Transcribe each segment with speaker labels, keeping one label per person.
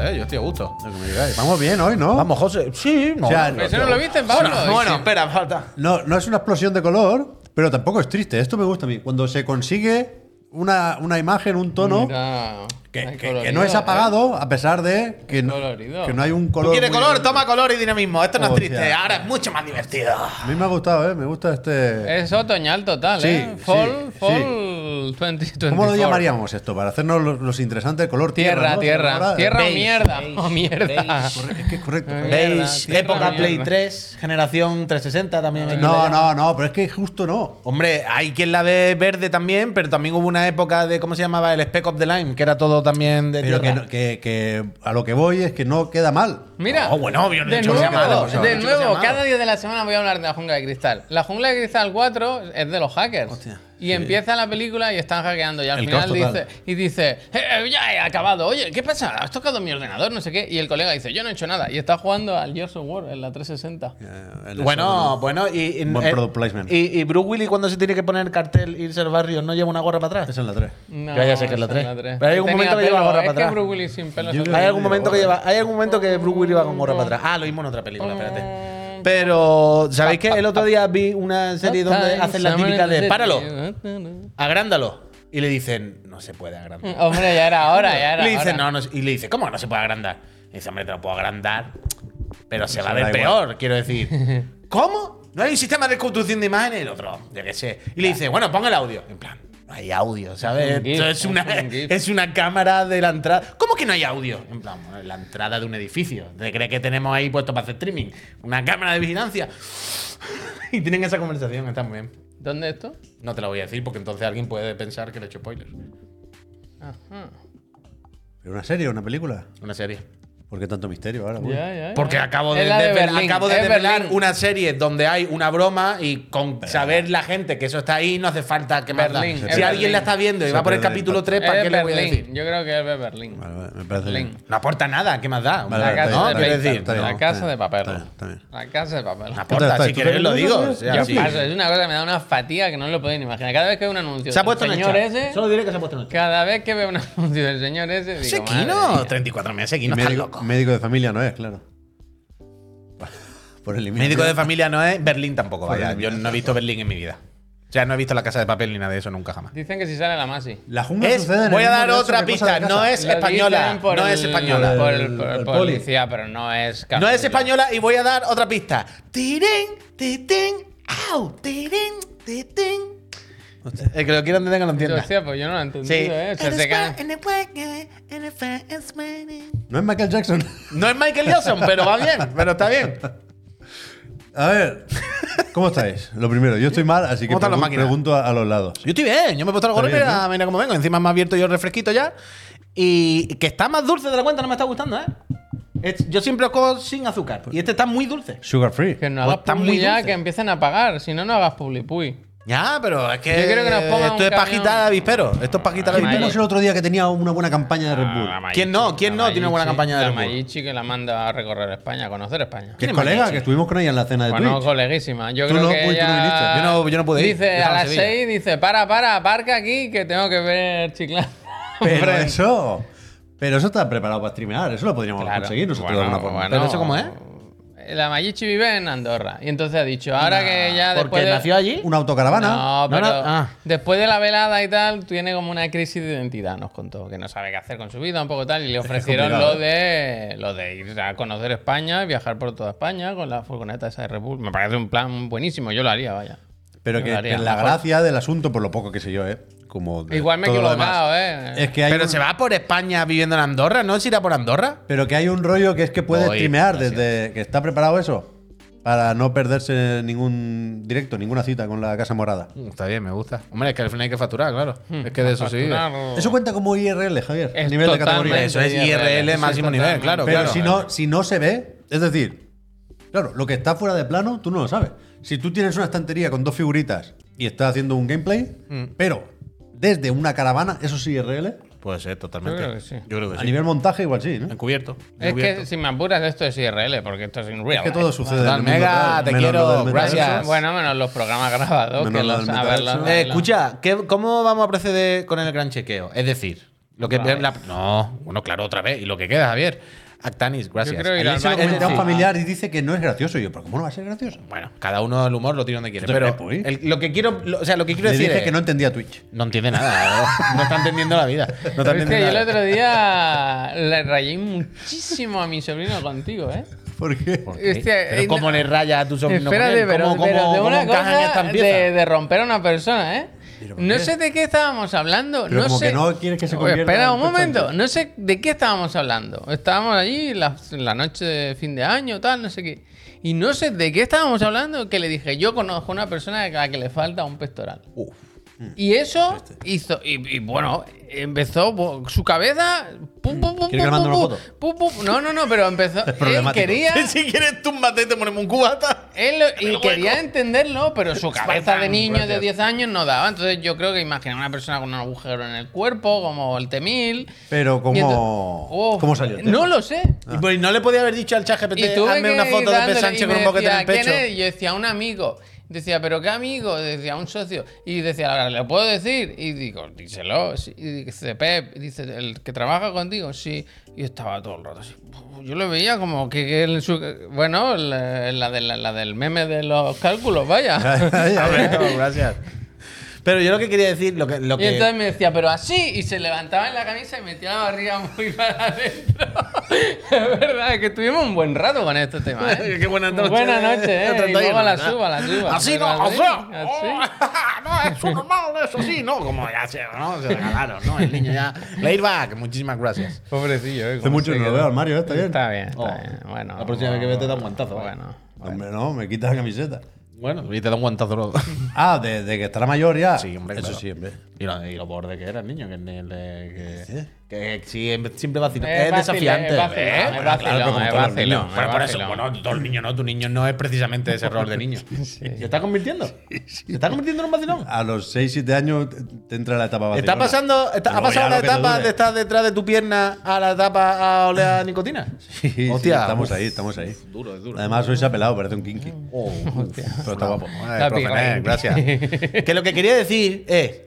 Speaker 1: eh, yo estoy a gusto. Lo que me digáis.
Speaker 2: Vamos bien hoy, ¿no?
Speaker 3: Vamos, José. Sí, no.
Speaker 2: O sea,
Speaker 1: Pero Si no lo viste, vámonos.
Speaker 3: bueno,
Speaker 1: Sí.
Speaker 3: espera, falta.
Speaker 2: No, no es una explosión de color, pero tampoco es triste. Esto me gusta a mí. Cuando se consigue una, una imagen, un tono
Speaker 1: Mira,
Speaker 2: que,
Speaker 1: hay
Speaker 2: que- que
Speaker 1: colorido,
Speaker 2: no es
Speaker 1: eh.
Speaker 2: apagado, a pesar de que no,
Speaker 1: colorido.
Speaker 2: que no hay un color.
Speaker 3: Tú quieres
Speaker 2: muy-
Speaker 3: color, toma color y dinamismo. Esto no es
Speaker 2: Hostia.
Speaker 3: triste, ahora es mucho más divertido.
Speaker 2: A mí me ha gustado, ¿eh? Me gusta este.
Speaker 1: Es otoñal total,
Speaker 2: Sí,
Speaker 1: ¿eh?
Speaker 2: sí,
Speaker 1: Fall,
Speaker 2: sí.
Speaker 1: fall 2024.
Speaker 2: ¿Cómo lo llamaríamos esto? Para hacernos los, los interesantes, color tierra.
Speaker 1: Tierra,
Speaker 2: ¿no?
Speaker 1: tierra.
Speaker 2: Ahora-
Speaker 1: Tierra o
Speaker 3: Beige,
Speaker 1: mierda.
Speaker 4: beige,
Speaker 1: O mierda.
Speaker 4: beige.
Speaker 2: Corre- Es que es correcto.
Speaker 1: Ay.
Speaker 4: ¿Veis?
Speaker 1: Mierda,
Speaker 4: época
Speaker 1: mierda.
Speaker 4: Play 3, generación 360 también. hay quien le
Speaker 2: No,
Speaker 4: llama.
Speaker 2: no, no, pero es que justo no.
Speaker 4: Hombre, hay quien la ve verde también, pero también hubo una época de, ¿cómo se llamaba? El Spec of the Line, que era todo también de
Speaker 2: Pero que,
Speaker 4: tierra.
Speaker 2: no- que- que a lo que voy es que no queda mal.
Speaker 1: Mira,
Speaker 4: No, bueno, obvio, no he
Speaker 1: de
Speaker 4: dicho
Speaker 1: nuevo,
Speaker 4: que sea malo,
Speaker 2: Oh, no he
Speaker 1: de
Speaker 4: dicho que sea
Speaker 1: nuevo
Speaker 4: malo.
Speaker 1: cada día de la semana voy a hablar de la jungla de cristal. La jungla de cristal 4 es de los hackers. y empieza la película y están hackeando. Y al
Speaker 2: El
Speaker 1: final
Speaker 2: caos total.
Speaker 1: dice, y dice, "Eh, eh, ya he acabado. Oye, ¿qué pasa? ¿Has tocado mi ordenador? No sé qué. Y el colega dice, yo no he hecho nada. Y está jugando al Gears of War en la 360.
Speaker 2: eh,
Speaker 4: Bueno, bueno, y, y,
Speaker 2: Buen
Speaker 4: eh,
Speaker 2: product placement.
Speaker 4: y, y Bruce Willis cuando se tiene que poner el cartel e irse al barrio, ¿no lleva una gorra para atrás?
Speaker 2: es en la 3.
Speaker 1: No,
Speaker 4: Ya, ya sé que es la
Speaker 1: esa
Speaker 4: tres. Pero hay algún momento que lleva
Speaker 1: pelo.
Speaker 4: gorra
Speaker 1: Es
Speaker 4: para atrás.
Speaker 1: que Bruce Willis sin pelo.
Speaker 2: Yo
Speaker 1: es
Speaker 2: creo
Speaker 4: Hay
Speaker 1: otra-
Speaker 4: algún momento que lleva, hay algún momento que Bruce Willis va con gorra para atrás. Ah, lo vimos en otra película, espérate. Pero ¿sabéis que el otro día vi una
Speaker 1: Ah,
Speaker 4: serie donde hacen la típica de páralo,
Speaker 1: eh".
Speaker 4: agrándalo y le dicen, "No se puede agrandar."
Speaker 1: Mm, Hombre, ya era hora, ya era
Speaker 4: Le dice,
Speaker 1: hora.
Speaker 4: no, no, y le dice, ¿cómo que no se puede agrandar? Y dice, hombre, te lo puedo agrandar, pero se va a
Speaker 2: da
Speaker 4: ver
Speaker 2: igual.
Speaker 4: peor, quiero decir. ¿Cómo? No hay un sistema de reconstrucción de imágenes, el otro, yo qué sé. Y le dice, bueno, pon el audio. En plan, no hay audio, ¿sabes?
Speaker 1: Es un GIF,
Speaker 4: Esto es,
Speaker 1: es
Speaker 4: una,
Speaker 1: un GIF.
Speaker 4: es una cámara de la entrada. ¿Cómo que no hay audio? En plan, bueno, la entrada de un edificio. ¿Te crees que tenemos ahí puesto para hacer streaming? Una cámara de vigilancia. y tienen esa conversación, está muy bien.
Speaker 1: ¿Dónde esto?
Speaker 4: No te la voy a decir porque entonces alguien puede pensar que le he hecho spoilers.
Speaker 1: Ajá.
Speaker 2: ¿Pero una serie o una película?
Speaker 4: Una serie.
Speaker 2: ¿Por qué tanto misterio ahora? güey?
Speaker 1: Ya, ya, ya.
Speaker 4: Porque acabo de,
Speaker 1: Es la
Speaker 4: desvel-
Speaker 1: Berlín,
Speaker 4: acabo de
Speaker 1: es
Speaker 4: desvelar
Speaker 1: Berlín.
Speaker 4: una serie donde hay una broma y con saber la gente que eso está ahí no hace falta que más da.
Speaker 1: Berlín,
Speaker 4: Si
Speaker 1: es
Speaker 4: alguien
Speaker 1: Berlín.
Speaker 4: la está viendo y
Speaker 2: Se
Speaker 4: va por el
Speaker 2: pierde el
Speaker 4: capítulo
Speaker 2: impacto.
Speaker 4: 3, ¿para
Speaker 1: Es
Speaker 4: qué le voy a
Speaker 1: Berlín.
Speaker 4: decir?
Speaker 1: Yo creo que es de Berlín.
Speaker 2: Vale, vale, me parece
Speaker 1: Link.
Speaker 2: bien.
Speaker 4: No aporta nada, ¿qué más da?
Speaker 2: Vale,
Speaker 1: La
Speaker 2: vale,
Speaker 1: casa
Speaker 2: está
Speaker 1: de
Speaker 2: bien, está
Speaker 1: papel.
Speaker 2: bien, está bien,
Speaker 1: La
Speaker 2: está
Speaker 1: casa de
Speaker 2: bien,
Speaker 1: papel.
Speaker 2: está bien, está bien.
Speaker 1: La casa de papel.
Speaker 4: No aporta,
Speaker 2: Entonces,
Speaker 4: si
Speaker 2: ¿tú
Speaker 4: queréis lo
Speaker 2: también
Speaker 4: digo.
Speaker 2: lo
Speaker 4: o
Speaker 2: ves?
Speaker 4: sea,
Speaker 1: Yo
Speaker 4: sí.
Speaker 1: paso, es una cosa que me da una fatiga que no lo podéis ni imaginar. Cada vez que veo un anuncio
Speaker 4: Se ha
Speaker 1: del
Speaker 4: puesto en el
Speaker 1: señor
Speaker 4: chat.
Speaker 1: ese,
Speaker 4: Solo diré que se ha puesto en el chat.
Speaker 1: cada vez que veo un anuncio del señor ese, digo,
Speaker 4: Ese
Speaker 1: madre
Speaker 4: Kino,
Speaker 1: mía.
Speaker 4: 34 meses,
Speaker 2: Y
Speaker 4: Kino, estás
Speaker 2: médico,
Speaker 4: loco.
Speaker 2: médico de familia no es, claro. Por el
Speaker 4: Médico de familia no es, Berlín tampoco, vaya.
Speaker 2: Joder.
Speaker 4: Yo no he visto Berlín en mi vida. O sea, no he visto la casa de papel ni nada de eso nunca jamás.
Speaker 1: Dicen que si sale la Masi.
Speaker 2: La jungla
Speaker 4: Es-
Speaker 2: sucede en el
Speaker 4: voy a
Speaker 2: mismo
Speaker 4: dar
Speaker 2: universo
Speaker 4: otra
Speaker 2: que Cosa de
Speaker 4: pista. No
Speaker 2: Casa.
Speaker 4: es
Speaker 1: Lo
Speaker 4: española.
Speaker 1: dicen por
Speaker 4: No es
Speaker 1: el-
Speaker 4: española.
Speaker 1: Por el, por
Speaker 2: El-
Speaker 1: el
Speaker 2: el poli.
Speaker 1: policía, pero no es.
Speaker 4: No es
Speaker 1: capullo.
Speaker 4: española y voy a dar otra pista. Tiren, titín, au, tirín, titín. El que lo quiera entender que lo entienda.
Speaker 1: Hostia, pues yo no lo he entendido,
Speaker 4: Sí.
Speaker 1: ¿eh? O sea, se queda-
Speaker 2: No es Michael Jackson.
Speaker 4: No es Michael Jackson, pero va bien, pero está bien.
Speaker 2: A ver, ¿cómo estáis? Lo primero, yo estoy mal, así que
Speaker 4: ¿Cómo están las
Speaker 2: pregun-
Speaker 4: máquinas?
Speaker 2: pregunto a, a los lados.
Speaker 4: Yo estoy bien, yo me he puesto el
Speaker 2: Está
Speaker 4: gorro y
Speaker 2: bien,
Speaker 4: mira, mira cómo vengo. Encima me ha abierto yo el refresquito ya. Y que está más dulce de la cuenta, no me está gustando, ¿eh? Es- Yo siempre lo cojo sin azúcar. Y este está muy dulce.
Speaker 2: Sugar Free.
Speaker 1: Que no
Speaker 4: Pues
Speaker 1: hagas
Speaker 4: está muy
Speaker 1: publi ya,
Speaker 4: dulce.
Speaker 1: que empiecen a pagar. Si no, no hagas publi, puy.
Speaker 4: Ya, pero es que.
Speaker 1: Yo quiero que nos pongan
Speaker 4: Esto
Speaker 1: un
Speaker 4: es pajita
Speaker 1: camión.
Speaker 4: de avispero. Esto es pajita de
Speaker 1: Ay,
Speaker 4: avispero.
Speaker 2: Vimos el otro día que tenía una buena campaña
Speaker 4: Ah,
Speaker 2: de Red Bull.
Speaker 4: ¿Quién no? ¿Quién no? Tiene una buena campaña de
Speaker 1: La
Speaker 4: Red Bull.
Speaker 1: Mayichi que la manda a recorrer España, a conocer España.
Speaker 2: Que
Speaker 4: ¿Quién
Speaker 2: es
Speaker 4: es
Speaker 2: colega,
Speaker 4: Maquiche?
Speaker 2: que estuvimos con ella en la cena de
Speaker 1: Bueno,
Speaker 2: Twitch.
Speaker 1: coleguísima. Yo
Speaker 2: Tú
Speaker 1: creo
Speaker 2: no,
Speaker 1: que
Speaker 2: uy, tú no
Speaker 1: ella-
Speaker 2: viniste.
Speaker 4: Yo no- yo no pude ir. Yo
Speaker 1: Dice
Speaker 4: estaba
Speaker 1: a
Speaker 4: en
Speaker 1: las
Speaker 4: Sevilla.
Speaker 1: 6, dice, para, para, parca aquí que tengo que ver chiclana.
Speaker 2: Pero
Speaker 1: Hombre.
Speaker 2: eso. Pero eso está preparado para streamear, eso lo podríamos
Speaker 1: Claro.
Speaker 2: conseguir nosotros de
Speaker 1: Bueno,
Speaker 2: alguna forma.
Speaker 1: bueno.
Speaker 4: ¿Pero eso cómo es?
Speaker 1: La Mayichi vive en Andorra. Y entonces ha dicho, ahora que ya después
Speaker 4: Porque
Speaker 1: de...
Speaker 4: nació allí.
Speaker 2: Una autocaravana.
Speaker 1: No,
Speaker 4: No,
Speaker 1: pero
Speaker 4: no, ah.
Speaker 1: después de la velada y tal, tiene como una crisis de identidad, nos contó, que no sabe qué hacer con su vida, un poco tal, y le ofrecieron
Speaker 2: complicado,
Speaker 1: lo de lo de ir a conocer España, viajar por toda España con la furgoneta esa de Red Bull. Me parece un plan buenísimo, yo lo haría, vaya.
Speaker 2: Pero
Speaker 1: Yo
Speaker 2: que,
Speaker 1: lo haría,
Speaker 2: que la
Speaker 1: mejor.
Speaker 2: gracia del asunto, por lo poco que sé yo, ¿eh? Como de
Speaker 1: Igual me he
Speaker 2: todo lo
Speaker 1: equivocado,
Speaker 2: demás,
Speaker 1: ¿eh?
Speaker 2: Es que hay
Speaker 4: Pero
Speaker 2: un-
Speaker 4: se va por España viviendo en Andorra, ¿no? ¿Se irá por Andorra?
Speaker 2: Pero que hay un rollo que es que puede
Speaker 4: Voy,
Speaker 2: streamear
Speaker 4: gracias.
Speaker 2: desde que está preparado eso. Para no perderse ningún directo, ninguna cita con la Casa Morada.
Speaker 4: Mm, Está bien, me gusta. Hombre, es que al final hay que facturar, claro. es que de eso sí.
Speaker 1: Facturar-
Speaker 2: Eso cuenta como IRL, Javier.
Speaker 1: Es
Speaker 2: nivel de
Speaker 1: totalmente
Speaker 2: categoría.
Speaker 4: Eso es IRL
Speaker 1: eso es
Speaker 4: máximo nivel,
Speaker 1: totalmente.
Speaker 4: claro,
Speaker 2: Pero
Speaker 4: claro.
Speaker 2: si, no, si no se ve, es decir, claro, lo que está fuera de plano, tú no lo sabes. Si tú tienes una estantería con dos figuritas y estás haciendo un gameplay,
Speaker 1: Mm.
Speaker 2: pero desde una caravana, eso es IRL.
Speaker 4: Puede ser, totalmente.
Speaker 1: Yo creo que Pues sí.
Speaker 4: Yo creo que
Speaker 2: A
Speaker 4: sí.
Speaker 2: nivel montaje, igual sí, ¿no?
Speaker 4: Encubierto.
Speaker 1: Es
Speaker 4: encubierto.
Speaker 1: que si me apuras esto es IRL, porque esto es ¿eh? in real.
Speaker 2: Es que
Speaker 1: life.
Speaker 2: todo sucede. en
Speaker 4: Total,
Speaker 2: el mundo
Speaker 4: Mega,
Speaker 2: real,
Speaker 4: te
Speaker 2: menos
Speaker 4: quiero,
Speaker 2: lo del metaverso.
Speaker 4: gracias.
Speaker 1: Bueno, menos los programas grabados,
Speaker 2: Menos
Speaker 1: que
Speaker 2: lo
Speaker 1: los
Speaker 2: del
Speaker 1: a verlos,
Speaker 2: metaverso.
Speaker 4: Eh,
Speaker 1: verlos.
Speaker 4: escucha, ¿qué- ¿cómo vamos a proceder con el gran chequeo? Es decir, Lo que
Speaker 1: Otra vez.
Speaker 4: la- no, bueno, claro, otra vez. Y lo que queda, Javier. Actanis, gracias.
Speaker 1: creo ir
Speaker 4: Ayer
Speaker 1: al
Speaker 4: se lo
Speaker 1: baño.
Speaker 2: Comenté a un
Speaker 1: sí.
Speaker 2: familiar y dice que no es gracioso. Y yo, ¿pero cómo no va a ser gracioso?
Speaker 4: Bueno, cada uno el humor lo tira donde quiere.
Speaker 2: Yo
Speaker 4: Pero
Speaker 2: tampoco, ¿eh?
Speaker 4: el- lo que quiero, lo- o sea, lo que quiero
Speaker 2: Le
Speaker 4: decir
Speaker 2: dije
Speaker 4: es
Speaker 2: que no entendía Twitch.
Speaker 4: no entiende nada. No, No está entendiendo la vida. No está
Speaker 1: Pero es que yo
Speaker 4: entendiendo
Speaker 1: el
Speaker 4: la vida.
Speaker 1: otro día le rayé muchísimo a mi sobrino contigo, ¿eh?
Speaker 2: ¿Por qué?
Speaker 1: Este,
Speaker 4: Pero
Speaker 1: eh,
Speaker 4: ¿Cómo
Speaker 1: no-
Speaker 4: le raya a tu sobrino?
Speaker 1: Espérate,
Speaker 4: con él?
Speaker 1: pero,
Speaker 4: ¿Cómo-
Speaker 1: pero
Speaker 4: cómo-
Speaker 1: de
Speaker 4: cómo
Speaker 1: una
Speaker 4: encajan
Speaker 1: cosa
Speaker 4: estas
Speaker 1: de,
Speaker 4: piezas?
Speaker 1: de romper a una persona, ¿eh?
Speaker 2: ¿Pero por
Speaker 1: No
Speaker 2: qué?
Speaker 1: sé de qué estábamos hablando.
Speaker 2: Pero
Speaker 1: no
Speaker 2: como
Speaker 1: sé.
Speaker 2: que no quieres que se
Speaker 1: Oye,
Speaker 2: convierta
Speaker 1: Espera
Speaker 2: en
Speaker 1: un
Speaker 2: un
Speaker 1: momento.
Speaker 2: personaje.
Speaker 1: No sé de qué estábamos hablando. Estábamos allí la, la noche de fin de año, tal, no sé qué. Y no sé de qué estábamos hablando que le dije, yo conozco una persona a la que le falta un pectoral.
Speaker 4: Uf.
Speaker 1: Y eso
Speaker 2: Este,
Speaker 1: hizo. Y, y bueno, empezó bo- su cabeza. Pum, pum,
Speaker 2: ¿Quieres
Speaker 1: pum,
Speaker 2: que le
Speaker 1: pum,
Speaker 2: mande
Speaker 1: pum,
Speaker 2: una foto?
Speaker 1: pum, pum, pum. No, no, no, pero empezó. él
Speaker 2: problemático.
Speaker 1: quería.
Speaker 4: Si quieres, túmbate y te ponemos un cubata.
Speaker 1: Él lo- y quería entenderlo, pero su cabeza de niño de 10 años no daba. Entonces yo creo que imaginar una persona con un agujero en el cuerpo, como el Temil.
Speaker 2: Pero
Speaker 1: Y entonces-
Speaker 2: ¿cómo,
Speaker 1: Oh,
Speaker 2: ¿cómo salió? el tema? Ah.
Speaker 1: No lo sé.
Speaker 4: Y pues, no le podía haber dicho al chat
Speaker 1: Y
Speaker 4: GPT,
Speaker 1: tuve
Speaker 4: hazme
Speaker 1: que
Speaker 4: una
Speaker 1: ir
Speaker 4: foto de P.
Speaker 1: dándole, y
Speaker 4: Sánchez con
Speaker 1: me
Speaker 4: un boquete en el
Speaker 1: decía,
Speaker 4: pecho.
Speaker 1: "¿Quién es?". Y yo decía, un amigo. Decía, ¿pero qué amigo? Decía, un socio. Y decía, ahora, ¿le puedo decir? Y digo, díselo. Sí. Y dice, Pep, dice, ¿el que trabaja contigo? Sí. Y estaba todo el rato así. Yo lo veía como que, que el su- bueno, la, la de- la- la del meme de los cálculos, vaya.
Speaker 4: A ver, no, gracias. Pero yo lo que quería decir, lo que, lo
Speaker 1: Y
Speaker 4: que-
Speaker 1: entonces me decía, pero así, y se levantaba en la camisa y metía la barriga muy para adentro. es verdad, que tuvimos un buen rato con este tema, ¿eh?
Speaker 4: Qué buena noche.
Speaker 1: Buena noche, ¿eh?
Speaker 4: Otra
Speaker 1: Y luego
Speaker 4: taina,
Speaker 1: la
Speaker 4: ¿verdad?
Speaker 1: suba, la suba.
Speaker 4: Así Oh.
Speaker 1: Pero
Speaker 4: no, o sea,
Speaker 1: así.
Speaker 4: no, es normal, eso sí, ¿no? Como ya se, ¿no? se regalaron, ¿no? El niño ya. Layback, muchísimas gracias.
Speaker 1: Pobrecillo, ¿eh?
Speaker 2: Hace mucho que no lo veo al Mario, ¿eh? está bien.
Speaker 1: Está bien, está
Speaker 4: Oh.
Speaker 1: bien. Bueno.
Speaker 4: La próxima vez que veo te da un guantazo, ¿eh?
Speaker 1: Bueno.
Speaker 2: Hombre, no, me quitas la camiseta.
Speaker 4: Bueno, y te da un guantazo luego.
Speaker 2: Ah, de, de que estará mayor ya.
Speaker 4: Sí, hombre,
Speaker 2: Eso
Speaker 4: claro.
Speaker 2: sí, hombre.
Speaker 4: Y lo, y lo borde que era el niño, que, ne- le-
Speaker 2: dices?
Speaker 4: que, que sí, em- siempre vacila.
Speaker 1: Es
Speaker 4: Es,
Speaker 1: vacilón,
Speaker 4: desafiante.
Speaker 1: es vacilón,
Speaker 4: ¿eh?
Speaker 1: es
Speaker 4: Bueno,
Speaker 1: vacilón,
Speaker 4: claro, pero como todos
Speaker 2: es
Speaker 4: los
Speaker 1: vacilón,
Speaker 4: niños.
Speaker 1: es
Speaker 4: Bueno, por eso,
Speaker 1: vacilón.
Speaker 4: bueno, todo el niño no, tu niño no es precisamente ese rol de niño. ¿Se está convirtiendo? ¿Se está convirtiendo en un vacilón?
Speaker 2: A los 6, 7 años te- te entra la etapa vacilona.
Speaker 4: ¿Está pasando, está-
Speaker 2: Ah, Pero
Speaker 4: ¿Ha
Speaker 2: luego
Speaker 4: pasado
Speaker 2: ya
Speaker 4: la
Speaker 2: lo que te
Speaker 4: etapa
Speaker 2: dure.
Speaker 4: de estar detrás de tu pierna a la etapa a oler a nicotina?
Speaker 2: Sí, sí,
Speaker 4: Hostia,
Speaker 2: estamos
Speaker 4: uf.
Speaker 2: ahí, estamos ahí.
Speaker 4: Duro, es duro.
Speaker 2: Además, hoy se ha pelado, parece un kinky.
Speaker 4: Oh,
Speaker 2: Pero está guapo.
Speaker 4: Ay,
Speaker 1: La
Speaker 4: profe,
Speaker 1: pica.
Speaker 4: eh, gracias. que lo que quería decir es,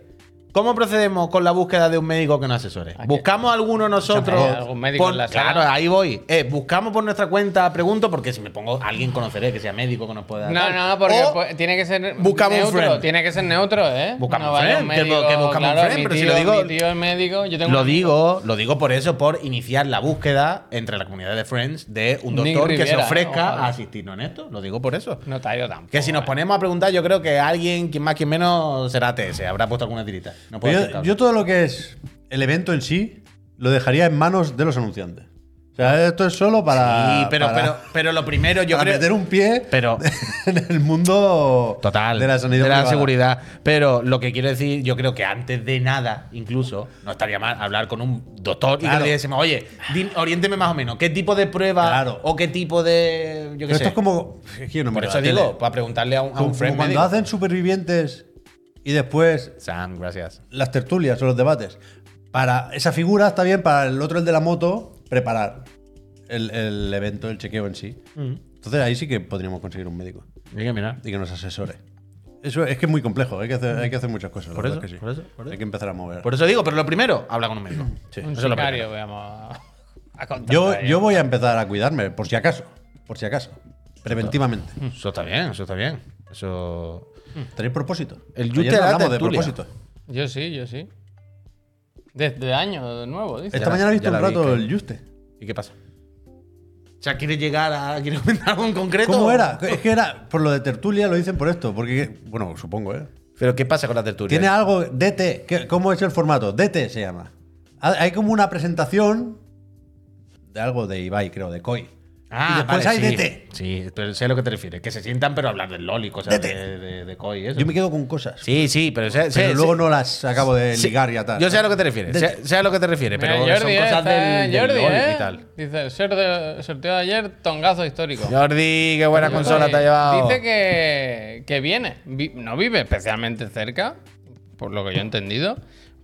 Speaker 4: ¿cómo procedemos con la búsqueda de un médico que nos asesore? ¿Buscamos alguno nosotros?
Speaker 1: Escúchame, ¿algún médico
Speaker 4: por-
Speaker 1: en la sala?
Speaker 4: claro, ahí voy. Eh, ¿Buscamos por nuestra cuenta? Pregunto, porque si me pongo, alguien conoceré que sea médico que nos pueda
Speaker 1: No,
Speaker 4: dar.
Speaker 1: no, porque
Speaker 4: O-
Speaker 1: pues, tiene que ser
Speaker 4: buscamos un
Speaker 1: neutro.
Speaker 4: friend.
Speaker 1: Tiene que ser neutro, ¿eh?
Speaker 4: Buscamos
Speaker 1: no
Speaker 4: un
Speaker 1: vaya
Speaker 4: friend, que- que buscamos un
Speaker 1: claro,
Speaker 4: friend,
Speaker 1: mi
Speaker 4: pero si
Speaker 1: tío-
Speaker 4: lo digo-
Speaker 1: Mi tío es médico, yo tengo
Speaker 4: Lo
Speaker 1: un-
Speaker 4: digo, lo digo por eso, por iniciar la búsqueda entre la comunidad de Friends de un
Speaker 1: Nick
Speaker 4: doctor que se
Speaker 1: Riviera, ¿eh?
Speaker 4: ofrezca
Speaker 1: Ojalá.
Speaker 4: a asistirnos en esto. Lo digo por eso.
Speaker 1: No está yo tampoco.
Speaker 4: Que si nos
Speaker 1: ¿eh?
Speaker 4: ponemos a preguntar, yo creo que alguien, quien más, quien menos, será TS. Habrá puesto alguna tirita. No puedo
Speaker 2: Yo,
Speaker 4: acertarlo.
Speaker 2: yo todo lo que es el evento en sí, lo dejaría en manos de los anunciantes. O sea, esto es solo para.
Speaker 4: Sí, pero,
Speaker 2: Ah, para-
Speaker 4: pero, pero lo primero, yo
Speaker 2: para
Speaker 4: creo.
Speaker 2: meter un pie
Speaker 4: Pero.
Speaker 2: en el mundo
Speaker 4: Total.
Speaker 2: de la sanidad privada.
Speaker 4: seguridad. Pero lo que quiero decir, yo creo que antes de nada, incluso, no estaría mal hablar con un doctor y que
Speaker 2: Claro.
Speaker 4: le dijésemos, oye, di- oriénteme más o menos, ¿qué tipo de prueba
Speaker 2: Claro.
Speaker 4: o qué tipo de. Yo qué
Speaker 2: Pero
Speaker 4: sé.
Speaker 2: esto es como. es que yo no me
Speaker 4: Por
Speaker 2: veo
Speaker 4: eso
Speaker 2: la tele.
Speaker 4: digo, para preguntarle a un, a
Speaker 2: Como-
Speaker 4: un friend
Speaker 2: como cuando
Speaker 4: médico.
Speaker 2: hacen supervivientes y después
Speaker 4: Sam, gracias.
Speaker 2: las tertulias o los debates. Para esa figura está bien, para el otro, el de la moto, preparar el, el evento, el chequeo en sí. Entonces ahí sí que podríamos conseguir un médico
Speaker 4: Hay que mirar.
Speaker 2: y que nos asesore. Eso es que es muy complejo, hay que hacer, hay que hacer muchas cosas. la
Speaker 4: Por
Speaker 2: verdad
Speaker 4: eso,
Speaker 2: que sí.
Speaker 4: por eso, por eso.
Speaker 2: Hay que empezar a mover.
Speaker 4: Por eso digo, pero lo primero, habla con un médico.
Speaker 1: Un
Speaker 4: Eso es lo
Speaker 1: sicario,
Speaker 4: primero.
Speaker 1: veamos. A contar
Speaker 2: yo,
Speaker 1: para ello.
Speaker 2: yo voy a empezar a cuidarme, por si acaso. Por si acaso. Preventivamente.
Speaker 4: Eso está bien, eso está bien. Eso.
Speaker 2: ¿Tenéis propósito?
Speaker 4: El
Speaker 2: Ayer
Speaker 4: yute
Speaker 2: no
Speaker 4: de la
Speaker 2: hablamos de
Speaker 4: tertulia.
Speaker 2: propósito.
Speaker 1: Yo sí, yo sí. Desde año nuevo, dice.
Speaker 2: Esta
Speaker 4: la-
Speaker 2: mañana he
Speaker 4: ya
Speaker 2: visto un
Speaker 4: la vi,
Speaker 2: rato
Speaker 4: que-
Speaker 2: el yuste.
Speaker 4: ¿Y qué pasa? O sea, ¿quiere llegar a. ¿Quiere comentar algo en concreto?
Speaker 2: ¿Cómo era? Es que era por lo de tertulia, lo dicen por esto. Porque, bueno, supongo, ¿eh?
Speaker 4: ¿Pero qué pasa con la tertulia?
Speaker 2: Tiene algo, DT, ¿qué- ¿cómo es el formato? DT se llama. Ha- Hay como una presentación de algo de Ibai, creo, de Koi.
Speaker 4: Ah,
Speaker 2: y después
Speaker 4: vale,
Speaker 2: hay
Speaker 4: sí.
Speaker 2: DT.
Speaker 4: Sí, pero sé a lo que te refieres. Que se sientan, pero hablar del loli, cosas
Speaker 2: DT.
Speaker 4: de, de, de coi y eso.
Speaker 2: Yo me quedo con cosas,
Speaker 4: Sí, sí, pero, sé,
Speaker 2: pero
Speaker 4: sé-
Speaker 2: luego
Speaker 4: sé-
Speaker 2: no las acabo de
Speaker 4: sé-
Speaker 2: ligar y atar.
Speaker 4: Yo sé a lo que te refieres.
Speaker 2: DT.
Speaker 4: Sé, sé a lo que te refieres,
Speaker 1: Mira,
Speaker 4: pero son
Speaker 1: eh,
Speaker 4: cosas
Speaker 1: está-
Speaker 4: del, del
Speaker 1: Jordi,
Speaker 4: loli
Speaker 1: eh.
Speaker 4: y tal.
Speaker 1: Dice, el sorteo, sorteo de ayer, tongazo histórico.
Speaker 4: Jordi, qué buena
Speaker 1: Jordi
Speaker 4: consola te ha llevado.
Speaker 1: Dice que, que viene. Vi- no vive especialmente cerca, por lo que yo he entendido.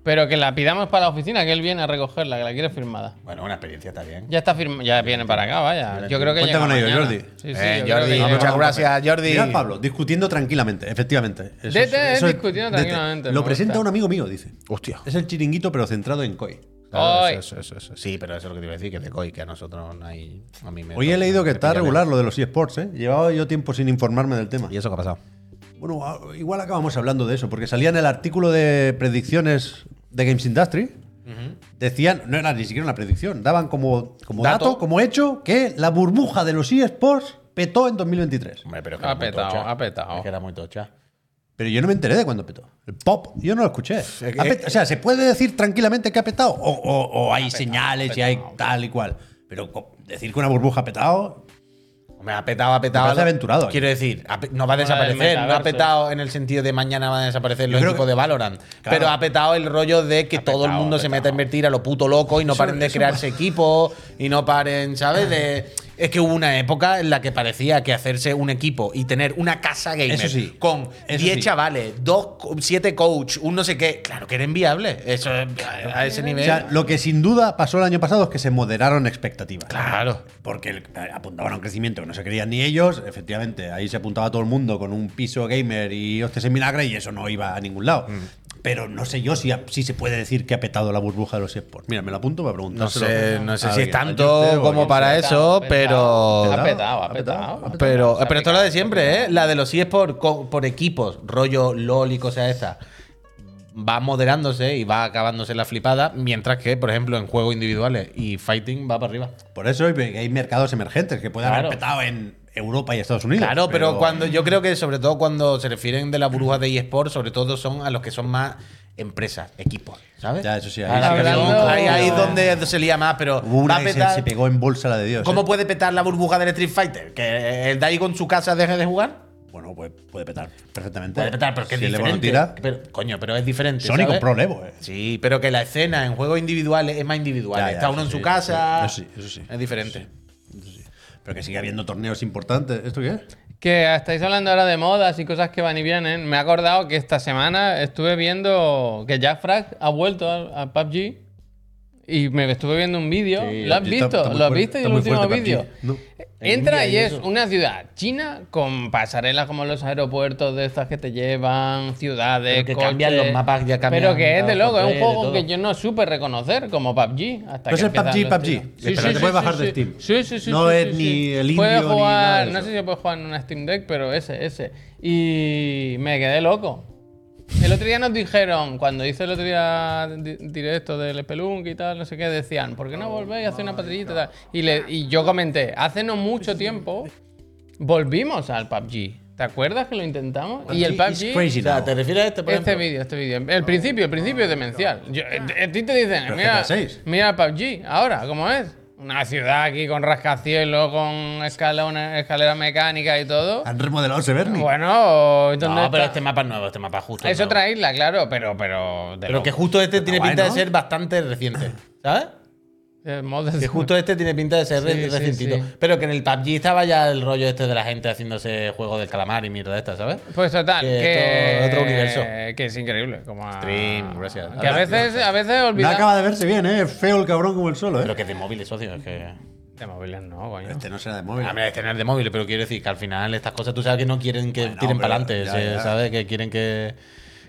Speaker 1: Pero que la pidamos para la oficina, que él viene a recogerla, que la quiere firmada.
Speaker 4: Bueno, una experiencia está bien.
Speaker 1: Ya está firma, ya viene para acá, vaya. Yo creo que
Speaker 2: Cuenta
Speaker 1: llega
Speaker 2: con ello,
Speaker 1: mañana.
Speaker 2: Jordi.
Speaker 1: Sí, sí,
Speaker 4: Eh,
Speaker 1: yo creo
Speaker 4: Jordi,
Speaker 1: que llega
Speaker 4: muchas
Speaker 1: mañana.
Speaker 4: gracias, Jordi.
Speaker 2: Mira, Pablo, discutiendo tranquilamente, efectivamente. Eso
Speaker 1: DT es
Speaker 2: eso
Speaker 1: discutiendo
Speaker 2: DT.
Speaker 1: tranquilamente, me
Speaker 2: Lo
Speaker 1: gusta.
Speaker 2: presenta un amigo mío, dice.
Speaker 4: Hostia.
Speaker 2: Es el chiringuito, pero centrado en Koi.
Speaker 4: Claro,
Speaker 1: Hoy.
Speaker 4: eso, eso, eso, eso. Sí, pero eso es lo que te iba a decir, que de COI, que a nosotros no hay. A mí me
Speaker 2: Hoy he leído que
Speaker 4: me
Speaker 2: está
Speaker 4: pilla
Speaker 2: regular lo de los eSports, ¿eh? Llevaba yo tiempo sin informarme del tema.
Speaker 4: lejos. ¿Y eso qué ha pasado?
Speaker 2: Bueno, a- igual acabamos hablando de eso, porque salía en el artículo de predicciones de Games Industry. Decían, no era ni siquiera una predicción, daban como, como dato.
Speaker 4: Dato.
Speaker 2: como hecho, que la burbuja de los eSports petó en 2023.
Speaker 4: Hombre, pero es que
Speaker 1: Ha
Speaker 4: era muy
Speaker 1: petado,
Speaker 4: tocha.
Speaker 1: ha petado.
Speaker 4: Es que era muy tocha.
Speaker 2: Pero yo no me enteré de cuándo petó. El pop, yo no lo escuché. Ha pet- o sea, ¿se puede decir tranquilamente que ha petado? O, o- o hay señales y hay tal y cual. Pero co- decir que una burbuja ha petado,
Speaker 4: Hombre, ha petado, ha petado.
Speaker 2: Me parece aventurado aquí.
Speaker 4: Quiero decir, ha pe- no va a
Speaker 1: Como la del
Speaker 4: desaparecer. No ha
Speaker 1: metaverso.
Speaker 4: petado en el sentido de mañana van a desaparecer los
Speaker 2: creo
Speaker 4: equipos
Speaker 2: que-
Speaker 4: de Valorant.
Speaker 2: Claro.
Speaker 4: Pero ha petado el rollo de que todo el
Speaker 1: petado,
Speaker 4: mundo
Speaker 1: ha
Speaker 4: se meta a invertir a lo puto loco y no paren de crearse equipos y no paren, ¿sabes? De, es que hubo una época en la que parecía que hacerse un equipo y tener una casa gamer
Speaker 2: Eso sí.
Speaker 4: con
Speaker 2: Eso
Speaker 4: 10
Speaker 2: sí.
Speaker 4: chavales, dos, co- siete coach, un no sé qué, claro que era inviable. Eso es- a ese
Speaker 2: o
Speaker 4: nivel.
Speaker 2: sea, lo que sin duda pasó el año pasado es que se moderaron expectativas.
Speaker 4: claro.
Speaker 2: porque el- eh, apuntaban a un crecimiento que no se querían ni ellos, efectivamente, ahí se apuntaba todo el mundo con un piso gamer y hostias en vinagre y eso no iba a ningún lado.
Speaker 4: Mm.
Speaker 2: Pero no sé yo si, ha- si se puede decir que ha petado la burbuja de los esports. Mira, me lo apunto para preguntar.
Speaker 4: No sé, no sé si es tanto como para eso, pero.
Speaker 1: Ha petado, ha
Speaker 2: Ha petado,
Speaker 1: petado.
Speaker 4: Pero,
Speaker 1: Se ha
Speaker 4: pero esto es lo
Speaker 1: picado,
Speaker 4: de siempre, ¿eh? La de los eSports por, por equipos, rollo LOL y cosas esas. Va moderándose y va acabándose la flipada, mientras que, por ejemplo, en juegos individuales y fighting va para arriba.
Speaker 2: Por eso hay, hay mercados emergentes que pueden
Speaker 4: Claro.
Speaker 2: haber petado en Europa y Estados Unidos.
Speaker 4: Claro, pero, cuando yo creo que sobre todo cuando se refieren de las burbujas de eSports, sobre todo son a los que son más empresas, equipos, ¿sabes?
Speaker 2: Ya, eso sí, ahí
Speaker 4: ahí,
Speaker 1: sí que
Speaker 4: ahí,
Speaker 1: hablando-
Speaker 4: ahí es donde se lía más, pero
Speaker 2: Hubo
Speaker 4: va
Speaker 2: una
Speaker 4: a
Speaker 2: que se,
Speaker 4: petar-
Speaker 2: se pegó en bolsa la de Dios.
Speaker 4: ¿Cómo
Speaker 2: ¿eh?
Speaker 4: puede petar la burbuja del Street Fighter? ¿Que el Dai con su casa deje de jugar?
Speaker 2: Bueno, pues puede petar perfectamente.
Speaker 4: Puede petar, pero es que
Speaker 2: Pues, si
Speaker 4: es
Speaker 2: el Evo no
Speaker 4: diferente.
Speaker 2: tira,
Speaker 4: Pero, coño, pero es diferente.
Speaker 2: Sony
Speaker 4: ¿sabes?
Speaker 2: compró el Evo, eh.
Speaker 4: Sí, pero que la escena en juegos individuales es más individual.
Speaker 2: Ya, ya,
Speaker 4: Está
Speaker 2: eso
Speaker 4: uno en
Speaker 2: sí,
Speaker 4: su
Speaker 2: eso
Speaker 4: casa.
Speaker 2: sí, eso sí, eso sí.
Speaker 4: Es diferente.
Speaker 2: Pero que sigue habiendo torneos importantes. ¿Esto qué es?
Speaker 1: Que estáis hablando ahora de modas y cosas que van y vienen. Me he acordado que esta semana estuve viendo que Jack Frag ha vuelto al- a, PUBG. Y me estuve viendo un vídeo.
Speaker 2: Sí,
Speaker 1: ¿Lo has
Speaker 2: está-
Speaker 1: visto?
Speaker 2: está muy
Speaker 1: ¿Lo has
Speaker 2: fuerte,
Speaker 1: visto
Speaker 2: está
Speaker 1: en el
Speaker 2: muy
Speaker 1: último
Speaker 2: fuerte
Speaker 1: vídeo?
Speaker 2: PUBG. No.
Speaker 1: Entra y es una ciudad china con pasarelas como los aeropuertos de estas que te llevan, ciudades,
Speaker 4: Pero que cambian los mapas, ya cambian
Speaker 1: Pero que es de
Speaker 4: los
Speaker 1: loco, es un
Speaker 4: papeles,
Speaker 1: juego
Speaker 4: todo.
Speaker 1: que yo no supe reconocer como PUBG. Hasta
Speaker 2: No
Speaker 1: que
Speaker 2: es el
Speaker 1: empiezan
Speaker 2: PUBG,
Speaker 1: los
Speaker 2: PUBG.
Speaker 1: tiros.
Speaker 2: Sí, pero te puedes bajar de Steam.
Speaker 1: Sí, sí, sí.
Speaker 2: No
Speaker 1: sí,
Speaker 2: es
Speaker 1: sí,
Speaker 2: ni
Speaker 1: sí.
Speaker 2: el
Speaker 1: Puedes
Speaker 2: indio ni nada
Speaker 1: jugar,
Speaker 2: de
Speaker 1: no
Speaker 2: eso.
Speaker 1: sé si puedes jugar en una Steam Deck, pero ese, ese. Y me quedé loco. El otro día nos dijeron, cuando hice el otro día di- directo del Spelunk y tal, no sé qué, decían, ¿por qué
Speaker 4: Oh
Speaker 1: no volvéis a hacer una patrullita y tal? Y, le- y yo comenté, hace no mucho tiempo volvimos al PUBG. ¿Te acuerdas que lo intentamos? Y el
Speaker 2: PUBG is crazy
Speaker 1: PUBG.
Speaker 4: O sea,
Speaker 2: now.
Speaker 4: ¿te refieres a este, por
Speaker 1: Este
Speaker 4: ejemplo?
Speaker 1: vídeo, este vídeo. El principio, el principio es demencial. Yo- eh, a ti te dicen,
Speaker 2: Pero
Speaker 1: mira,
Speaker 2: GTA seis.
Speaker 1: mira PUBG, ahora, ¿cómo es? Una ciudad aquí con rascacielos, con escalones, escalera mecánica y todo.
Speaker 2: Han remodelado Severny.
Speaker 1: Bueno, ¿dónde
Speaker 4: No, pero
Speaker 1: está?
Speaker 4: este mapa es nuevo, este mapa justo.
Speaker 1: Es
Speaker 4: nuevo.
Speaker 1: otra isla, claro, pero. Pero, de
Speaker 4: Pero que
Speaker 1: loco.
Speaker 4: justo este tiene
Speaker 2: guay,
Speaker 4: pinta de
Speaker 2: ¿no?
Speaker 4: ser bastante reciente. ¿Sabes?
Speaker 1: El mod es-
Speaker 4: Que justo este tiene pinta de ser
Speaker 1: Sí,
Speaker 4: re-
Speaker 1: sí,
Speaker 4: recientito.
Speaker 1: sí.
Speaker 4: Pero que en el PUBG estaba ya el rollo este de la gente haciéndose juego del calamar y mierda esta, ¿sabes?
Speaker 1: Pues total,
Speaker 4: que
Speaker 1: que.
Speaker 4: esto es otro universo.
Speaker 1: Que es increíble. Como a-
Speaker 4: Stream, gracias.
Speaker 1: Que a veces, a veces
Speaker 2: No
Speaker 1: olvidamos.
Speaker 2: acaba de verse bien, ¿eh? Es Feo el cabrón como el solo,
Speaker 4: Pero
Speaker 2: ¿eh?
Speaker 4: que es de móviles, socio, es que.
Speaker 1: De móviles no, coño.
Speaker 2: Este no será de móvil.
Speaker 4: A ver, este no es de móviles, pero quiero decir que al final estas cosas tú sabes que no quieren que tiren
Speaker 2: pero
Speaker 4: para adelante,
Speaker 2: ya,
Speaker 4: se-
Speaker 2: ya.
Speaker 4: ¿sabes? Que quieren que,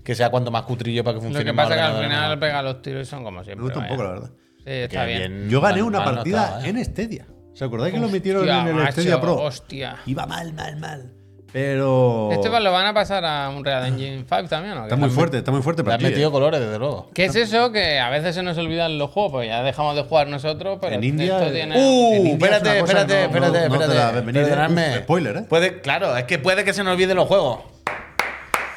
Speaker 4: que sea cuanto más cutrillo para que
Speaker 1: Lo
Speaker 4: funcione
Speaker 1: que
Speaker 4: más
Speaker 1: pasa que al
Speaker 4: ordenador,
Speaker 1: final
Speaker 4: mejor.
Speaker 1: pega los tiros y son como siempre.
Speaker 2: Me gusta un
Speaker 1: vaya.
Speaker 2: poco, la verdad.
Speaker 1: Sí, está
Speaker 4: Que
Speaker 1: bien.
Speaker 2: Yo gané
Speaker 4: mal-
Speaker 2: una
Speaker 4: mal no
Speaker 2: partida
Speaker 4: estaba, ¿eh?
Speaker 2: en Stadia. ¿Se acordáis que lo metieron
Speaker 1: Hostia,
Speaker 2: en el
Speaker 1: macho,
Speaker 2: Stadia Pro?
Speaker 1: Hostia.
Speaker 2: Iba mal, mal, mal. Pero.
Speaker 1: Esto lo van Este a pasar a un Real Engine 5 también, ¿o qué?
Speaker 2: Está muy fuerte, está muy fuerte
Speaker 4: Le
Speaker 2: para
Speaker 4: has
Speaker 2: ti.
Speaker 4: metido
Speaker 2: ¿eh?
Speaker 4: colores, desde luego.
Speaker 1: ¿Qué es eso? Que a veces se nos olvidan los juegos, pues ya dejamos de jugar nosotros, pero
Speaker 2: En
Speaker 1: esto
Speaker 2: India-
Speaker 1: tiene-
Speaker 2: En
Speaker 4: Uh,
Speaker 2: India
Speaker 4: espérate,
Speaker 2: es una cosa que
Speaker 4: espérate,
Speaker 2: no- no-
Speaker 4: espérate,
Speaker 2: no te
Speaker 4: espérate.
Speaker 2: la ves venir, ¿eh?
Speaker 4: Perdonadme.
Speaker 2: Uf, spoiler, ¿eh?
Speaker 4: Puede, claro, es que puede que se nos olviden los juegos.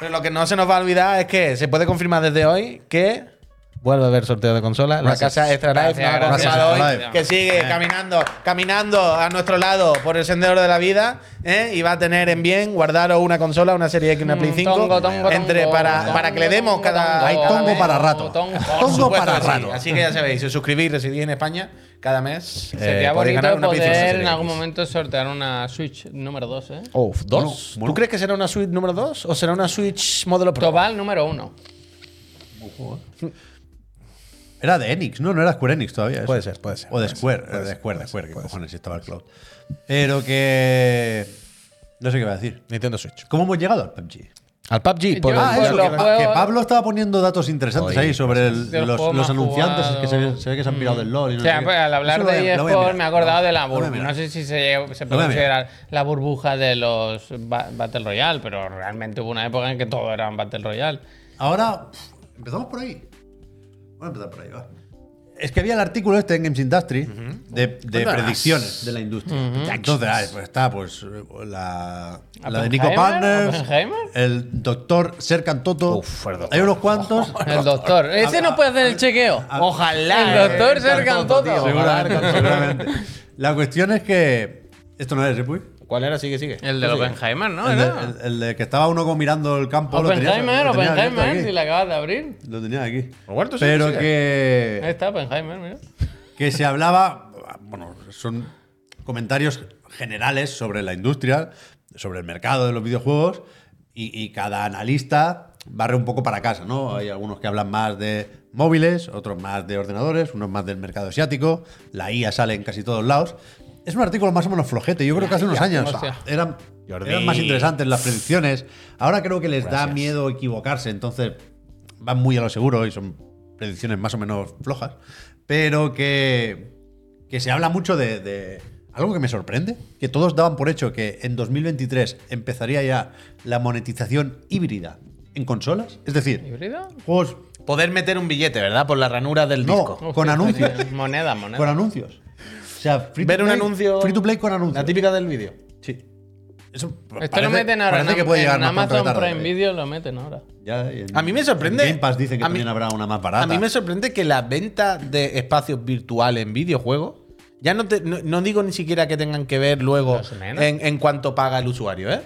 Speaker 4: Pero lo que no se nos va a olvidar es que se puede confirmar desde hoy que vuelve a haber sorteo de consola.
Speaker 2: Gracias.
Speaker 4: La casa Extra Life
Speaker 1: Gracias,
Speaker 4: nos ha
Speaker 1: gracias,
Speaker 4: confirmado
Speaker 2: Extra
Speaker 4: hoy
Speaker 2: Life.
Speaker 4: que sigue caminando, caminando a nuestro lado por el sendero de la vida ¿eh? y va a tener en bien guardaros una consola, una serie X, una Play
Speaker 1: Mm,
Speaker 4: 5
Speaker 1: tongo, tongo,
Speaker 4: entre
Speaker 1: tongo,
Speaker 4: para,
Speaker 1: tongo,
Speaker 4: para que le demos
Speaker 1: tongo,
Speaker 4: cada
Speaker 2: Hay
Speaker 1: Cada
Speaker 2: tongo
Speaker 1: vez,
Speaker 2: para rato.
Speaker 1: tongo.
Speaker 4: por
Speaker 2: Tongo
Speaker 4: supuesto
Speaker 2: para
Speaker 4: que sí.
Speaker 2: rato.
Speaker 4: Así que ya sabéis, si os suscribís, residís en España cada mes. eh,
Speaker 1: Sería
Speaker 4: podéis
Speaker 1: bonito
Speaker 4: ganar una Play 5
Speaker 1: poder en
Speaker 4: Series
Speaker 1: algún
Speaker 4: X.
Speaker 1: momento sortear una Switch número 2, ¿eh?
Speaker 4: Oh,
Speaker 2: Bueno,
Speaker 4: ¿dos?
Speaker 2: bueno.
Speaker 4: ¿Tú crees que será una Switch número 2 o será una Switch modelo Pro?
Speaker 1: Tobal número 1.
Speaker 2: Era de Enix, ¿no? No era Square Enix todavía. eso.
Speaker 4: Puede ser, puede ser,
Speaker 2: O de
Speaker 4: puede
Speaker 2: Square,
Speaker 4: ser,
Speaker 2: eh,
Speaker 4: puede
Speaker 2: de
Speaker 4: ser,
Speaker 2: Square,
Speaker 4: puede
Speaker 2: de Square,
Speaker 4: ser,
Speaker 2: que
Speaker 4: puede
Speaker 2: cojones estaba el cloud. Pero que. No sé qué voy a decir.
Speaker 4: Nintendo Switch.
Speaker 2: ¿Cómo hemos llegado al PUBG?
Speaker 4: Al PUBG. Por el-
Speaker 1: Yo- Ah,
Speaker 2: Ah, eso,
Speaker 1: los
Speaker 2: que, Pa-
Speaker 1: juegos-
Speaker 2: que Pablo estaba poniendo datos interesantes
Speaker 4: Oye,
Speaker 2: ahí sobre el-
Speaker 1: de los
Speaker 2: los,
Speaker 1: juegos
Speaker 2: los
Speaker 1: más
Speaker 2: anunciantes que se, ve-
Speaker 1: jugados.
Speaker 2: se ve que se han pirado del LOL. Y no
Speaker 1: O
Speaker 2: sé
Speaker 1: sea,
Speaker 2: qué.
Speaker 1: pues, al hablar
Speaker 2: Eso lo voy
Speaker 1: de
Speaker 2: a- lo voy a
Speaker 1: eSport
Speaker 2: mirar.
Speaker 1: me he acordado de la
Speaker 2: Lo voy a
Speaker 1: burbuja.
Speaker 2: mirar.
Speaker 1: No sé si se, se
Speaker 2: voy
Speaker 1: puede
Speaker 2: a mirar.
Speaker 1: considerar la burbuja de los ba- Battle Royale, pero realmente hubo una época en que todo eran Battle Royale.
Speaker 2: Ahora, pff, empezamos por ahí. Vamos a empezar por ahí, va. Es que había el artículo este en Games Industry de, de
Speaker 4: Cuéntanos.
Speaker 2: predicciones de la industria. Entonces, ah, pues está pues eh, la, la de Nico
Speaker 1: ¿Oppenheimer?
Speaker 2: Partners,
Speaker 1: ¿Oppenheimer?
Speaker 2: el doctor Serkan Toto.
Speaker 4: Uf, el doctor.
Speaker 2: Hay unos cuantos.
Speaker 1: El doctor. Ese no puede hacer el chequeo.
Speaker 4: Ojalá.
Speaker 1: El doctor Serkan Toto.
Speaker 2: Seguramente, seguramente. La cuestión es que. Esto no es Ripuy.
Speaker 4: ¿Cuál era? Sigue, sigue.
Speaker 1: El del Oppenheimer, ¿no?
Speaker 2: el, de,
Speaker 1: Era.
Speaker 2: el- el de que estaba uno como mirando el campo. lo tenía-
Speaker 1: Oppenheimer,
Speaker 2: lo tenía abierto
Speaker 1: Oppenheimer,
Speaker 2: aquí.
Speaker 1: si la acabas de abrir.
Speaker 2: Lo tenía aquí.
Speaker 4: Roberto, sigue,
Speaker 2: Pero
Speaker 4: sigue.
Speaker 2: que.
Speaker 1: Ahí está Oppenheimer, mira.
Speaker 2: que se hablaba, bueno, son comentarios generales sobre la industria, sobre el mercado de los videojuegos, y, y cada analista barre un poco para casa, ¿no? Hay algunos que hablan más de móviles, otros más de ordenadores, unos más del mercado asiático, la IA sale en casi todos lados. Es un artículo más o menos flojete, yo creo que hace unos años
Speaker 1: o sea.
Speaker 2: eran,
Speaker 4: Jordi.
Speaker 2: eran más interesantes las predicciones, ahora creo que les da miedo equivocarse, entonces van muy a lo seguro y son predicciones más o menos flojas, pero que, que se habla mucho de, de algo que me sorprende, que todos daban por hecho que en 2023 empezaría ya la monetización híbrida en consolas, es decir,
Speaker 1: ¿Híbrido?
Speaker 2: juegos
Speaker 4: Poder meter un billete, ¿verdad? Por la ranura del
Speaker 2: No.
Speaker 4: disco.
Speaker 2: Con anuncios.
Speaker 1: Moneda,
Speaker 2: con
Speaker 1: moneda.
Speaker 2: anuncios. O sea, free to
Speaker 4: Ver un
Speaker 2: play-
Speaker 4: anuncio.
Speaker 2: Free to play con
Speaker 4: La
Speaker 2: anuncios.
Speaker 4: típica del vídeo.
Speaker 2: Sí. Eso
Speaker 1: Esto
Speaker 2: parece-
Speaker 1: lo meten ahora.
Speaker 2: parece
Speaker 1: en,
Speaker 2: que puede
Speaker 1: en
Speaker 2: llegar más pronto que
Speaker 1: Amazon
Speaker 2: tarde.
Speaker 1: Prime Video lo meten ahora.
Speaker 2: Ya, y en-
Speaker 4: A mí me sorprende-
Speaker 2: en Game Pass dicen que
Speaker 4: a mí-
Speaker 2: también habrá una más barata.
Speaker 4: A mí me sorprende que la venta de espacios virtuales en videojuegos. Ya no, te- no, no digo ni siquiera que tengan que ver luego
Speaker 1: Más o menos.
Speaker 4: en, en cuánto paga el usuario, ¿eh?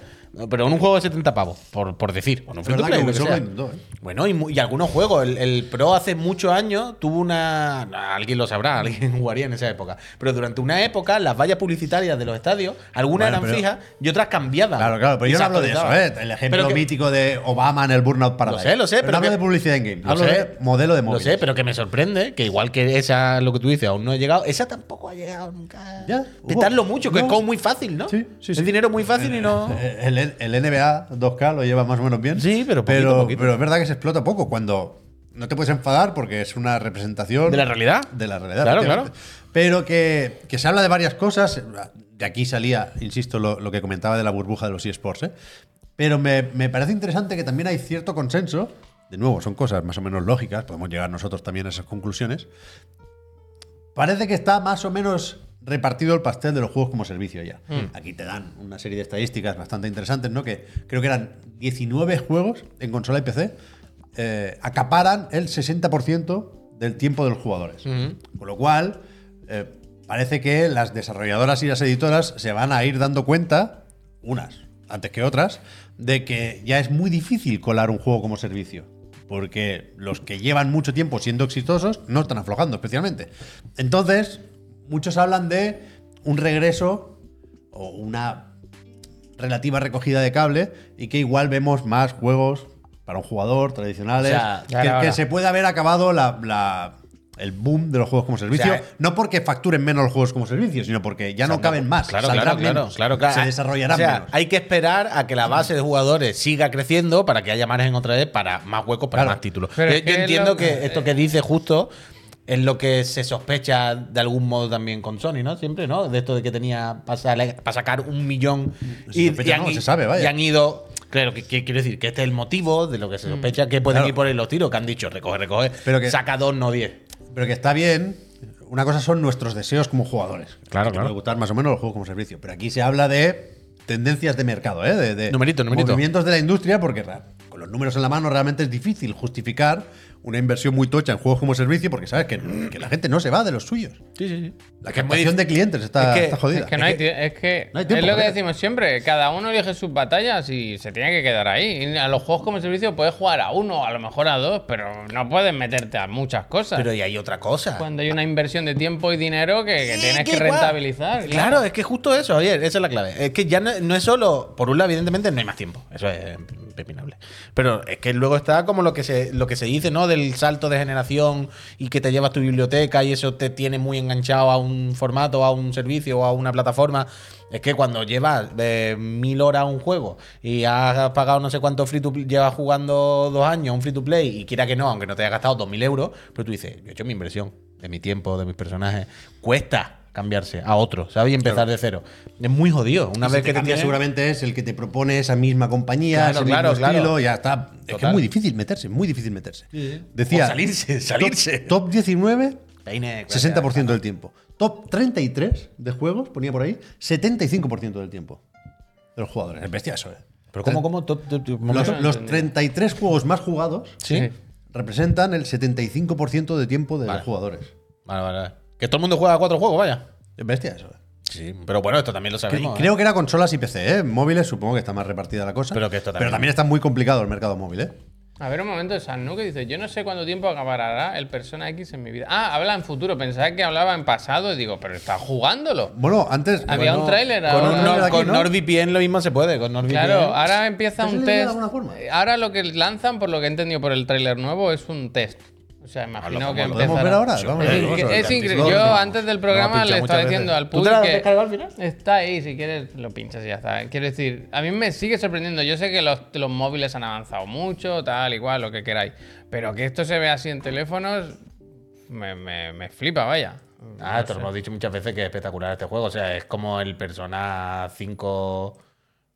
Speaker 4: Pero en un juego de 70 pavos, por, por decir. o en un
Speaker 2: Es
Speaker 4: free to
Speaker 2: verdad que
Speaker 4: play, lo que
Speaker 2: Ubisoft lo
Speaker 4: sea.
Speaker 2: intentó, ¿eh?
Speaker 4: Bueno, y, mu- y algunos juegos. El, el Pro hace muchos años tuvo una. Alguien lo sabrá, alguien jugaría en esa época. Pero durante una época, las vallas publicitarias de los estadios, algunas
Speaker 2: Bueno,
Speaker 4: eran
Speaker 2: pero-
Speaker 4: fijas y otras cambiadas.
Speaker 2: Claro, claro, pero
Speaker 4: Y
Speaker 2: yo
Speaker 4: se
Speaker 2: no hablo de eso, ¿eh?
Speaker 4: actualizaban.
Speaker 2: El ejemplo
Speaker 4: Pero que-
Speaker 2: mítico de Obama en el Burnout Paradise.
Speaker 4: sé, lo sé, pero
Speaker 2: no hablo
Speaker 4: que-
Speaker 2: de publicidad en game,
Speaker 4: Lo
Speaker 2: hablo
Speaker 4: sé.
Speaker 2: de modelo de móvil.
Speaker 4: Lo sé, pero que me sorprende que igual que esa, lo que tú dices, aún no ha llegado, esa tampoco ha llegado nunca.
Speaker 2: Ya,
Speaker 4: Petarlo
Speaker 2: hubo.
Speaker 4: mucho, que
Speaker 2: No.
Speaker 4: es como muy fácil, ¿no?
Speaker 2: Sí, sí, sí. Eh,
Speaker 4: El dinero muy fácil y no.
Speaker 2: El, el NBA 2K lo lleva más o menos bien.
Speaker 4: Sí, pero poquito,
Speaker 2: pero,
Speaker 4: poquito.
Speaker 2: pero es verdad que se explota poco cuando no te puedes enfadar porque es una representación
Speaker 4: ¿De la realidad?
Speaker 2: de la realidad.
Speaker 4: Claro,
Speaker 2: efectivamente. Pero que, que se habla de varias cosas. De aquí salía, insisto, lo, lo que comentaba de la burbuja de los eSports. ¿eh? Pero me, me parece interesante que también hay cierto consenso. De nuevo, son cosas más o menos lógicas. Podemos llegar nosotros también a esas conclusiones. Parece que está más o menos repartido el pastel de los juegos como servicio ya. Aquí te dan una serie de estadísticas bastante interesantes, ¿no? Que creo que eran 19 juegos en consola y PC, eh, acaparan el 60% del tiempo de los jugadores. Con lo cual, eh, parece que las desarrolladoras y las editoras se van a ir dando cuenta, unas antes que otras, de que ya es muy difícil colar un juego como servicio porque los que llevan mucho tiempo siendo exitosos no están aflojando especialmente. Entonces, muchos hablan de un regreso o una relativa recogida de cable y que igual vemos más juegos para un jugador tradicionales,
Speaker 4: O sea,
Speaker 2: que,
Speaker 1: ahora,
Speaker 2: que
Speaker 1: ahora.
Speaker 2: se puede haber acabado la- la- el boom de los juegos como servicio,
Speaker 4: sea, eh,
Speaker 2: no porque facturen menos los juegos como servicio, sino porque ya no caben más,
Speaker 4: Claro,
Speaker 2: saldrán
Speaker 4: claro, claro,
Speaker 2: menos,
Speaker 4: claro, claro.
Speaker 2: se desarrollarán
Speaker 4: O sea,
Speaker 2: menos.
Speaker 4: hay que esperar a que la base de jugadores siga creciendo para que haya margen otra vez para más huecos, para
Speaker 2: Claro.
Speaker 4: más títulos. Yo,
Speaker 1: Pero es
Speaker 4: yo
Speaker 1: que es
Speaker 4: entiendo
Speaker 1: lo-
Speaker 4: que esto que dice justo es lo que se sospecha de algún modo también con Sony, ¿no? Siempre, ¿no? De esto de que tenía para, sacar un millón
Speaker 2: Se sospecha, no,
Speaker 4: i-
Speaker 2: se sabe, vaya.
Speaker 4: y han ido... Claro, que, que quiero decir que este es el motivo de lo que se sospecha que pueden
Speaker 2: Mm. Claro.
Speaker 4: ir por ahí los tiros, que han dicho, recoge, recoge,
Speaker 2: Pero que-
Speaker 4: saca dos, no diez.
Speaker 2: Pero que está bien. Una cosa son nuestros deseos como jugadores.
Speaker 4: Claro,
Speaker 2: Te
Speaker 4: claro.
Speaker 2: Puede gustar más o menos los juegos como servicio. Pero aquí se habla de tendencias de mercado, ¿eh? De, de
Speaker 4: Numerito, numerito.
Speaker 2: Movimientos de la industria, porque ra- con los números en la mano realmente es difícil justificar una inversión muy tocha en juegos como servicio, porque sabes que, que la gente no se va de los suyos.
Speaker 4: Sí, sí, sí.
Speaker 2: La captación de clientes está,
Speaker 4: es que-
Speaker 2: está jodida.
Speaker 1: Es que no hay, tie- es que
Speaker 2: no hay tiempo, ¿eh?
Speaker 1: es lo que
Speaker 2: joder.
Speaker 1: decimos siempre, cada uno elige sus batallas y se tiene que quedar ahí. Y a los juegos como servicio puedes jugar a uno, a lo mejor a dos, pero no puedes meterte a muchas cosas.
Speaker 4: Pero y hay otra cosa.
Speaker 1: cuando hay una inversión de tiempo y dinero que, que
Speaker 4: Sí,
Speaker 1: tienes que
Speaker 4: igual.
Speaker 1: rentabilizar.
Speaker 4: Claro, es que justo eso, Javier, esa es la clave. Es que ya no, no es solo, por un lado, evidentemente no hay más tiempo. Eso es en impepinable. Pero es que luego está como lo que se, lo que se dice, ¿no? Del salto de generación y que te llevas tu biblioteca y eso te tiene muy enganchado a un formato, a un servicio o a una plataforma. Es que cuando llevas eh, mil horas a un juego y has pagado no sé cuánto free to play, llevas jugando dos años un free to play y quiera que no, aunque no te hayas gastado dos mil euros, pero tú dices, yo he hecho mi inversión de mi tiempo, de mis personajes. Cuesta cambiarse a otro, ¿sabes? Y empezar de cero. Es muy jodido. Una
Speaker 2: Una
Speaker 4: vez que te
Speaker 2: cambia,
Speaker 4: tienes...
Speaker 2: seguramente es el que te propone esa misma compañía,
Speaker 4: este ¿eh? Claro,
Speaker 2: ese
Speaker 4: claro,
Speaker 2: mismo
Speaker 4: claro.
Speaker 2: estilo, ya está. Es que
Speaker 4: Total.
Speaker 2: es muy difícil meterse, muy difícil meterse. Decía,
Speaker 4: O salirse, salirse.
Speaker 2: Top, top 19,
Speaker 4: Peine, gracias.
Speaker 2: 60% del tiempo. Top 33 de juegos, ponía por ahí, 75% del tiempo de los jugadores. Es bestia eso, ¿eh?
Speaker 4: Pero ¿cómo, cómo? Top, top, top,
Speaker 2: Los,
Speaker 4: momento.
Speaker 2: los 33 juegos más jugados
Speaker 4: ¿Sí?
Speaker 1: Sí.
Speaker 2: representan el 75% de tiempo de
Speaker 4: Vale.
Speaker 2: los jugadores.
Speaker 4: Vale, vale, vale. Que todo el mundo juega a cuatro juegos, vaya.
Speaker 2: Es bestia eso, ¿eh?
Speaker 4: Sí, pero bueno, esto también lo
Speaker 2: Que-
Speaker 4: sabemos.
Speaker 2: creo
Speaker 4: ¿eh?
Speaker 2: que era consolas y PC, ¿eh? Móviles supongo que está más repartida la cosa.
Speaker 4: Pero que esto también-
Speaker 2: está muy complicado el mercado móvil, ¿eh?
Speaker 1: A ver, un momento, Sanu, que dice, yo no sé cuánto tiempo acabará el Persona X en mi vida. Ah, habla en futuro, pensaba que hablaba en pasado y digo, pero está jugándolo.
Speaker 2: Bueno, antes...
Speaker 1: Había
Speaker 2: bueno,
Speaker 1: un tráiler
Speaker 2: con
Speaker 1: ahora.
Speaker 2: un
Speaker 4: No,
Speaker 2: tráiler aquí,
Speaker 4: con
Speaker 2: ¿no?
Speaker 4: NordVPN lo mismo se puede. Con NordVPN.
Speaker 1: Claro, ahora empieza
Speaker 2: ¿Es
Speaker 1: un
Speaker 2: libre de
Speaker 1: test.
Speaker 2: alguna forma?
Speaker 1: Ahora lo que lanzan, por lo que he entendido por el tráiler nuevo, es un test. O sea, imagino que
Speaker 2: Ah, ¿Lo podemos ver
Speaker 1: empezará.
Speaker 2: ahora? Vamos a ver, vamos a ver.
Speaker 1: Es increíble. Yo antes del programa
Speaker 2: pincha
Speaker 1: le estaba
Speaker 2: muchas
Speaker 1: diciendo
Speaker 2: veces.
Speaker 1: al
Speaker 4: ¿Tú te la
Speaker 1: público
Speaker 4: has
Speaker 1: que
Speaker 4: descargado al final?
Speaker 1: está ahí, si quieres lo pinchas y ya está. Quiero decir, a mí me sigue sorprendiendo. Yo sé que los, los móviles han avanzado mucho, tal, igual, lo que queráis. Pero que esto se ve así en teléfonos, me, me- me flipa, vaya.
Speaker 4: Ah, te lo hemos dicho muchas veces que es espectacular este juego. O sea, es como el Persona 5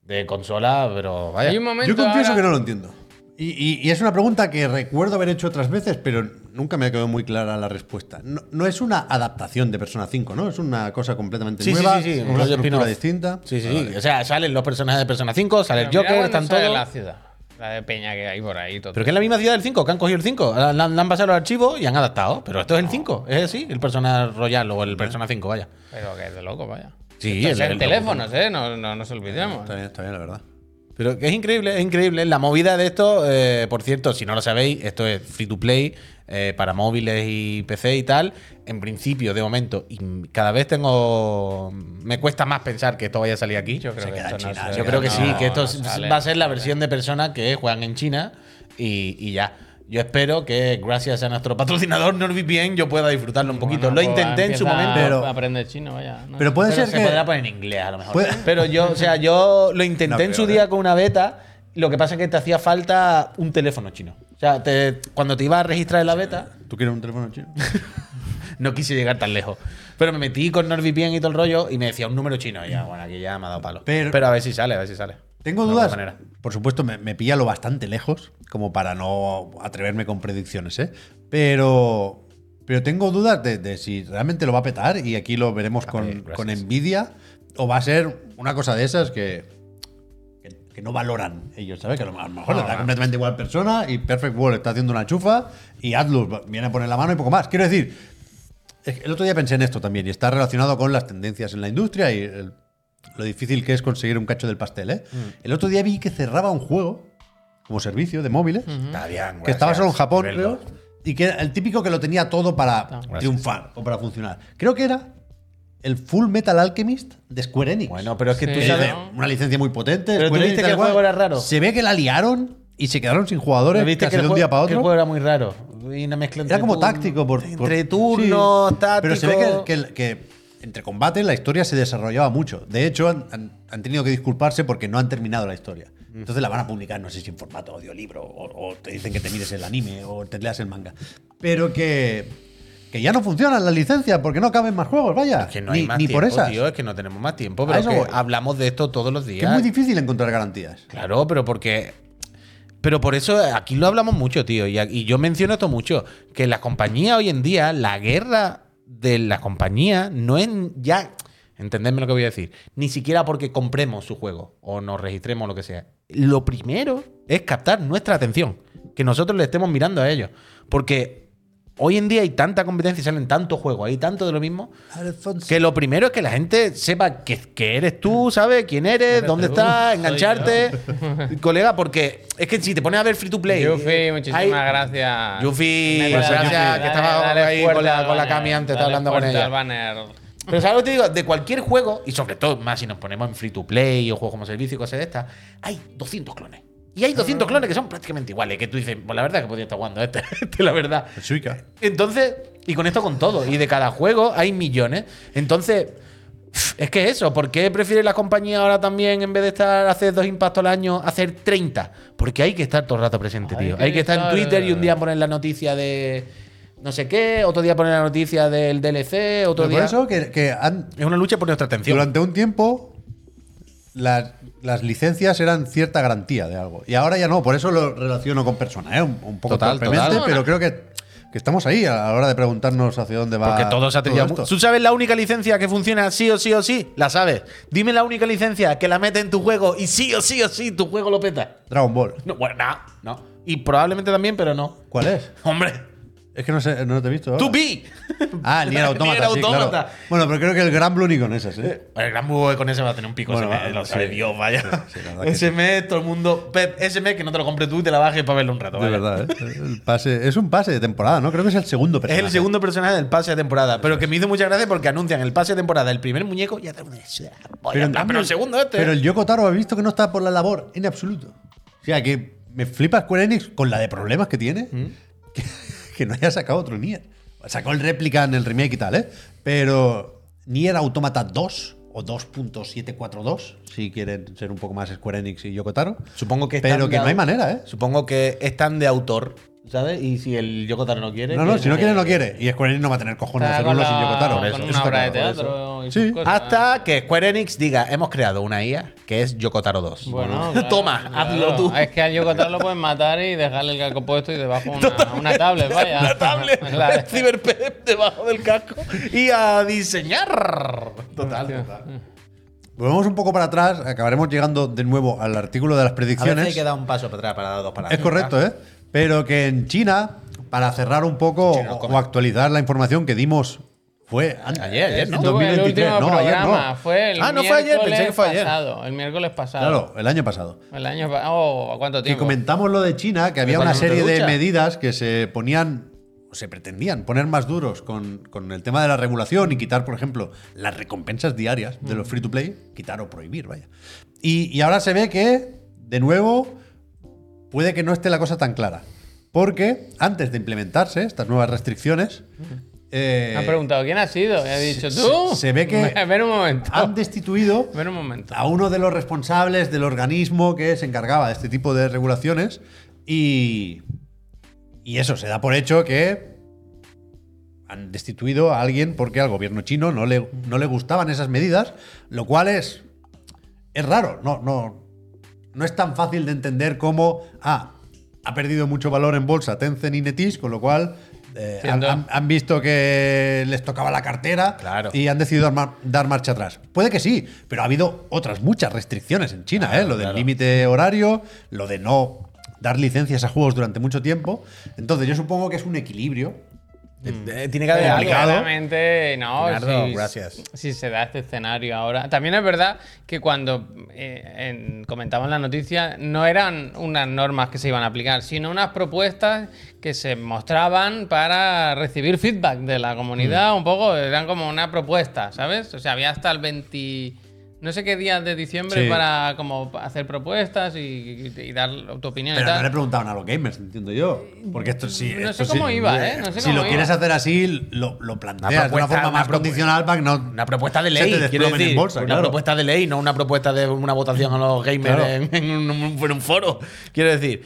Speaker 4: de consola, pero vaya.
Speaker 1: Hay un momento
Speaker 2: Yo confieso
Speaker 1: ahora-
Speaker 2: que no lo entiendo. Y, y- y es una pregunta que recuerdo haber hecho otras veces, pero nunca me quedó muy clara la respuesta. No, no es una adaptación de Persona 5, ¿no? Es una cosa completamente
Speaker 4: Sí, sí,
Speaker 2: nueva,
Speaker 4: sí, sí,
Speaker 2: con
Speaker 4: un
Speaker 2: una
Speaker 4: rollo spin-off.
Speaker 2: estructura distinta.
Speaker 4: Sí, sí, sí. O sea, salen los personajes de Persona 5, sale el
Speaker 1: Pero mira
Speaker 4: Joker,
Speaker 1: cuando
Speaker 4: están
Speaker 1: sale
Speaker 4: todos.
Speaker 1: la ciudad, la de peña que hay por ahí. todo.
Speaker 4: Pero que es la misma ciudad del 5, que han cogido el 5. La- la- la han pasado los archivos y han adaptado. Pero esto es el 5, es así, el Persona Royal o el Persona 5, vaya.
Speaker 1: Pero que es de loco, vaya.
Speaker 4: Sí,
Speaker 1: Esto es
Speaker 4: el-
Speaker 1: en
Speaker 4: el-
Speaker 1: teléfonos, ¿eh? No, no nos olvidemos.
Speaker 2: Está bien, está bien, la verdad.
Speaker 4: Pero que es increíble, es increíble. La movida de esto, eh, por cierto, si no lo sabéis, esto es free to play eh, para móviles y PC y tal. En principio, de momento, y m- cada vez tengo. Me cuesta más pensar que esto vaya a salir aquí.
Speaker 1: Yo creo que,
Speaker 2: queda
Speaker 1: esto no
Speaker 2: en China,
Speaker 1: se-
Speaker 4: Yo creo que
Speaker 1: no,
Speaker 4: sí, que esto
Speaker 1: no
Speaker 4: es-
Speaker 1: sale.
Speaker 4: va a ser la versión de personas que juegan en China y, y ya. Yo espero que gracias a nuestro patrocinador NordVPN yo pueda disfrutarlo un poquito.
Speaker 1: Bueno,
Speaker 4: lo
Speaker 1: pues
Speaker 4: intenté en su
Speaker 1: empieza
Speaker 4: momento.
Speaker 1: a
Speaker 2: pero-
Speaker 1: Aprende chino, vaya. no
Speaker 2: Pero
Speaker 1: sé.
Speaker 2: puede
Speaker 4: Pero
Speaker 2: ser
Speaker 4: se
Speaker 2: que...
Speaker 4: podrá poner en inglés a lo mejor.
Speaker 2: Puede-
Speaker 4: Pero yo, o sea, yo lo intenté
Speaker 2: No
Speaker 4: en su
Speaker 2: creo,
Speaker 4: día
Speaker 2: ¿eh?
Speaker 4: con una beta. Lo que pasa es que te hacía falta un teléfono chino. O sea, te- cuando te ibas a registrar en la beta,
Speaker 2: ¿Tú quieres un teléfono chino?
Speaker 4: no quise llegar tan lejos. Pero me metí con NordVPN y todo el rollo y me decía un número chino. Y ya, bueno, aquí ya me ha dado palo. Pero,
Speaker 2: Pero-
Speaker 4: a ver si sale, a ver si sale.
Speaker 2: Tengo
Speaker 4: De alguna
Speaker 2: dudas.
Speaker 4: manera.
Speaker 2: Por supuesto, me, me pilla lo bastante lejos, como para no atreverme con predicciones, ¿eh? Pero, pero tengo dudas de, de si realmente lo va a petar y aquí lo veremos con,
Speaker 4: gracias.
Speaker 2: con envidia o va a ser una cosa de esas que, que, que no valoran ellos, ¿sabes? Que a lo a lo mejor le da completamente igual persona y Perfect World está haciendo una chufa y Atlus va- viene a poner la mano y poco más. Quiero decir, es que el otro día pensé en esto también y está relacionado con las tendencias en la industria y el- lo difícil que es conseguir un cacho del pastel. ¿eh? El otro día vi que cerraba un juego como servicio de móviles
Speaker 4: Está bien,
Speaker 2: que
Speaker 4: gracias.
Speaker 2: estaba solo en Japón,
Speaker 4: Nivel
Speaker 2: creo, y que era el típico que lo tenía todo para triunfar o para funcionar. Creo que era el Full Metal Alchemist de Square Enix.
Speaker 4: Bueno, pero es que
Speaker 1: Sí.
Speaker 4: tú
Speaker 2: Que
Speaker 4: sabes.
Speaker 2: dice, una licencia muy potente.
Speaker 4: Pero tú
Speaker 2: Square
Speaker 4: viste
Speaker 2: Enix,
Speaker 4: que el
Speaker 2: tal
Speaker 4: juego
Speaker 2: cual.
Speaker 4: era raro.
Speaker 2: Se ve que la liaron y se quedaron sin jugadores
Speaker 4: ¿no viste
Speaker 2: casi
Speaker 4: que el,
Speaker 2: de un
Speaker 4: jue-
Speaker 2: día para
Speaker 4: que el juego
Speaker 2: otro.
Speaker 4: era muy raro. Y una mezcla entre
Speaker 2: Era como
Speaker 4: turno-
Speaker 2: táctico. Por, por-
Speaker 4: entre
Speaker 2: sí.
Speaker 4: turnos,
Speaker 2: Pero se ve
Speaker 4: táctico.
Speaker 2: que- que, el- que entre combates la historia se desarrollaba mucho. De hecho, han, han- han tenido que disculparse porque no han terminado la historia.
Speaker 4: Mm.
Speaker 2: Entonces la van a publicar, no sé si en formato audiolibro, o, o te dicen que te mires el anime, o te leas el manga. Pero que, que ya no funcionan las licencias porque no caben más juegos, vaya.
Speaker 4: Que no
Speaker 2: ni
Speaker 4: hay más
Speaker 2: ni
Speaker 4: tiempo,
Speaker 2: por esas.
Speaker 4: tío, es que no tenemos más tiempo, pero
Speaker 2: A
Speaker 4: es
Speaker 2: eso
Speaker 4: que
Speaker 2: voy.
Speaker 4: hablamos de esto todos los días.
Speaker 2: Que es muy difícil encontrar garantías.
Speaker 4: Claro, pero porque. Pero por eso aquí lo hablamos mucho, tío. Y, a- y yo menciono esto mucho. Que la compañía hoy en día, la guerra de la compañía, no es ya. Entendedme lo que voy a decir. Ni siquiera porque compremos su juego o nos registremos lo que sea. Lo primero es captar nuestra atención. Que nosotros le estemos mirando a ellos. Porque hoy en día hay tanta competencia y salen tantos juegos, hay tanto de lo mismo. Que lo primero es que la gente sepa que, que eres tú, ¿sabes? ¿Quién eres? ¿Dónde
Speaker 1: tú.
Speaker 4: estás?
Speaker 1: Soy
Speaker 4: Engancharte. Colega, porque es que si te pones a ver free to play.
Speaker 1: Yufi,
Speaker 4: eh,
Speaker 1: muchísimas
Speaker 4: hay-
Speaker 1: gracias.
Speaker 4: Yufi,
Speaker 1: Dale,
Speaker 4: gracias,
Speaker 1: dale,
Speaker 4: que
Speaker 1: dale,
Speaker 4: estaba
Speaker 1: dale
Speaker 4: ahí
Speaker 1: fuerte
Speaker 4: con la-
Speaker 1: al
Speaker 4: con la
Speaker 1: banner,
Speaker 4: Cami antes, estaba
Speaker 1: dale
Speaker 4: hablando con
Speaker 1: fuerte
Speaker 4: ella.
Speaker 1: al banner.
Speaker 4: Pero ¿sabes lo que te digo? De cualquier juego, y sobre todo más si nos ponemos en free to play o juegos como servicio y cosas de estas, hay 200 clones. Y hay
Speaker 1: Ah.
Speaker 4: 200 clones que son prácticamente iguales. Que tú dices, pues la verdad es que podría estar jugando este, este, la verdad.
Speaker 2: El Suica.
Speaker 4: Entonces, y con esto con todo, y de cada juego hay millones. Entonces, pf, es que eso, ¿por qué prefiere la compañía ahora también, en vez de estar hacer dos impactos al año, hacer 30? Porque hay que estar todo el rato presente,
Speaker 1: Hay
Speaker 4: tío.
Speaker 1: que
Speaker 4: Hay que estar en
Speaker 1: estar- eh,
Speaker 4: Twitter y un día poner la noticia de no sé qué, otro día poner la noticia del DLC, otro
Speaker 2: Pero por
Speaker 4: día.
Speaker 2: eso que, que han-
Speaker 4: Es una lucha por nuestra atención.
Speaker 2: durante un tiempo las, las licencias eran cierta garantía de algo. Y ahora ya no, por eso lo relaciono con personas, ¿eh? un, un poco
Speaker 4: Total,
Speaker 2: torpemente,
Speaker 1: total.
Speaker 2: pero creo que, que estamos ahí a la hora de preguntarnos hacia dónde va.
Speaker 4: Porque todo se ha
Speaker 2: todo
Speaker 4: tenido.
Speaker 2: esto.
Speaker 4: ¿Tú sabes la única licencia que funciona sí o sí o sí? La sabes. Dime la única licencia que la mete en tu juego y sí o sí o sí tu juego lo peta.
Speaker 2: Dragon Ball.
Speaker 4: No, bueno, no, no. Y probablemente también, pero no.
Speaker 2: ¿Cuál es?
Speaker 4: Hombre,
Speaker 2: Es que no sé, no te he visto. ahora.
Speaker 4: tú pi.
Speaker 2: Ah, ni el autómata.
Speaker 4: Nier
Speaker 2: sí,
Speaker 4: Automata.
Speaker 2: claro. Bueno, pero creo que el gran Blue ni con esas, ¿eh?
Speaker 4: El gran búho con ese va a tener un pico
Speaker 2: Bueno,
Speaker 4: ese mes,
Speaker 2: va,
Speaker 4: lo sabe
Speaker 2: sí.
Speaker 4: Dios, vaya.
Speaker 2: Sí, sí, la verdad que
Speaker 4: ese mes, todo el mundo. Pep, ese mes que no te lo compres tú y te la bajes para verlo un rato.
Speaker 2: De
Speaker 4: vaya.
Speaker 2: verdad, ¿eh? El pase, es un pase de temporada, ¿no? Creo que es el segundo
Speaker 4: Es
Speaker 2: personaje.
Speaker 4: el segundo personaje del pase de temporada, pero que me hizo mucha gracia porque anuncian el pase de temporada, el primer muñeco y atrás una ciudad. Voy a
Speaker 2: en
Speaker 4: hablar, Pero,
Speaker 2: cambio-
Speaker 4: el segundo este.
Speaker 2: Pero el Yoko Taro he visto que no está por la labor en absoluto. O sea, que me flipa Square Enix con la de problemas que tiene
Speaker 4: Mm.
Speaker 2: que, que no haya sacado otro Nier. Sacó el réplica en el remake y tal, ¿eh? Pero Nier Automata 2 o 2.742, si quieren ser un poco más Square Enix y Yoko Taro.
Speaker 4: Supongo que
Speaker 2: Pero
Speaker 4: están
Speaker 2: que
Speaker 4: de
Speaker 2: no hay
Speaker 4: au-
Speaker 2: manera, ¿eh?
Speaker 4: Supongo que es tan de autor, ¿sabes? Y si el Yokotaro no quiere.
Speaker 2: No, no,
Speaker 4: que-
Speaker 2: si no quiere, no quiere. Y Square Enix no va a tener cojones de
Speaker 1: Está
Speaker 2: hacerlo
Speaker 1: con
Speaker 2: sin
Speaker 1: la-
Speaker 2: Yoko Taro.
Speaker 1: con
Speaker 2: Eso
Speaker 1: una
Speaker 2: está
Speaker 1: obra de
Speaker 2: claro, eso.
Speaker 1: teatro y sus
Speaker 2: Sí.
Speaker 1: cosas.
Speaker 4: Hasta que Square Enix diga, hemos creado una IA que es Yokotaro 2.
Speaker 1: Bueno, claro,
Speaker 4: toma,
Speaker 1: claro.
Speaker 4: hazlo tú.
Speaker 1: Es que al Yokotaro lo puedes matar y dejarle el casco puesto y debajo una, una tablet, vaya.
Speaker 4: Una tablet,
Speaker 1: Claro.
Speaker 4: el ciberpep debajo del casco y a diseñar. Total, total.
Speaker 2: Volvemos un poco para atrás, acabaremos llegando de nuevo al artículo de las
Speaker 4: A veces
Speaker 2: predicciones.
Speaker 4: hay que dar un paso para atrás para dar dos para
Speaker 2: Es correcto, ¿eh? Pero que en China, para cerrar un poco
Speaker 4: China no
Speaker 2: o-
Speaker 4: come.
Speaker 2: o actualizar la información que dimos, fue an-
Speaker 4: Ayer, ayer, ¿no?
Speaker 2: en
Speaker 1: Estuvo el
Speaker 2: 2023.
Speaker 1: último
Speaker 2: no, ayer
Speaker 1: programa,
Speaker 2: no.
Speaker 1: fue el
Speaker 4: Ah, no fue ayer, pensé
Speaker 1: miércoles
Speaker 4: que fue ayer.
Speaker 1: pasado, el miércoles pasado.
Speaker 2: Claro, el año pasado.
Speaker 1: El año pasado, oh, ¿a cuánto
Speaker 2: Que
Speaker 1: tiempo?
Speaker 2: comentamos lo de China, que había
Speaker 4: cuando
Speaker 2: una
Speaker 4: no te
Speaker 2: serie de
Speaker 4: duchas.
Speaker 2: medidas que se ponían, o se pretendían poner más duros con, con el tema de la regulación y quitar, por ejemplo, las recompensas diarias de los free to play, quitar o prohibir, vaya. Y, y ahora se ve que, de nuevo, puede que no esté la cosa tan clara. Porque antes de implementarse estas nuevas restricciones, eh,
Speaker 1: Me han preguntado, ¿quién ha sido? Y he dicho, ¿tú?
Speaker 2: se- se ve que-
Speaker 1: A ver un momento.
Speaker 2: han destituido
Speaker 1: A ver un momento.
Speaker 2: a uno de los responsables del organismo que se encargaba de este tipo de regulaciones y, y eso, se da por hecho que han destituido a alguien porque al gobierno chino no le, no le gustaban esas medidas, lo cual es, es raro, no, no, no es tan fácil de entender como, ah, ha perdido mucho valor en bolsa Tencent y Netis, con lo cual... eh, han,
Speaker 1: Entiendo.
Speaker 2: han- han visto que les tocaba la cartera
Speaker 4: Claro.
Speaker 2: y y han decidido armar- dar marcha atrás. Puede que sí, pero ha habido otras muchas restricciones en China, ¿eh? lo del
Speaker 4: claro.
Speaker 2: límite horario, lo de no dar licencias a juegos durante mucho tiempo. Entonces yo supongo que es un equilibrio.
Speaker 4: Eh, Tiene que haber
Speaker 1: Pero
Speaker 4: algo.
Speaker 1: claramente, no.
Speaker 4: Leonardo,
Speaker 1: si,
Speaker 4: gracias.
Speaker 1: si se da este escenario ahora. También es verdad que cuando eh, en- comentaban la noticia, no eran unas normas que se iban a aplicar, sino unas propuestas que se mostraban para recibir feedback de la comunidad, un poco. Eran como una propuesta, ¿sabes? O sea, había hasta el 20. No sé qué día de diciembre
Speaker 2: Sí.
Speaker 1: para como hacer propuestas y, y- y dar tu opinión y
Speaker 2: Pero
Speaker 1: tal.
Speaker 2: no le preguntaban a los gamers, entiendo yo. Porque esto sí.
Speaker 1: No sé
Speaker 2: esto sí-
Speaker 1: cómo iba, ¿eh? No sé
Speaker 2: si
Speaker 1: cómo
Speaker 2: lo
Speaker 1: iba.
Speaker 2: quieres hacer así, lo, lo planteas de una
Speaker 4: propuesta,
Speaker 2: forma
Speaker 4: una
Speaker 2: más
Speaker 4: propuesta.
Speaker 2: condicional para que no.
Speaker 4: Una propuesta de
Speaker 2: Se te
Speaker 4: ley, quiero
Speaker 2: desplomen en
Speaker 4: decir.
Speaker 2: bolsa,
Speaker 4: una
Speaker 2: claro.
Speaker 4: propuesta de ley, no una propuesta de una votación a los gamers
Speaker 2: Claro.
Speaker 4: en, en un, en un foro. Quiero decir.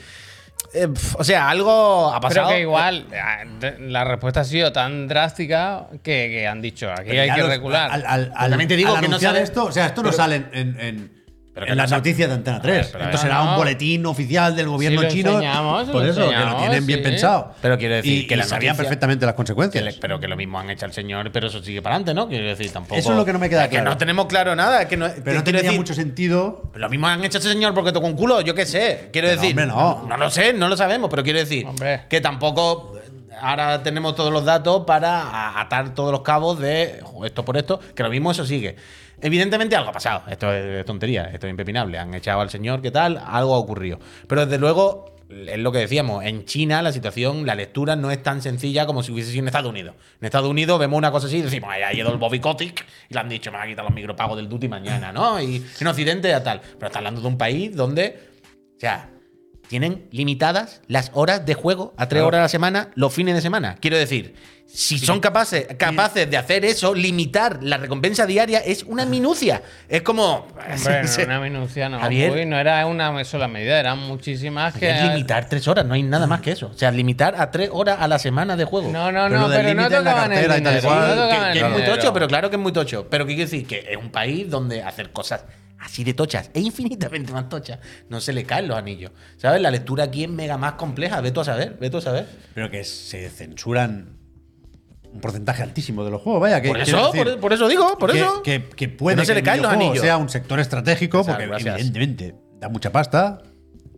Speaker 4: eh, pf, o sea, algo ha
Speaker 1: Pero
Speaker 4: pasado.
Speaker 1: que igual ah, de- la respuesta ha sido tan drástica que, que han dicho aquí hay
Speaker 2: Ya
Speaker 1: que
Speaker 2: los-
Speaker 1: regular.
Speaker 2: Al, al, al-
Speaker 4: También te digo
Speaker 2: al
Speaker 4: que no
Speaker 2: anunciar
Speaker 4: sale-
Speaker 2: esto, o sea, esto no
Speaker 4: pero-
Speaker 2: sale en, en, en-
Speaker 4: Pero
Speaker 2: en
Speaker 4: que no
Speaker 2: las
Speaker 4: sale-
Speaker 2: noticias de Antena 3.
Speaker 4: pero
Speaker 2: esto
Speaker 1: no,
Speaker 2: será un
Speaker 1: no.
Speaker 2: boletín oficial del gobierno
Speaker 1: lo
Speaker 2: chino.
Speaker 1: enseñamos,
Speaker 2: por
Speaker 1: lo
Speaker 2: eso, que lo
Speaker 1: enseñamos,
Speaker 2: tienen bien
Speaker 1: sí.
Speaker 2: pensado.
Speaker 4: Pero quiero decir
Speaker 2: Y-
Speaker 4: que
Speaker 2: y
Speaker 4: la
Speaker 2: sabían
Speaker 4: noticia-
Speaker 2: perfectamente las
Speaker 4: Que
Speaker 2: consecuencias.
Speaker 4: le- pero que lo mismo han hecho al señor, pero eso sigue para adelante, ¿no? Quiero decir, tampoco.
Speaker 2: Eso es lo que no me queda
Speaker 4: Es Que
Speaker 2: claro.
Speaker 4: no tenemos claro nada. es que no,
Speaker 2: pero no
Speaker 4: quiero
Speaker 2: tenía
Speaker 4: decir,
Speaker 2: mucho sentido.
Speaker 4: Lo mismo han hecho a ese señor porque tocó un culo, yo qué sé. Quiero
Speaker 2: Pero,
Speaker 4: decir.
Speaker 2: hombre, no.
Speaker 4: lo sé, no lo sabemos, pero quiero decir
Speaker 1: Hombre.
Speaker 4: que tampoco. Ahora tenemos todos los datos para a- atar todos los cabos de jo, esto por esto, que lo mismo eso sigue. Evidentemente algo ha pasado. Esto es tontería, esto es impepinable. Han echado al señor, ¿qué tal? Algo ha ocurrido. Pero desde luego, es lo que decíamos, en China la situación, la lectura no es tan sencilla como si hubiese sido en Estados Unidos. En Estados Unidos vemos una cosa así y decimos, "Ay, ha ido el Bobby Kotick y le han dicho, me van a quitar los micropagos del duty mañana, ¿no? Y en Occidente, ya tal. Pero está hablando de un país donde, o sea, tienen limitadas las horas de juego a tres horas a la semana los fines de semana. Quiero decir, si son capaces, capaces de hacer eso, limitar la recompensa diaria es una minucia. Es como.
Speaker 1: Bueno, una minucia no.
Speaker 4: Javier.
Speaker 1: Uy, no era una sola medida, eran muchísimas que.
Speaker 4: Es limitar tres horas, no hay nada más que eso. O sea, limitar a tres horas a la semana de juego.
Speaker 1: No, no,
Speaker 2: Pero lo
Speaker 1: no,
Speaker 2: del
Speaker 1: pero no
Speaker 2: límite en la
Speaker 1: tocaban el
Speaker 2: cartera y tal
Speaker 1: dinero.
Speaker 2: cual,
Speaker 1: no tocaban
Speaker 4: que
Speaker 1: el
Speaker 4: es muy
Speaker 1: dinero.
Speaker 4: tocho, pero claro que es muy tocho. Pero ¿qué quiero decir? Que es un país donde hacer cosas así de tochas e infinitamente más tochas no se le caen los anillos. ¿Sabes? La lectura aquí es mega más compleja. Ve tú a saber, ve tú a saber.
Speaker 2: Pero que se censuran un porcentaje altísimo de los juegos, vaya. Que,
Speaker 4: Por
Speaker 2: quiero
Speaker 4: eso,
Speaker 2: decir
Speaker 4: por, por eso digo, por
Speaker 2: que-
Speaker 4: eso.
Speaker 2: Que, que puede
Speaker 4: Que no se
Speaker 2: que
Speaker 4: le
Speaker 2: el
Speaker 4: caen los
Speaker 2: videojuego
Speaker 4: anillos.
Speaker 2: sea un sector estratégico,
Speaker 4: Exacto,
Speaker 2: porque
Speaker 4: gracias.
Speaker 2: evidentemente da mucha pasta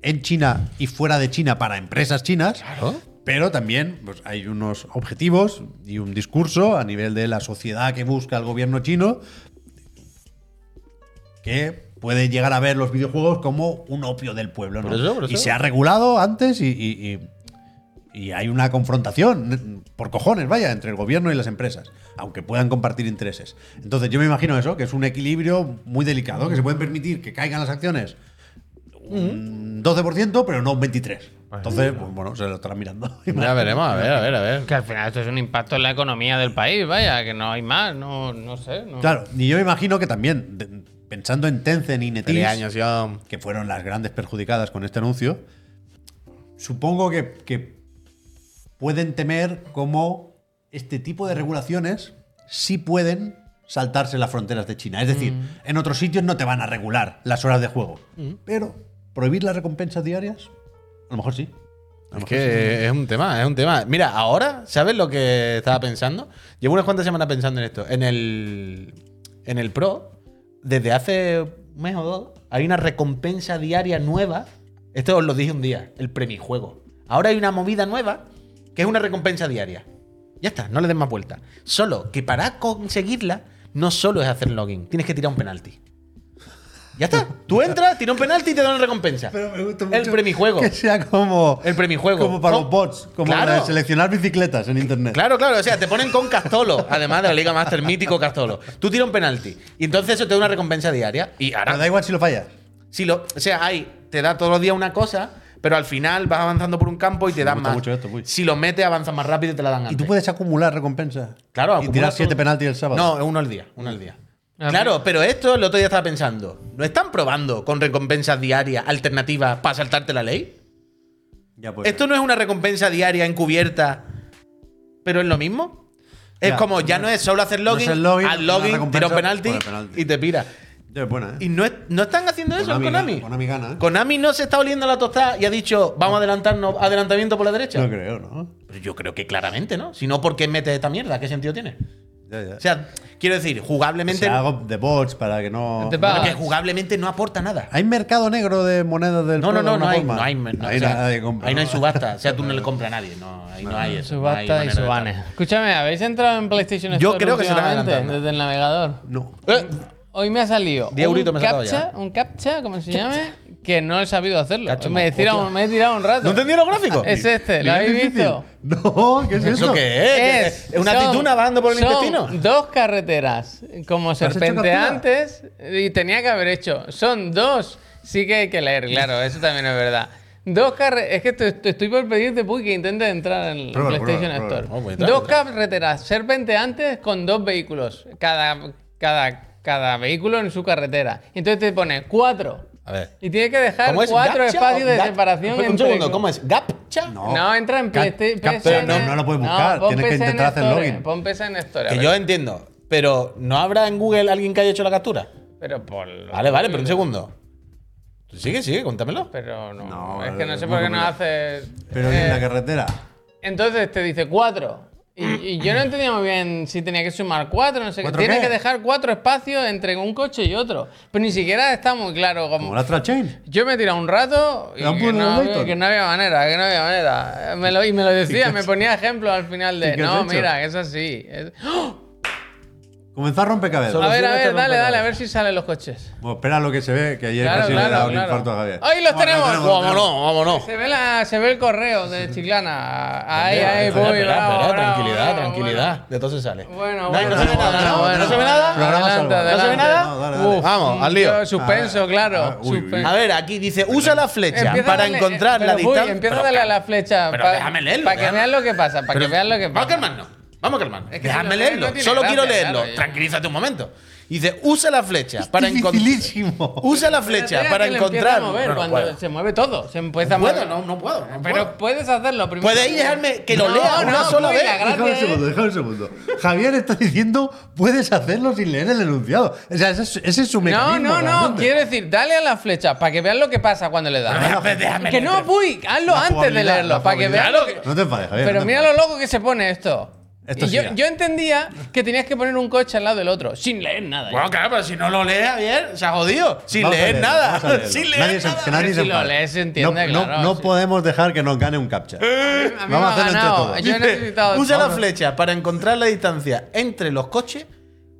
Speaker 2: en China y fuera de China para empresas chinas.
Speaker 4: Claro.
Speaker 2: Pero también pues, hay unos objetivos y un discurso a nivel de la sociedad que busca el gobierno chino que puede llegar a ver los videojuegos como un opio del pueblo. ¿no?
Speaker 4: Por eso, por
Speaker 2: Y
Speaker 4: eso.
Speaker 2: se ha regulado antes y, y- y- y hay una confrontación, mm, por cojones, vaya, entre el gobierno y las empresas, aunque puedan compartir intereses. Entonces yo me imagino eso, que es un equilibrio muy delicado, que se pueden permitir que caigan las acciones un 12%, pero no un 23%. Entonces, pues, bueno, se lo estarán mirando.
Speaker 4: veremos, a ver, a ver, a ver.
Speaker 1: Que al final esto es un impacto en la economía del país, vaya, que no hay más, no, no sé. No.
Speaker 2: Claro, y yo me imagino que también, de- pensando en Tencent y NetEase,
Speaker 4: Tres años, yo.
Speaker 2: que fueron las grandes perjudicadas con este anuncio, supongo que, que pueden temer cómo este tipo de regulaciones sí pueden saltarse las fronteras de China. Es decir, en otros sitios no te van a regular las horas de juego, pero prohibir las recompensas diarias, a lo mejor sí. A lo
Speaker 4: Es
Speaker 2: mejor
Speaker 4: que es un tema, es un tema. Mira, ahora, ¿sabes lo que estaba pensando? Llevo unas cuantas semanas pensando en esto. En el, en el Pro, desde hace un mes o dos, hay una recompensa diaria nueva. Esto os lo dije un día, el premijuego. Ahora hay una movida nueva que es una recompensa diaria. Ya está, no le den más vuelta. Solo que para conseguirla, no solo es hacer login, tienes que tirar un penalti. Ya está, tú entras, tiras un penalti y te dan una recompensa.
Speaker 2: Pero me gusta
Speaker 4: el
Speaker 2: mucho
Speaker 4: premijuego.
Speaker 2: Que sea como.
Speaker 4: El premijuego.
Speaker 2: Como para
Speaker 4: Com-
Speaker 2: los bots. Como
Speaker 4: Claro.
Speaker 2: para seleccionar bicicletas en internet.
Speaker 4: Claro, claro, o sea, te ponen con Castolo, además de la Liga Master, mítico Castolo. Tú tiras un penalti y entonces eso te da una recompensa diaria. Y
Speaker 2: Pero
Speaker 4: ahora,
Speaker 2: da igual si lo fallas.
Speaker 4: si lo, o sea, hay, te da todos los días una cosa, pero al final vas avanzando por un campo y te dan
Speaker 2: gusta
Speaker 4: más.
Speaker 2: mucho esto, uy.
Speaker 4: si lo metes, avanzas más rápido y te la dan antes.
Speaker 2: Y tú puedes acumular recompensas.
Speaker 4: Claro,
Speaker 2: Y
Speaker 4: acumulas
Speaker 2: tirar
Speaker 4: un-
Speaker 2: siete penaltis el sábado.
Speaker 4: No, es uno al día, uno al día.
Speaker 1: Ah,
Speaker 4: Claro, pero esto el otro día estaba pensando. ¿No están probando con recompensas diarias alternativas para saltarte la ley?
Speaker 2: Ya pues.
Speaker 4: Esto no es una recompensa diaria encubierta, pero es lo mismo. Es
Speaker 2: Ya,
Speaker 4: como ya no es solo hacer
Speaker 2: No
Speaker 4: login,
Speaker 2: es el login,
Speaker 4: haz
Speaker 2: una
Speaker 4: login,
Speaker 2: recompensa
Speaker 4: tira un penalti,
Speaker 2: por el penalti.
Speaker 4: y te pira.
Speaker 2: Ya es buena, ¿eh?
Speaker 4: Y no, es- no están haciendo eso en Konami.
Speaker 2: gana- Konami gana, ¿eh?
Speaker 4: Konami no se está oliendo la tostada y ha dicho, vamos a adelantarnos, adelantamiento por la derecha.
Speaker 2: No creo, ¿no?
Speaker 4: Pero yo creo que claramente, ¿no? Si no, ¿por qué metes esta mierda? ¿Qué sentido tiene?
Speaker 2: Ya, ya.
Speaker 4: O sea, quiero decir,
Speaker 2: Que
Speaker 4: jugablemente,
Speaker 2: sea algo de bots para que no.
Speaker 1: De bots.
Speaker 4: pero que jugablemente no aporta nada.
Speaker 2: Hay mercado negro de monedas del
Speaker 4: No,
Speaker 2: pro
Speaker 4: no, no,
Speaker 2: de
Speaker 4: no
Speaker 2: alguna
Speaker 4: hay,
Speaker 2: forma?
Speaker 4: no hay, no,
Speaker 2: Ahí
Speaker 4: o sea,
Speaker 2: nadie compra,
Speaker 4: ahí no hay subasta. O sea, tú no le compras a nadie. No, ahí no, hay eso. no hay
Speaker 1: Subasta y
Speaker 4: manera de tal.
Speaker 1: subane. Escúchame, ¿habéis entrado en PlayStation
Speaker 4: Yo
Speaker 1: Store
Speaker 4: creo que se están
Speaker 1: últimamente?
Speaker 4: adelantando.
Speaker 1: desde el navegador?
Speaker 2: No.
Speaker 4: Eh,
Speaker 1: Hoy me ha salido
Speaker 4: Diez euritos me he sacado
Speaker 1: captcha, un captcha, como se llame, que no he sabido hacerlo.
Speaker 4: Cacho,
Speaker 1: me, he
Speaker 4: hostia.
Speaker 1: tirado, me he tirado un rato.
Speaker 4: ¿No entendí los gráficos?
Speaker 1: Es este, ¿lo habéis
Speaker 2: difícil.
Speaker 1: visto?
Speaker 2: No, ¿qué es eso?
Speaker 4: ¿Eso qué es? ¿Es una
Speaker 1: son-
Speaker 4: aceituna bajando por el
Speaker 1: son
Speaker 4: intestino?
Speaker 1: Dos carreteras como
Speaker 2: hecho
Speaker 1: serpenteantes y tenía que haber hecho. Son dos. Sí que hay que leer, claro, eso también es verdad. Dos carreteras. Es que te, te estoy por pedirte, Puy, que intentes entrar en el
Speaker 2: Pruébalo,
Speaker 1: PlayStation
Speaker 2: pruébalo,
Speaker 1: Store.
Speaker 2: pruébalo. pues,
Speaker 4: Vamos, entra,
Speaker 1: dos carreteras serpenteantes con dos vehículos. Cada, cada, cada vehículo en su carretera. Entonces te pone cuatro.
Speaker 4: A ver.
Speaker 1: Y tienes que dejar
Speaker 4: ¿Cómo es?
Speaker 1: cuatro
Speaker 4: ¿Gapcha
Speaker 1: espacios
Speaker 4: o
Speaker 1: de
Speaker 4: gap- Pues,
Speaker 1: separación.
Speaker 4: Un
Speaker 1: entre-
Speaker 4: segundo, ¿cómo es? ¿Gapcha?
Speaker 2: No.
Speaker 1: no, entra en
Speaker 2: Oh, Ca-
Speaker 1: PSN.
Speaker 2: ca- pero no, no lo puedes buscar,
Speaker 1: pon
Speaker 2: tienes que
Speaker 1: PSN
Speaker 2: intentar hacer
Speaker 1: Store,
Speaker 2: login.
Speaker 1: Pon PSN Store. a
Speaker 4: Que
Speaker 1: ver.
Speaker 4: yo entiendo. Pero ¿no habrá en Google alguien que haya hecho la captura?
Speaker 1: Pero por.
Speaker 4: Vale, vale, pero un segundo. Tú Sigue, sigue, cuéntamelo.
Speaker 1: Pero no.
Speaker 2: No,
Speaker 1: es que no
Speaker 2: es
Speaker 1: sé
Speaker 2: muy
Speaker 1: por qué no
Speaker 2: complicado.
Speaker 1: hace.
Speaker 2: Pero
Speaker 1: eh,
Speaker 2: en la carretera.
Speaker 1: Entonces te dice cuatro. Y, y yo no entendía muy bien si tenía que sumar cuatro, no sé qué.
Speaker 2: ¿Cuatro
Speaker 1: Tienes
Speaker 2: qué?
Speaker 1: que dejar cuatro espacios entre un coche y otro. Pero ni siquiera está muy claro cómo.
Speaker 2: Como la Astral Chain.
Speaker 1: Yo me he tirado un rato y
Speaker 2: Era un
Speaker 1: que
Speaker 2: puzzle
Speaker 1: no,
Speaker 2: Layton.
Speaker 1: había, que no había manera, que no había manera. Eh, me lo- y me lo decía, me ponía ejemplo al final
Speaker 2: ¿Y
Speaker 1: de,
Speaker 2: qué has
Speaker 1: no,
Speaker 2: hecho?
Speaker 1: mira, que es así. Es- ¡Oh!
Speaker 2: Comenzar a rompecabezas.
Speaker 1: A ver, a ver,
Speaker 4: Soluciona
Speaker 1: dale,
Speaker 4: este
Speaker 1: dale, a ver si salen los coches.
Speaker 2: Bueno, espera lo que se ve, que ayer
Speaker 1: Claro,
Speaker 2: casi
Speaker 1: claro,
Speaker 2: le he dado
Speaker 1: claro.
Speaker 2: un infarto a Javier.
Speaker 1: ¡Ahí los tenemos!
Speaker 4: Vámonos, vámonos.
Speaker 1: Se ve, la, se ve el correo de Chiclana. Ahí,
Speaker 4: Espera,
Speaker 1: ahí, voy,
Speaker 4: espera, espera,
Speaker 1: bravo,
Speaker 4: espera,
Speaker 1: bravo,
Speaker 4: tranquilidad,
Speaker 1: bravo,
Speaker 4: tranquilidad. De todo se sale. No,
Speaker 1: Bueno, bueno, bueno.
Speaker 4: no se ve
Speaker 1: bueno,
Speaker 4: nada, ¿no?
Speaker 1: bueno.
Speaker 4: ¿No se ve nada?
Speaker 2: Programa
Speaker 1: Adelante,
Speaker 2: salvado.
Speaker 4: ¿No
Speaker 1: adelante.
Speaker 4: se ve nada?
Speaker 2: No, dale, dale.
Speaker 4: Vamos, al lío.
Speaker 1: yo Suspenso, claro.
Speaker 2: ah, uy, uy.
Speaker 1: suspenso.
Speaker 4: A ver, aquí dice, usa la flecha
Speaker 1: Empieza
Speaker 4: para
Speaker 1: a darle- eh,
Speaker 4: encontrar la
Speaker 1: pero, uy,
Speaker 4: distancia.
Speaker 1: Empieza a darle a la flecha.
Speaker 4: pero déjame leerlo,
Speaker 1: Para que
Speaker 4: déjame.
Speaker 1: vean lo que pasa. Para que vean lo que
Speaker 4: Vamos a
Speaker 1: pasa.
Speaker 4: calmarnos. Vamos a calmarnos.
Speaker 1: Es que
Speaker 4: Déjame
Speaker 1: si lo lees,
Speaker 4: leerlo.
Speaker 1: no tiene
Speaker 4: Solo quiero
Speaker 1: gracia,
Speaker 4: leerlo.
Speaker 1: claro, ya.
Speaker 4: Tranquilízate un momento. Dice, usa la flecha para encontrar.
Speaker 2: Dificilísimo.
Speaker 4: Usa la
Speaker 1: Espérate a
Speaker 4: flecha
Speaker 1: que
Speaker 4: para
Speaker 1: le empiece
Speaker 4: encontrar.
Speaker 1: a mover,
Speaker 4: No, no
Speaker 1: cuando
Speaker 4: puedo.
Speaker 1: se mueve todo. Se empieza a
Speaker 4: Puedo,
Speaker 1: mover.
Speaker 4: no, no puedo. No
Speaker 1: Pero
Speaker 4: puedo.
Speaker 1: puedes hacerlo primero.
Speaker 4: Podéis dejarme que lo
Speaker 1: No,
Speaker 4: lea una
Speaker 1: no,
Speaker 4: sola
Speaker 1: uy,
Speaker 4: vez.
Speaker 1: la gra-
Speaker 2: Déjame un segundo, déjame un segundo. Javier está diciendo, puedes hacerlo sin leer el enunciado. O sea, ese es, ese es su
Speaker 1: No,
Speaker 2: mecanismo.
Speaker 1: no, no.
Speaker 2: realmente.
Speaker 1: Quiero decir, dale a la flecha para que vean lo que pasa cuando le das.
Speaker 4: Déjame, déjame
Speaker 1: Que no,
Speaker 4: leerlo.
Speaker 1: voy, hazlo
Speaker 2: La
Speaker 1: antes de
Speaker 2: jugabilidad,
Speaker 1: leerlo,
Speaker 2: la
Speaker 1: para que vean
Speaker 2: jugabilidad.
Speaker 1: lo que...
Speaker 2: No te enfades, Javier. no
Speaker 1: Pero
Speaker 2: te
Speaker 1: mira lo loco que se pone esto.
Speaker 2: Esto
Speaker 1: Y yo,
Speaker 2: siga.
Speaker 1: yo entendía que tenías que poner un coche al lado del otro, sin leer nada.
Speaker 4: Bueno, claro, pero si no lo lees, Javier, se ha jodido. Sin
Speaker 2: Vamos a
Speaker 4: leer
Speaker 2: leerlo,
Speaker 4: nada.
Speaker 2: vamos a leerlo.
Speaker 4: Sin leer
Speaker 2: Nadie se-
Speaker 4: nada.
Speaker 2: que nadie
Speaker 1: Pero
Speaker 2: se
Speaker 1: si lo
Speaker 2: enfade.
Speaker 1: lees, se entiende,
Speaker 2: no, no-
Speaker 1: claro,
Speaker 2: no
Speaker 1: sí.
Speaker 2: podemos dejar que nos gane un captcha.
Speaker 1: A mí
Speaker 2: Vamos a
Speaker 1: me ha
Speaker 2: hacerlo entre
Speaker 1: ganado.
Speaker 2: todos.
Speaker 1: Yo he
Speaker 4: Dice,
Speaker 1: necesitado...
Speaker 4: usa la flecha para encontrar la distancia entre los coches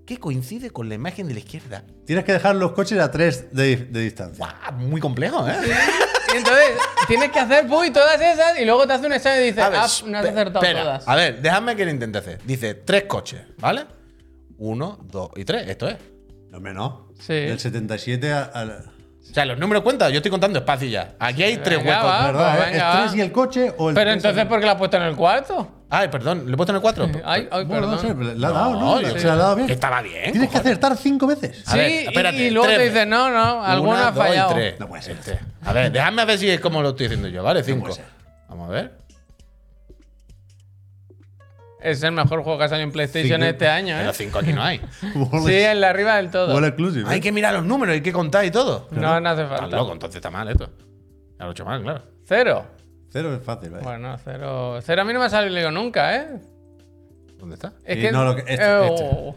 Speaker 4: que coincide con la imagen de la izquierda.
Speaker 2: Tienes que dejar los coches a 3 de, de distancia.
Speaker 4: Guau, Muy complejo, ¿eh?
Speaker 1: Y Entonces, tienes que hacer puy todas esas y luego te hace un examen y dices,
Speaker 4: A ver,
Speaker 1: ah,
Speaker 4: shh,
Speaker 1: no has
Speaker 4: pe-
Speaker 1: acertado
Speaker 4: espera,
Speaker 1: todas.
Speaker 4: A ver, déjame que lo intente hacer. Dice tres coches, ¿vale? Uno, dos y tres, esto es.
Speaker 2: No, hombre, no.
Speaker 1: Sí.
Speaker 2: Del 77 a- al.
Speaker 4: O sea, los números cuentan, yo estoy contando espacio ya. Aquí hay tres
Speaker 1: venga,
Speaker 4: huecos.
Speaker 1: va. Ah,
Speaker 2: ¿Verdad?
Speaker 1: pues
Speaker 2: eh?
Speaker 1: venga,
Speaker 2: ¿Es 3
Speaker 1: va.
Speaker 2: y el coche o el
Speaker 1: Pero
Speaker 2: tres
Speaker 1: entonces,
Speaker 2: y-
Speaker 1: ¿por qué la has puesto en el cuarto?
Speaker 4: Ay, perdón, ¿le he puesto en el cuatro?
Speaker 1: pues, Ay, ay,
Speaker 2: Bueno, no sé,
Speaker 1: perdón.
Speaker 2: pero le ha dado,
Speaker 4: No,
Speaker 2: ¿no?
Speaker 4: yo-
Speaker 2: Se le ha dado bien.
Speaker 4: Que estaba bien.
Speaker 2: Tienes que
Speaker 4: cojones.
Speaker 2: acertar 5 veces.
Speaker 4: A ver,
Speaker 1: Sí, y-
Speaker 4: espérate,
Speaker 1: y luego te
Speaker 4: tres.
Speaker 1: dices, no, no, alguna
Speaker 4: Una,
Speaker 1: ha
Speaker 4: dos y
Speaker 1: fallado.
Speaker 4: tres.
Speaker 2: No puede ser.
Speaker 4: Este. A ver, déjame ver si es como lo estoy diciendo yo, ¿vale? Cinco.
Speaker 2: puede ser.
Speaker 4: Vamos a ver.
Speaker 1: Es el mejor juego que ha salido en PlayStation
Speaker 2: Sí,
Speaker 1: este año, ¿eh?
Speaker 4: Pero cinco aquí no hay.
Speaker 2: Wall-
Speaker 1: Sí, en la arriba del todo.
Speaker 2: Wall exclusive.
Speaker 4: hay
Speaker 2: ¿eh?
Speaker 4: que mirar los números, hay que contar y todo.
Speaker 1: No, no hace
Speaker 4: Estás
Speaker 1: falta.
Speaker 4: loco, entonces está mal esto. Ya lo he hecho mal, claro.
Speaker 1: Cero.
Speaker 2: Cero es fácil, ¿vale?
Speaker 1: Bueno, cero. Cero a mí no me ha salido nunca, ¿eh?
Speaker 4: ¿Dónde está?
Speaker 1: Es
Speaker 2: Sí,
Speaker 1: que.
Speaker 2: no, lo que- este,
Speaker 1: Eh, oh.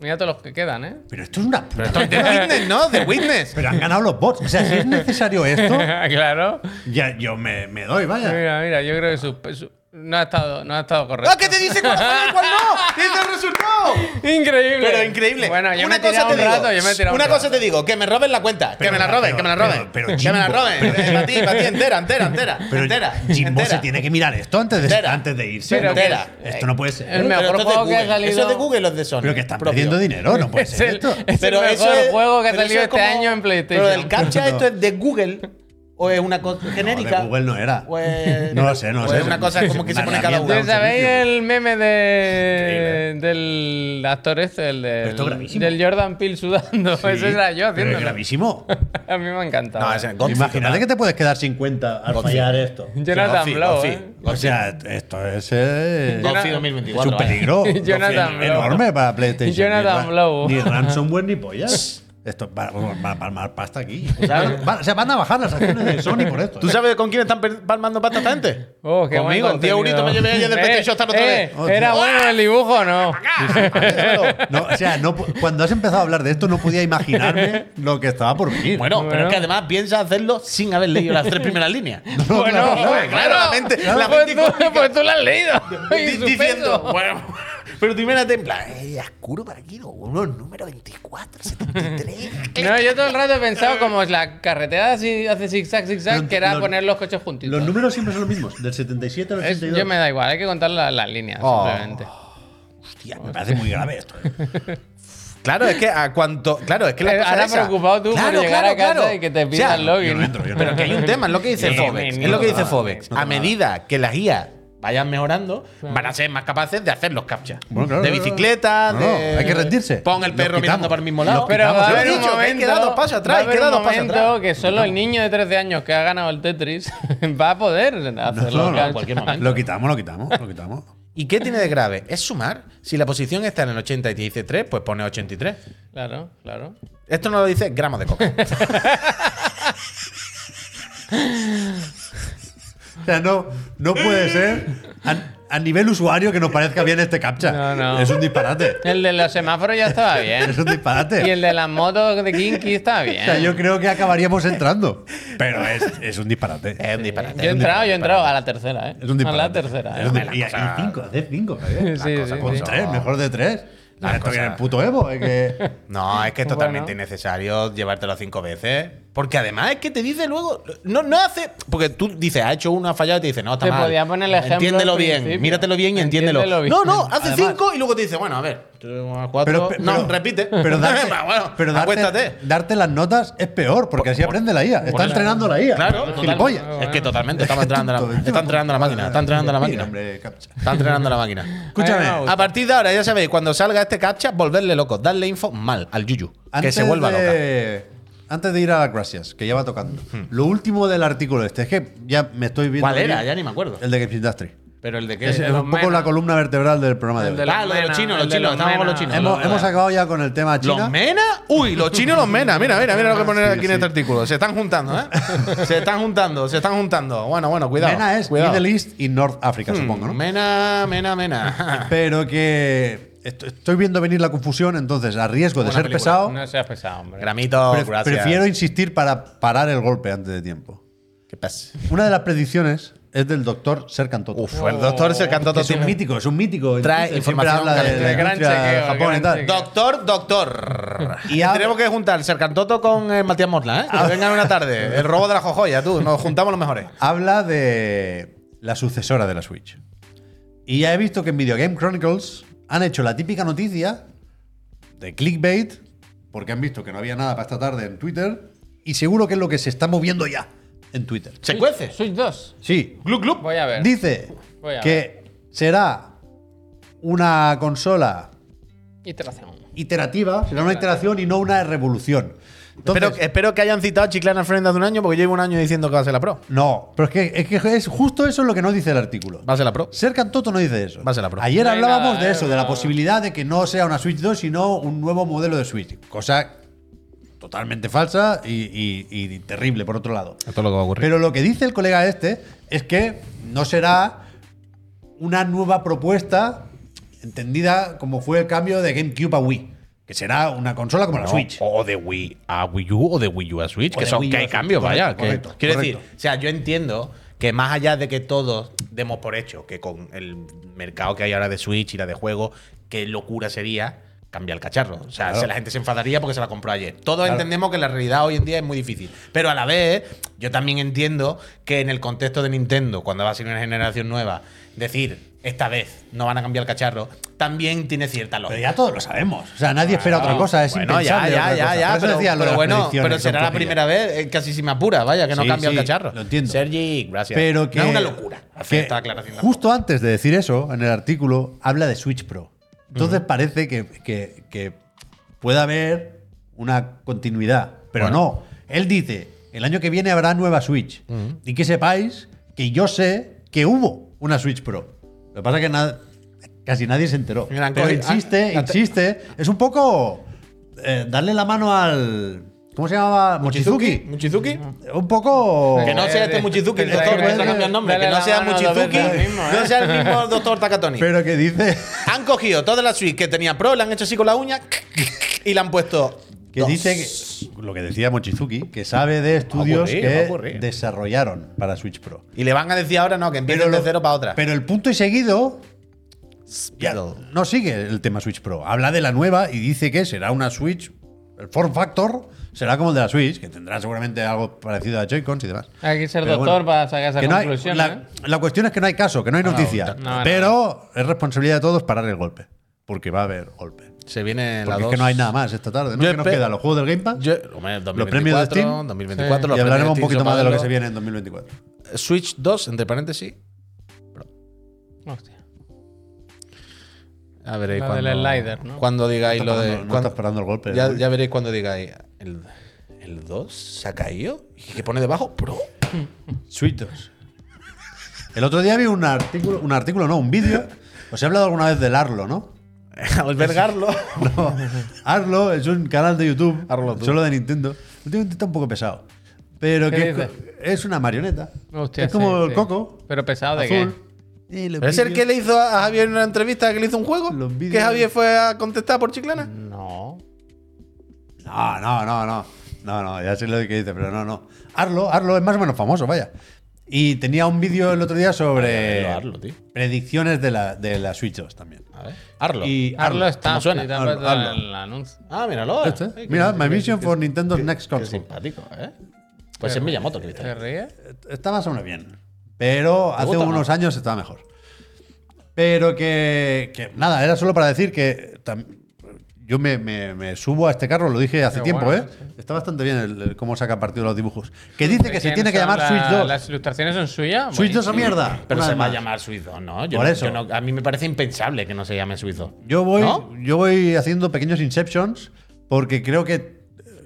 Speaker 1: Mira todos los que quedan, ¿eh?
Speaker 2: Pero esto es una puta.
Speaker 4: Pero esto es The Witness, ¿no? The Witness.
Speaker 2: Pero han ganado los bots. O sea, si es necesario esto,
Speaker 1: claro.
Speaker 2: ya yo me, me doy, vaya.
Speaker 1: Mira, mira, yo creo que su- su- no, ha estado, no ha estado correcto.
Speaker 4: ¡Ah, que te dice cuál fue y cuál no! ¡Te dice el resultado!
Speaker 1: Increíble.
Speaker 4: Pero increíble.
Speaker 1: Bueno, yo
Speaker 4: una
Speaker 1: me he tirado
Speaker 4: cosa
Speaker 1: un
Speaker 4: te digo,
Speaker 1: rato, yo me he tirado
Speaker 4: Una
Speaker 1: un
Speaker 4: cosa
Speaker 1: rato.
Speaker 4: te digo, que me roben la cuenta. que me la roben,
Speaker 2: pero-
Speaker 4: que me la roben.
Speaker 2: pero- pero
Speaker 4: que me la
Speaker 2: Jimbo.
Speaker 4: roben. Eh, Para ti, para ti, entera, entera, entera.
Speaker 2: Pero
Speaker 4: entera.
Speaker 2: Jimbo
Speaker 4: entera.
Speaker 2: se tiene que mirar esto antes de,
Speaker 4: Entera.
Speaker 2: antes de irse.
Speaker 1: Pero
Speaker 2: ¿no?
Speaker 4: entera.
Speaker 2: Esto no puede ser.
Speaker 1: El mejor
Speaker 4: Pero esto es de
Speaker 1: juego que ha
Speaker 4: Google.
Speaker 1: salido.
Speaker 4: Eso es de Google los de Sony.
Speaker 2: Pero que están
Speaker 4: propio.
Speaker 2: perdiendo dinero, no puede
Speaker 1: Es
Speaker 2: ser
Speaker 1: el,
Speaker 2: esto.
Speaker 1: es el mejor
Speaker 4: es-
Speaker 1: juego que ha
Speaker 4: pero eso
Speaker 1: salido
Speaker 4: es
Speaker 1: este
Speaker 4: como-
Speaker 1: año en PlayStation.
Speaker 4: Pero del captcha
Speaker 2: No.
Speaker 4: esto es de Google o es una cosa genérica.
Speaker 2: No, de Google no era.
Speaker 4: O es-
Speaker 2: No lo sé, no lo
Speaker 4: o
Speaker 2: sé.
Speaker 4: Es una cosa como que se
Speaker 2: Una
Speaker 4: pone cada uno.
Speaker 2: herramienta. un
Speaker 1: ¿Ustedes Pues sabéis
Speaker 2: servicio.
Speaker 1: el meme de, del actor este, el de,
Speaker 2: esto es gravísimo.
Speaker 1: del Jordan Peele sudando? Eso era yo
Speaker 2: Pero es
Speaker 1: haciéndolo.
Speaker 2: gravísimo.
Speaker 1: A mí me ha encantado.
Speaker 4: No, es en Godfrey,
Speaker 2: Imagínate
Speaker 4: total.
Speaker 2: que te puedes quedar 50 al fallar esto.
Speaker 1: Jonathan
Speaker 4: Godfrey,
Speaker 1: Blow,
Speaker 4: Godfrey.
Speaker 1: ¿eh?
Speaker 2: O sea, esto es, eh,
Speaker 1: Yo-
Speaker 4: Godfrey
Speaker 2: es
Speaker 4: 2024.
Speaker 2: un peligro
Speaker 1: Jonathan
Speaker 2: enorme
Speaker 1: Blow.
Speaker 2: enorme para PlayStation.
Speaker 1: Jonathan
Speaker 2: ni, ra-
Speaker 1: Blow.
Speaker 2: Ni ransomware ni pollas. Esto va va- va a palmar pasta aquí. O sea, va- o sea, van a bajar las acciones de Sony por esto.
Speaker 4: Pues ¿Tú
Speaker 2: ¿eh?
Speaker 4: sabes con quién están per- palmando pasta esta gente?
Speaker 1: Oh, qué buen
Speaker 4: Conmigo, 10
Speaker 1: contenido.
Speaker 4: euritos me llevé ayer de
Speaker 1: Eh,
Speaker 4: PlayStation Star otra
Speaker 1: eh,
Speaker 4: vez.
Speaker 2: Oh,
Speaker 1: ¿Era
Speaker 2: tío.
Speaker 1: bueno el dibujo o no?
Speaker 2: No, o sea, no pu- cuando has empezado a hablar de esto no podía imaginarme lo que estaba por venir.
Speaker 4: Bueno, pero
Speaker 1: Bueno.
Speaker 4: es que además piensa hacerlo sin haber leído las tres primeras líneas.
Speaker 2: No,
Speaker 1: Bueno,
Speaker 2: claro,
Speaker 1: bueno,
Speaker 4: claro, la mente- la
Speaker 1: pues,
Speaker 4: mente
Speaker 1: tú,
Speaker 4: icónica.
Speaker 1: pues tú lo has leído. Y
Speaker 4: Di-
Speaker 1: su
Speaker 4: diciendo,
Speaker 1: peso.
Speaker 4: bueno, pero tú imagínate en plan, eh,
Speaker 5: Es oscuro para aquí, ¿no? uno número 24, 73.
Speaker 1: No, yo todo el rato he pensado como es la carretera así hace zigzag, zigzag,
Speaker 2: Pero
Speaker 1: que era
Speaker 2: los-
Speaker 1: poner los coches juntitos.
Speaker 2: Los números siempre son los mismos, del 77 al
Speaker 1: Es-
Speaker 2: 82.
Speaker 1: yo me da igual, hay que contar la- las líneas,
Speaker 4: Oh.
Speaker 1: simplemente.
Speaker 2: Hostia, me parece muy grave esto. eh.
Speaker 4: Claro, es que a cuanto. Claro, es que la
Speaker 1: Eh,
Speaker 4: cosa
Speaker 1: ahora
Speaker 4: es esa.
Speaker 1: preocupado tú por llegar a casa y que te pidan login.
Speaker 2: Yo no entro, yo no
Speaker 4: Pero que hay un
Speaker 2: entro.
Speaker 4: tema, es lo que dice
Speaker 1: Sí,
Speaker 4: Fobex.
Speaker 1: me-
Speaker 4: Es lo que
Speaker 1: no,
Speaker 4: dice
Speaker 1: no,
Speaker 4: Fobex. A medida que las IA vayan mejorando, van a ser más capaces de hacer los captchas.
Speaker 2: Bueno, claro,
Speaker 4: de
Speaker 2: claro.
Speaker 4: bicicleta,
Speaker 2: No, no,
Speaker 4: de-
Speaker 2: hay que rendirse.
Speaker 4: Pon el
Speaker 2: Los
Speaker 4: perro mirando
Speaker 2: quitamos.
Speaker 4: para el mismo lado.
Speaker 2: Los
Speaker 1: Pero
Speaker 2: quitamos,
Speaker 1: va a
Speaker 2: yo
Speaker 1: haber
Speaker 2: lo he
Speaker 1: un
Speaker 4: dicho, que hay que
Speaker 1: momento,
Speaker 4: dar dos pasos atrás,
Speaker 1: va a
Speaker 4: hay que
Speaker 1: haber
Speaker 4: dar
Speaker 1: un
Speaker 4: dos pasos
Speaker 1: momento
Speaker 4: atrás.
Speaker 1: que solo el niño de 13 años que ha ganado el Tetris va a poder hacerlo.
Speaker 2: No, no,
Speaker 1: claro.
Speaker 4: en cualquier momento.
Speaker 2: Lo quitamos, lo quitamos, lo quitamos.
Speaker 4: ¿Y qué tiene de grave? Es sumar. Si la posición está en el 80 y te dice 3, pues pone 83.
Speaker 1: Claro, claro.
Speaker 4: Esto no lo dice gramos de coca.
Speaker 2: O sea, no, no puede ser a, a nivel usuario que nos parezca bien este captcha.
Speaker 1: No, no.
Speaker 2: Es un disparate.
Speaker 1: El de los semáforos ya estaba bien.
Speaker 2: Es un disparate.
Speaker 1: Y el de las motos de Kinky estaba bien.
Speaker 2: O sea, yo creo que acabaríamos entrando. Pero es, es un disparate.
Speaker 4: es un disparate.
Speaker 1: Yo he entrado, yo he entrado Eh, a la tercera, ¿eh?
Speaker 2: Es un disparate.
Speaker 1: A la tercera,
Speaker 2: Es
Speaker 1: ¿eh?
Speaker 2: un
Speaker 4: Hombre,
Speaker 2: disparate.
Speaker 4: las
Speaker 2: Y, y
Speaker 4: cosas-
Speaker 2: cinco, hacer cinco, Javier. Ah,
Speaker 1: Sí, sí,
Speaker 2: Con
Speaker 1: sí.
Speaker 2: tres, mejor de tres.
Speaker 4: las
Speaker 2: Esto viene el
Speaker 4: cosas.
Speaker 2: puto Evo, es que.
Speaker 4: No, es que es
Speaker 1: Ah, Bueno.
Speaker 4: totalmente innecesario llevártelo cinco veces. Porque además es que te dice luego. No, no hace. Porque tú dices, ha hecho una fallada y te dice, no, está
Speaker 1: Te
Speaker 4: mal.
Speaker 1: podía poner el ejemplo
Speaker 4: Entiéndelo
Speaker 1: al
Speaker 4: bien,
Speaker 1: principio.
Speaker 4: míratelo bien y entiéndelo.
Speaker 1: Entiéndelo
Speaker 4: No,
Speaker 1: bien.
Speaker 4: no, hace
Speaker 2: Además-
Speaker 4: cinco y luego te dice, bueno, a ver. tú, a Cuatro,
Speaker 2: Pero, pero-
Speaker 4: no,
Speaker 2: pero-
Speaker 4: repite.
Speaker 2: Pero darte,
Speaker 4: bueno,
Speaker 2: pero
Speaker 4: acuéstate.
Speaker 2: darte, darte las notas es peor, porque así aprende la IA. Está entrenando la IA.
Speaker 4: Claro,
Speaker 2: gilipollas.
Speaker 4: totalmente. Es que totalmente estaba entrenando la, está entrenando la máquina. Está entrenando la
Speaker 2: Mira,
Speaker 4: máquina.
Speaker 2: hombre, captcha.
Speaker 4: Está entrenando la máquina.
Speaker 2: Escúchame,
Speaker 1: Ay, no.
Speaker 4: A partir de ahora, ya sabéis, cuando salga este captcha, volverle loco, darle info mal al Yuyu. Que se vuelva loca.
Speaker 2: de, Antes de ir a las gracias, que ya va tocando. Lo último del artículo este, es que ya me estoy viendo.
Speaker 4: Hmm. ¿Cuál era?
Speaker 2: ahí,
Speaker 4: Ya ni me acuerdo. Eh,
Speaker 2: El de Games Industry.
Speaker 4: Pero el de qué.
Speaker 2: Es, es
Speaker 1: los
Speaker 2: un poco
Speaker 1: menas.
Speaker 2: la columna vertebral del programa de
Speaker 1: El
Speaker 2: hoy.
Speaker 1: de los
Speaker 4: Ah, lo de los
Speaker 1: menas,
Speaker 4: chinos, los
Speaker 1: el de
Speaker 4: chinos, estábamos con los
Speaker 1: menas.
Speaker 4: chinos.
Speaker 2: Hemos,
Speaker 4: los-
Speaker 2: hemos acabado ya con el tema China.
Speaker 4: ¿Los Mena? Uy, los chinos y los Mena. Mira, mira, mira lo que ponen aquí en
Speaker 2: sí.
Speaker 4: este artículo. Se están juntando, ¿eh? Se están juntando, se están juntando. Bueno, bueno, cuidado.
Speaker 2: Mena es
Speaker 4: cuidado.
Speaker 2: Middle East y North Africa,
Speaker 4: Hmm,
Speaker 2: supongo, ¿no?
Speaker 4: Mena, Mena, Mena.
Speaker 2: Pero que est- estoy viendo venir la confusión, entonces, a riesgo de
Speaker 4: Buena
Speaker 2: ser
Speaker 4: película.
Speaker 2: pesado,
Speaker 1: No seas pesado, hombre.
Speaker 4: Gramito,
Speaker 2: pre-
Speaker 4: gracias.
Speaker 2: prefiero insistir para parar el golpe antes de tiempo.
Speaker 4: ¿Qué pasa?
Speaker 2: Una de las predicciones es del doctor Serkantoto.
Speaker 4: Uf, el
Speaker 1: Oh,
Speaker 4: doctor se cantó todo
Speaker 2: Que es un mítico, es un mítico.
Speaker 4: Trae
Speaker 2: Entonces, siempre
Speaker 4: información
Speaker 2: habla de,
Speaker 4: caliente.
Speaker 2: de
Speaker 1: El gran
Speaker 2: industria de
Speaker 1: chequeo, el
Speaker 2: Japón y
Speaker 1: gran
Speaker 2: tal.
Speaker 1: chequeo.
Speaker 4: Doctor, doctor.
Speaker 2: Y
Speaker 4: Y
Speaker 2: ahora- Ah.
Speaker 4: tenemos que juntar el Sercantoto con el Matías Mosla, ¿eh? Que vengan una tarde. El robo de la jojoya, tú. Nos juntamos los mejores.
Speaker 2: Habla de la sucesora de la Switch. Y ya he visto que en Video Game Chronicles han hecho la típica noticia de clickbait, porque han visto que no había nada para esta tarde en Twitter, y seguro que es lo que se está moviendo ya en Twitter.
Speaker 4: Se cuece.
Speaker 1: Sois dos.
Speaker 2: Sí,
Speaker 4: Glup, glup.
Speaker 1: Voy a ver.
Speaker 2: dice
Speaker 1: Voy a
Speaker 2: que será una consola
Speaker 1: Y te lo hacemos.
Speaker 2: iterativa, será una iteración y no una revolución. Entonces-
Speaker 4: Espero, espero que hayan citado a Chiclana Friend hace un año, porque yo llevo un año diciendo que va a ser la pro.
Speaker 2: No, pero es que, es que es justo eso es lo que no dice el artículo.
Speaker 4: Va a ser la pro.
Speaker 2: Serkan Toto no dice eso.
Speaker 4: Va a ser la pro.
Speaker 2: Ayer
Speaker 1: No hay
Speaker 2: hablábamos
Speaker 1: nada,
Speaker 2: de
Speaker 1: eh,
Speaker 2: eso, de la
Speaker 1: no.
Speaker 2: posibilidad de que no sea una Switch 2, sino un nuevo modelo de Switch. Cosa totalmente falsa y, y- y terrible, por otro lado.
Speaker 4: Esto es lo que va a ocurrir.
Speaker 2: Pero lo que dice el colega este es que no será una nueva propuesta entendida como fue el cambio de GameCube a Wii. Que será una consola como la
Speaker 4: No,
Speaker 2: Switch.
Speaker 4: O de Wii a Wii U o de Wii U a Switch,
Speaker 2: O
Speaker 4: que
Speaker 2: de
Speaker 4: son
Speaker 2: Wii U
Speaker 4: que
Speaker 2: a
Speaker 4: hay
Speaker 2: Switch,
Speaker 4: cambios,
Speaker 2: correcto,
Speaker 4: vaya. que-
Speaker 2: correcto,
Speaker 4: quiero
Speaker 2: correcto.
Speaker 4: decir, o sea, yo entiendo que más allá de que todos demos por hecho que con el mercado que hay ahora de Switch y la de juego, qué locura sería cambiar el cacharro. O sea,
Speaker 2: Claro.
Speaker 4: se- la gente se enfadaría porque se la compró ayer. Todos
Speaker 2: Claro.
Speaker 4: entendemos que la realidad hoy en día es muy difícil. Pero a la vez, yo también entiendo que en el contexto de Nintendo, cuando va a ser una generación nueva, decir, esta vez no van a cambiar el cacharro, también tiene cierta lógica.
Speaker 2: Pero ya todos lo sabemos. O sea, nadie espera otra cosa. Es
Speaker 4: Ah, Bueno, ya,
Speaker 2: impensable
Speaker 4: ya,
Speaker 2: otra
Speaker 4: ya,
Speaker 2: cosa.
Speaker 4: ya.
Speaker 2: Por eso
Speaker 4: Pero,
Speaker 2: decía lo de
Speaker 4: pero
Speaker 2: las
Speaker 4: bueno,
Speaker 2: predicciones,
Speaker 4: pero
Speaker 2: que
Speaker 4: será
Speaker 2: son
Speaker 4: la primera vez, eh, casi si me apura, vaya, que no
Speaker 2: Sí,
Speaker 4: cambia
Speaker 2: sí,
Speaker 4: el cacharro.
Speaker 2: lo entiendo.
Speaker 4: Sergi, gracias.
Speaker 2: Pero que.
Speaker 4: No es una locura. Hacer
Speaker 2: que
Speaker 4: esta aclaración.
Speaker 2: Justo antes de decir eso, en el artículo, habla de Switch Pro. Entonces parece que, que- que puede haber una continuidad. Pero
Speaker 4: Bueno.
Speaker 2: no. Él dice: el año que viene habrá nueva Switch. Y que sepáis que yo sé que hubo una Switch Pro. Lo que pasa es que nada- casi nadie se enteró.
Speaker 4: Gran
Speaker 2: Pero
Speaker 4: cosa.
Speaker 2: insiste,
Speaker 4: Ah,
Speaker 2: insiste. Es un poco eh, darle la mano al. ¿Cómo se llamaba? Mochizuki.
Speaker 4: Muchizuki.
Speaker 2: Un poco.
Speaker 4: Que no sea este Muchizuki, el
Speaker 2: Dale,
Speaker 4: doctor,
Speaker 2: dale,
Speaker 4: que no cambia el nombre.
Speaker 1: dale
Speaker 4: Que no
Speaker 1: la
Speaker 4: sea
Speaker 1: mano dos
Speaker 4: Muchizuki,
Speaker 1: veces al mismo, ¿eh?
Speaker 4: no sea el mismo doctor Takatoni.
Speaker 2: Pero que dice.
Speaker 4: Han cogido todas las suites que tenía Pro, la han hecho así con la uña y la han puesto.
Speaker 2: Que
Speaker 4: dos.
Speaker 2: dice que, lo que decía Mochizuki, que sabe de estudios
Speaker 4: ocurrir, va a
Speaker 2: que
Speaker 4: ocurrir.
Speaker 2: desarrollaron para Switch Pro.
Speaker 4: Y le van a decir ahora, no, que empiecen de
Speaker 2: lo-
Speaker 4: cero para otra.
Speaker 2: pero el punto y seguido ya
Speaker 4: Pero-
Speaker 2: no sigue el tema Switch Pro. Habla de la nueva y dice que será una Switch. El form factor será como el de la Switch, que tendrá seguramente algo parecido a Joy-Cons y demás.
Speaker 1: Hay que ser
Speaker 2: Pero
Speaker 1: doctor
Speaker 2: bueno,
Speaker 1: para sacar esa
Speaker 2: que no hay-
Speaker 1: conclusión.
Speaker 2: la,
Speaker 1: ¿eh?
Speaker 2: la cuestión es que no hay caso, que no hay noticia.
Speaker 1: no, no.
Speaker 2: pero es responsabilidad de todos parar el golpe. Porque va a haber golpe.
Speaker 4: Se viene la
Speaker 2: Porque es
Speaker 4: dos.
Speaker 2: que no hay nada más esta tarde. ¿no?
Speaker 4: Yo
Speaker 2: ¿Qué nos
Speaker 4: espe-
Speaker 2: queda? ¿Los juegos del Game Pass?
Speaker 4: Yo- hombre,
Speaker 2: Los premios de
Speaker 4: 2024,
Speaker 2: Steam.
Speaker 4: 2024, los
Speaker 2: y
Speaker 4: premios
Speaker 2: hablaremos un
Speaker 4: de Steam
Speaker 2: poquito
Speaker 4: son
Speaker 2: más de
Speaker 4: para
Speaker 2: lo que
Speaker 4: verlo.
Speaker 2: se viene en 2024.
Speaker 4: Switch 2, entre paréntesis.
Speaker 1: Hostia.
Speaker 4: A veréis
Speaker 1: La
Speaker 4: cuando,
Speaker 1: del slider, ¿no?
Speaker 4: Cuando digáis lo de.
Speaker 2: Ah, No, no
Speaker 4: cuando-
Speaker 2: estás parando el golpe. eh.
Speaker 4: ya,
Speaker 2: ¿no?
Speaker 4: ya veréis cuando digáis. El, el 2 se ha caído. ¿Y qué pone debajo? Pro.
Speaker 2: Switch 2. El otro día vi un artículo, un artículo no, un vídeo. Os he hablado alguna vez del Arlo, ¿no?
Speaker 4: Albergarlo.
Speaker 2: No, Arlo es un canal de YouTube,
Speaker 4: Arlo tú.
Speaker 2: solo de Nintendo. Últimamente está un poco pesado. Pero
Speaker 1: ¿Qué
Speaker 2: que es,
Speaker 1: dice?
Speaker 2: co- es una marioneta.
Speaker 1: Hostia,
Speaker 2: es como
Speaker 1: sí,
Speaker 2: el
Speaker 1: sí.
Speaker 2: coco.
Speaker 1: Pero pesado de
Speaker 2: azul.
Speaker 1: qué.
Speaker 2: Y los
Speaker 4: ¿Es el que
Speaker 2: vídeos-
Speaker 4: le hizo a a Javier en una entrevista que le hizo un juego?
Speaker 2: Los vídeos- Mm.
Speaker 4: ¿Que Javier fue a contestar por Chiclana?
Speaker 1: No.
Speaker 2: No, no, no, no. No, no, ya sé lo que dice, pero no, no. Arlo, Arlo es más o menos famoso, vaya. Y tenía un vídeo el otro día sobre
Speaker 5: Hazlo, hazlo, tío.
Speaker 2: predicciones de la, de la Switch 2 también.
Speaker 5: A ver. Arlo.
Speaker 2: Y
Speaker 1: Arlo está.
Speaker 5: ¿cómo suena?
Speaker 1: está
Speaker 2: Arlo,
Speaker 1: puesto
Speaker 2: Arlo.
Speaker 1: el anuncio.
Speaker 5: Ah, míralo. eh.
Speaker 2: Este,
Speaker 5: Ay, qué-
Speaker 2: Mira,
Speaker 5: qué-
Speaker 2: My
Speaker 5: qué-
Speaker 2: Vision
Speaker 5: qué-
Speaker 2: for Nintendo's Next
Speaker 5: Qué
Speaker 2: Console.
Speaker 5: simpático, ¿eh? Pues es Miyamoto,
Speaker 1: ¿Te
Speaker 5: Cristian.
Speaker 1: ríes?
Speaker 2: Está más o menos bien. Pero hace
Speaker 5: gusta,
Speaker 2: unos años estaba mejor. Pero que, que nada, era solo para decir que tam- yo me, me- me subo a este carro, lo dije hace
Speaker 1: Qué
Speaker 2: tiempo,
Speaker 1: bueno,
Speaker 2: ¿eh? Está bastante bien el, el cómo saca partido los dibujos. Que dice que se
Speaker 1: ¿Quién
Speaker 2: tiene que
Speaker 1: son
Speaker 2: llamar
Speaker 1: la-
Speaker 2: Switch 2.
Speaker 1: ¿Las ilustraciones son suyas?
Speaker 2: Switch 2 a
Speaker 1: Buenísimo.
Speaker 2: mierda.
Speaker 5: Pero
Speaker 2: una
Speaker 5: se
Speaker 2: vez
Speaker 5: va a
Speaker 2: más.
Speaker 5: llamar Suizo, ¿no? Yo,
Speaker 2: Por
Speaker 5: no-
Speaker 2: eso.
Speaker 5: yo no- a mí me parece impensable que no se llame Suizo.
Speaker 2: Yo voy,
Speaker 5: ¿No?
Speaker 2: yo voy haciendo pequeños inceptions porque creo que,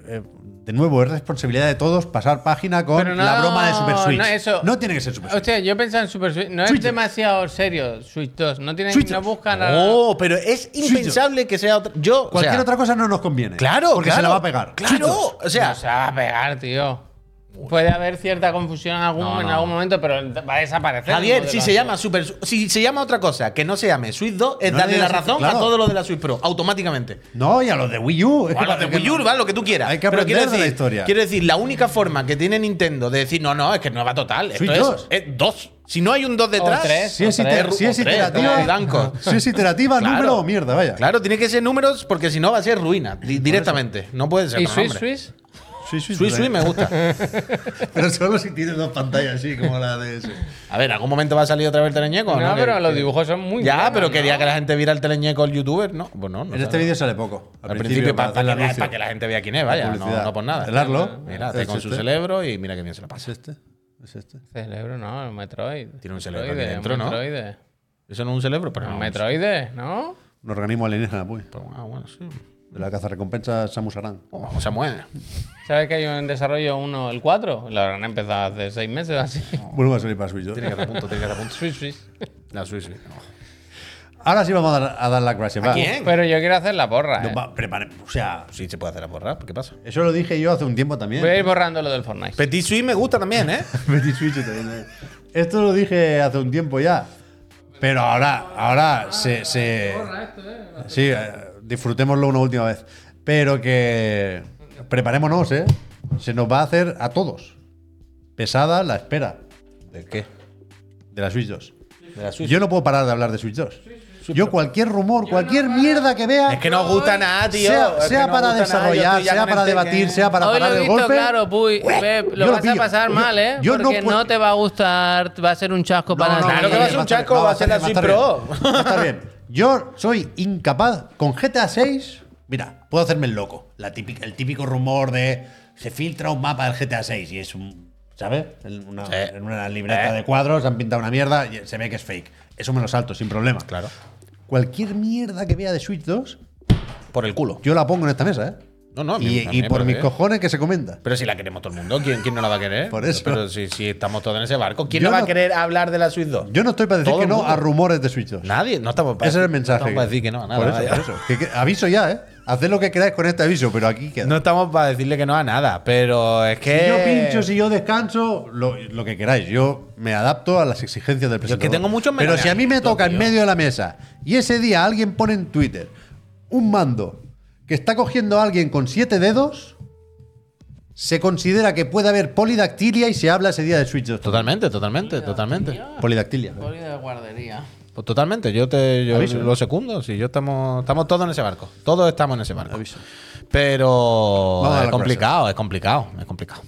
Speaker 2: eh, de nuevo, es responsabilidad de todos pasar página con
Speaker 1: Pero
Speaker 2: la
Speaker 1: no,
Speaker 2: broma de Super Switch.
Speaker 1: no, eso-
Speaker 2: tiene que ser Super Switch.
Speaker 1: Hostia, yo pensaba en Super Switch. No es
Speaker 2: Switch dos.
Speaker 1: demasiado serio Switch 2. No, tienen,
Speaker 2: Switch Oh,
Speaker 1: no
Speaker 2: dos.
Speaker 1: buscan a-
Speaker 5: No, pero es impensable que sea otra. Yo, o
Speaker 2: Cualquier
Speaker 5: sea,
Speaker 2: otra cosa no nos conviene.
Speaker 5: Claro,
Speaker 2: Porque se
Speaker 5: claro.
Speaker 2: la va a pegar. pues. Switch
Speaker 5: Claro,
Speaker 2: 2.
Speaker 5: o sea,
Speaker 1: No se va a pegar, tío. Puede haber cierta confusión en algún,
Speaker 5: No, no.
Speaker 1: en algún momento, pero va a desaparecer.
Speaker 5: Javier,
Speaker 1: ¿no?
Speaker 5: si
Speaker 1: De
Speaker 5: se
Speaker 1: la-
Speaker 5: llama Super, si se llama otra cosa que no se llame Switch 2, es
Speaker 2: No le
Speaker 5: darle la
Speaker 2: digas
Speaker 5: razón
Speaker 2: eso, claro.
Speaker 5: a todo lo de la Switch Pro, automáticamente.
Speaker 2: No, y a los de Wii U.
Speaker 5: O a los de Wii U, ¿vale? pues lo que tú quieras.
Speaker 2: Hay que
Speaker 5: Pero
Speaker 2: aprender
Speaker 5: quiero
Speaker 2: de la
Speaker 5: decir-
Speaker 2: historia.
Speaker 5: Quiero decir, la única forma que tiene Nintendo de decir, no, no, es que no va total. Esto
Speaker 2: Switch
Speaker 5: es,
Speaker 2: dos.
Speaker 5: es dos. Si no hay un 2 detrás,
Speaker 1: tres.
Speaker 2: Si es,
Speaker 1: Otra
Speaker 2: iter-
Speaker 1: vez,
Speaker 2: si es
Speaker 5: otra vez,
Speaker 2: iterativa,
Speaker 5: como Blanco.
Speaker 2: si es iterativa
Speaker 5: Claro.
Speaker 2: número o mierda, vaya.
Speaker 5: claro, tiene que ser números porque si no va a ser ruina di- directamente. No puede ser.
Speaker 1: ¿Y
Speaker 5: otro
Speaker 1: Switch
Speaker 5: nombre.
Speaker 1: Switch?
Speaker 2: Sí, sí,
Speaker 5: Switch,
Speaker 2: sí.
Speaker 5: Switch me gusta.
Speaker 2: Pero solo si tienes dos pantallas así, como la de ese.
Speaker 5: A ver, ¿algún momento va a salir otra vez el teleñeco?
Speaker 1: No,
Speaker 5: ¿no? Que-
Speaker 1: pero los
Speaker 5: que-
Speaker 1: dibujos son muy
Speaker 5: Ya,
Speaker 1: buenos,
Speaker 5: pero
Speaker 1: ¿no?
Speaker 5: quería que la gente viera el teleñeco, el youtuber, ¿no? Pues no, no
Speaker 2: En
Speaker 5: sale.
Speaker 2: este vídeo sale poco.
Speaker 5: Al principio, para,
Speaker 2: hacer el
Speaker 5: que,
Speaker 2: anuncio.
Speaker 5: pa' que la gente vea quién es, vaya, no,
Speaker 2: publicidad.
Speaker 5: no por nada.
Speaker 2: El Arlo.
Speaker 5: Mira,
Speaker 2: Es
Speaker 5: hace con su
Speaker 2: este.
Speaker 5: cerebro y mira que bien se lo
Speaker 2: ¿Es
Speaker 5: pasa.
Speaker 2: este? ¿Es este?
Speaker 1: Cerebro, no, el Metroid.
Speaker 5: Tiene un cerebro
Speaker 1: Metroide,
Speaker 5: aquí dentro, ¿no?
Speaker 1: Metroide.
Speaker 5: Eso no es un cerebro, pero no.
Speaker 1: El
Speaker 5: un-
Speaker 1: Metroide, ¿no?
Speaker 2: Un organismo alienígena, pues.
Speaker 5: pero bueno, bueno, sí.
Speaker 2: De la cazarrecompensa Samus Aran.
Speaker 5: Oh, Samuel.
Speaker 1: ¿Sabes que hay un desarrollo uno, el 4? Lo habrán empezado hace seis meses o así.
Speaker 2: Vuelvo a salir para Switch. ¿eh? ¿no?
Speaker 5: Tiene que dar punto, tiene que dar punto.
Speaker 1: Switch, Switch.
Speaker 5: La Switch. no.
Speaker 2: Ahora sí vamos a dar, a dar la clase. va.
Speaker 5: quién?
Speaker 1: Pero yo quiero hacer la porra.
Speaker 2: No,
Speaker 1: ¿eh?
Speaker 2: va, prepare- o sea,
Speaker 5: Sí, se puede hacer a borrar, ¿qué pasa? Pues-
Speaker 2: eso lo dije yo hace un tiempo también.
Speaker 1: Voy a ir borrando lo del Fortnite.
Speaker 5: Petit Suisse me gusta también, ¿eh?
Speaker 2: Petit Switch también, eh. Esto lo dije hace un tiempo ya. Pero ahora, ahora se. se- sí, eh, disfrutémoslo una última vez. Pero que. Preparémonos, ¿eh? Se nos va a hacer a todos. Pesada la espera
Speaker 5: ¿De qué?
Speaker 2: de la Switch 2.
Speaker 5: De la Switch.
Speaker 2: Yo no puedo parar de hablar de Switch 2. Yo cualquier rumor, cualquier mierda que vea.
Speaker 5: Es que no gusta nada, Ah, tío.
Speaker 2: Sea,
Speaker 5: Es que
Speaker 2: sea
Speaker 5: no
Speaker 2: para
Speaker 5: gusta nada, yo
Speaker 2: desarrollar,
Speaker 5: estoy ya
Speaker 2: sea
Speaker 5: con
Speaker 2: para
Speaker 5: este
Speaker 2: debatir,
Speaker 5: que-
Speaker 2: sea para
Speaker 1: Hoy lo
Speaker 2: parar
Speaker 1: he
Speaker 2: el
Speaker 1: visto
Speaker 2: golpe.
Speaker 1: claro, Puy. Pep,
Speaker 2: yo
Speaker 1: lo
Speaker 2: lo
Speaker 1: vas a
Speaker 2: pillo.
Speaker 1: pasar
Speaker 2: Yo-
Speaker 1: mal, ¿eh?
Speaker 2: yo no
Speaker 1: Porque no,
Speaker 2: puedo-
Speaker 1: te va a gustar, va a ser un chasco para
Speaker 5: no,
Speaker 1: nadie.
Speaker 5: claro que va a ser un
Speaker 2: estar
Speaker 5: chasco,
Speaker 2: bien,
Speaker 5: va a ser la
Speaker 2: estar
Speaker 5: Switch
Speaker 2: bien.
Speaker 5: Pro.
Speaker 2: Va a estar bien. Yo soy incapaz con GTA 6. Mira, puedo hacerme el loco. La típica, el típico rumor de se filtra un mapa del GTA 6 y es un, ¿sabes? En una,
Speaker 5: Sí. Eh.
Speaker 2: en una libreta de cuadros han pintado una mierda y se ve que es fake. Eso me lo salto sin problema.
Speaker 5: Claro.
Speaker 2: Cualquier mierda que vea de Switch 2,
Speaker 5: Por el culo.
Speaker 2: yo la pongo en esta mesa, ¿eh?
Speaker 5: No, no, a mí
Speaker 2: y,
Speaker 5: me- a
Speaker 2: y
Speaker 5: mí me
Speaker 2: por mis
Speaker 5: parece bien.
Speaker 2: cojones que se comenta.
Speaker 5: Pero si la queremos todo el mundo, ¿quién, quién no la va a querer?
Speaker 2: Por eso.
Speaker 5: Pero si, si estamos todos en ese barco, ¿quién
Speaker 2: Yo
Speaker 5: no va
Speaker 2: no-
Speaker 5: a querer hablar de la Switch 2?
Speaker 2: Yo no estoy para decir
Speaker 5: Todo
Speaker 2: que
Speaker 5: el
Speaker 2: no
Speaker 5: mundo.
Speaker 2: a rumores de Switch 2.
Speaker 5: Nadie, no estamos para
Speaker 2: Ese es el
Speaker 5: decir- No
Speaker 2: mensaje.
Speaker 5: estamos para decir que no a nada.
Speaker 2: Por eso,
Speaker 5: vaya.
Speaker 2: por eso. Que- que- aviso ya, ¿eh? Haced lo que queráis con este aviso, pero aquí queda.
Speaker 5: No estamos para decirle que no a nada, pero es que.
Speaker 2: Si yo pincho, si yo descanso, lo, lo que queráis. Yo me adapto a las exigencias del
Speaker 5: Yo es
Speaker 2: presentador.
Speaker 5: que tengo muchos
Speaker 2: Pero si a mí me
Speaker 5: melodramas,
Speaker 2: toca en
Speaker 5: tío.
Speaker 2: medio de la mesa y ese día alguien pone en Twitter un mando que está cogiendo a alguien con siete dedos, se considera que puede haber polidactilia y se habla ese día de Switch 2.
Speaker 5: Totalmente, totalmente, totalmente.
Speaker 2: Polidactilia.
Speaker 1: Poli de guardería.
Speaker 5: Pues totalmente, yo te yo
Speaker 2: Aviso.
Speaker 5: lo secundo. Si yo estamos, estamos todos en ese barco. Todos estamos en ese barco. Pero
Speaker 2: Vamos a
Speaker 5: es
Speaker 2: la
Speaker 5: complicado, es complicado, es complicado.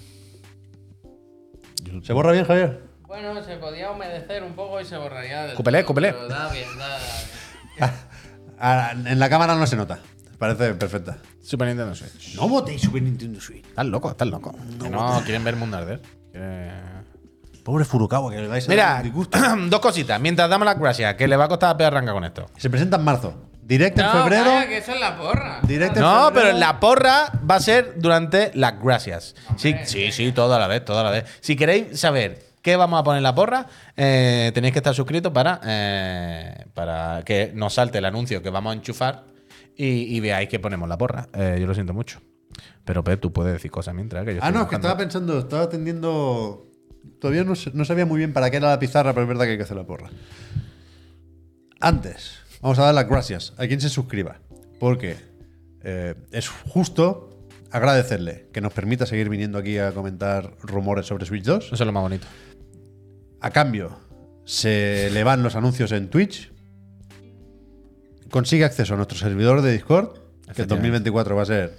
Speaker 2: ¿Se borra bien, Javier?
Speaker 1: Bueno, se podía humedecer un poco y se borraría del.
Speaker 5: Cúpele,
Speaker 1: todo,
Speaker 5: cúpele.
Speaker 1: pero Da bien, da.
Speaker 2: Ah, en la cámara no se nota. Parece perfecta.
Speaker 5: Super Nintendo Switch.
Speaker 2: No votéis Super Nintendo Switch.
Speaker 5: Estás loco, estás loco. Que No, quieren ver el mundo arder. Quieren-
Speaker 2: Pobre Furukawa, que le vais a dar
Speaker 5: Mira,
Speaker 2: un disgusto.
Speaker 5: dos cositas. Mientras damos las gracias, que le va a costar a Pearranca con esto.
Speaker 2: Se presenta en marzo. Directo en
Speaker 1: No,
Speaker 2: febrero.
Speaker 1: calla, que eso es la porra.
Speaker 2: Directo
Speaker 5: No,
Speaker 2: en febrero.
Speaker 5: pero la porra va a ser durante las gracias. Sí, sí, sí, toda la vez, toda la vez. Si queréis saber qué vamos a poner en la porra, eh, tenéis que estar suscritos para, eh, para que nos salte el anuncio que vamos a enchufar y, y veáis que ponemos la porra. Eh, yo lo siento mucho. Pero Pep, tú puedes decir cosas mientras que yo
Speaker 2: Ah,
Speaker 5: estoy
Speaker 2: no, es que
Speaker 5: buscando.
Speaker 2: estaba pensando, estaba atendiendo. Todavía no, sé- no sabía muy bien para qué era la pizarra, pero es verdad que hay que hacer la porra. Antes, vamos a dar las gracias a quien se suscriba. Porque eh, es justo agradecerle que nos permita seguir viniendo aquí a comentar rumores sobre Switch 2.
Speaker 5: Eso es lo más bonito.
Speaker 2: A cambio, se le van los anuncios en Twitch, consigue acceso a nuestro servidor de Discord, que el 2024 va a ser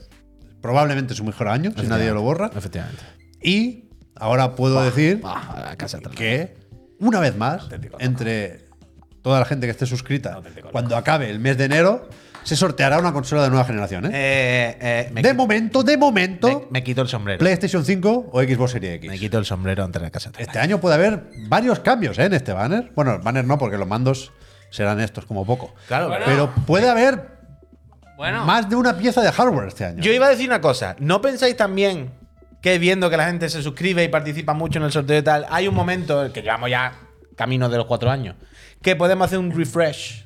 Speaker 2: probablemente su mejor año, si nadie lo borra.
Speaker 5: Efectivamente.
Speaker 2: Y ahora puedo decir
Speaker 5: Ah, a la casa atrás.
Speaker 2: que, una vez más, entre toda la gente que esté suscrita, cuando acabe el mes de enero, se sorteará una consola de nueva generación. ¿eh?
Speaker 5: Eh, eh, me,
Speaker 2: de
Speaker 5: qui-
Speaker 2: momento, de momento,
Speaker 5: me- me quito el sombrero.
Speaker 2: PlayStation 5 o Xbox Series X.
Speaker 5: Me quito el sombrero ante la casa atrás.
Speaker 2: Este año puede haber varios cambios ¿eh? en este banner. Bueno, el banner no, porque los mandos serán estos como poco.
Speaker 5: Claro,
Speaker 1: Bueno.
Speaker 2: Pero puede haber
Speaker 1: Bueno,
Speaker 2: más de una pieza de hardware este año.
Speaker 5: Yo iba a decir una cosa. ¿No pensáis también que viendo que la gente se suscribe y participa mucho en el sorteo y tal, hay un momento, que llevamos ya camino de los cuatro años, que podemos hacer un refresh?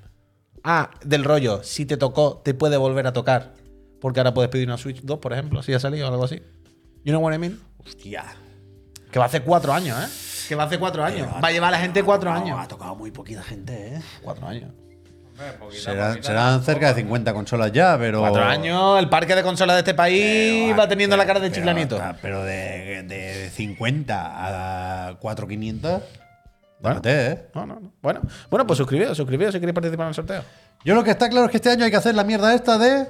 Speaker 5: Ah, del rollo. Si te tocó, te puede volver a tocar. Porque ahora puedes pedir una Switch 2, por ejemplo, si ha salido o algo así. You know what I mean?
Speaker 6: Hostia.
Speaker 5: Que va a hacer cuatro años, ¿eh? Que va a hacer cuatro años. Va a llevar a la gente cuatro
Speaker 6: No,
Speaker 5: años.
Speaker 6: ha tocado muy poquita gente, ¿eh?
Speaker 5: Cuatro años.
Speaker 2: serán serán cerca de 50 consolas ya, pero. Ah,
Speaker 5: Cuatro años, el parque de consolas de este país va teniendo la cara de
Speaker 2: Pero- ah,
Speaker 5: chiclanito.
Speaker 2: Pero de, de 50 a 4500. fíjate, ¿eh?
Speaker 5: No, no, no. Bueno, bueno pues suscribíos, suscribíos si queréis participar en el sorteo.
Speaker 2: Yo lo que está claro es que este año hay que hacer la mierda esta de.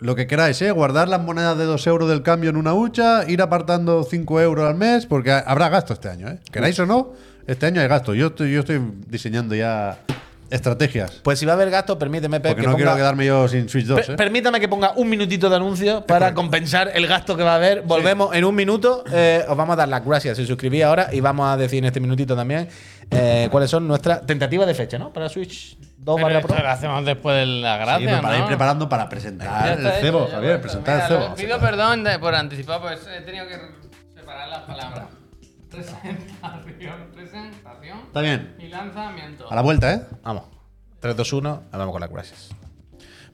Speaker 2: Lo que queráis, ¿eh? Guardar las monedas de 2 euros del cambio en una hucha, ir apartando 5 euros al mes, porque ha- habrá gasto este año, ¿eh? Queráis o no, este año hay gasto. Yo estoy, yo estoy diseñando ya estrategias.
Speaker 5: Pues si va a haber gasto, permíteme, Pep,
Speaker 2: Porque
Speaker 5: que
Speaker 2: no quiero
Speaker 5: ponga,
Speaker 2: quedarme yo sin Switch 2,
Speaker 5: per-
Speaker 2: ¿eh?
Speaker 5: permítame que ponga un minutito de anuncio para compensar el gasto que va a haber. Volvemos en un minuto. Eh, os vamos a dar las gracias si suscribís ahora y vamos a decir en este minutito también eh, cuáles son nuestras tentativas de fecha, ¿no? Para Switch 2
Speaker 1: pero
Speaker 5: barra
Speaker 1: esto
Speaker 5: Pro.
Speaker 1: lo hacemos después de la
Speaker 2: Sí,
Speaker 1: gracia,
Speaker 2: pero para ir
Speaker 1: ¿no?
Speaker 2: preparando para
Speaker 1: Ya
Speaker 2: presentar
Speaker 1: está
Speaker 2: el
Speaker 1: hecho,
Speaker 2: cebo,
Speaker 1: ya
Speaker 2: Javier,
Speaker 1: está.
Speaker 2: presentar el
Speaker 1: Mira,
Speaker 2: cebo.
Speaker 1: lo- Pido perdón de- por anticipado, pues he tenido que separar las palabras. Presentación, presentación
Speaker 2: Está bien,
Speaker 1: y lanzamiento.
Speaker 2: a la vuelta, ¿eh?
Speaker 5: Vamos. 3, 2, 1, vamos con las gracias.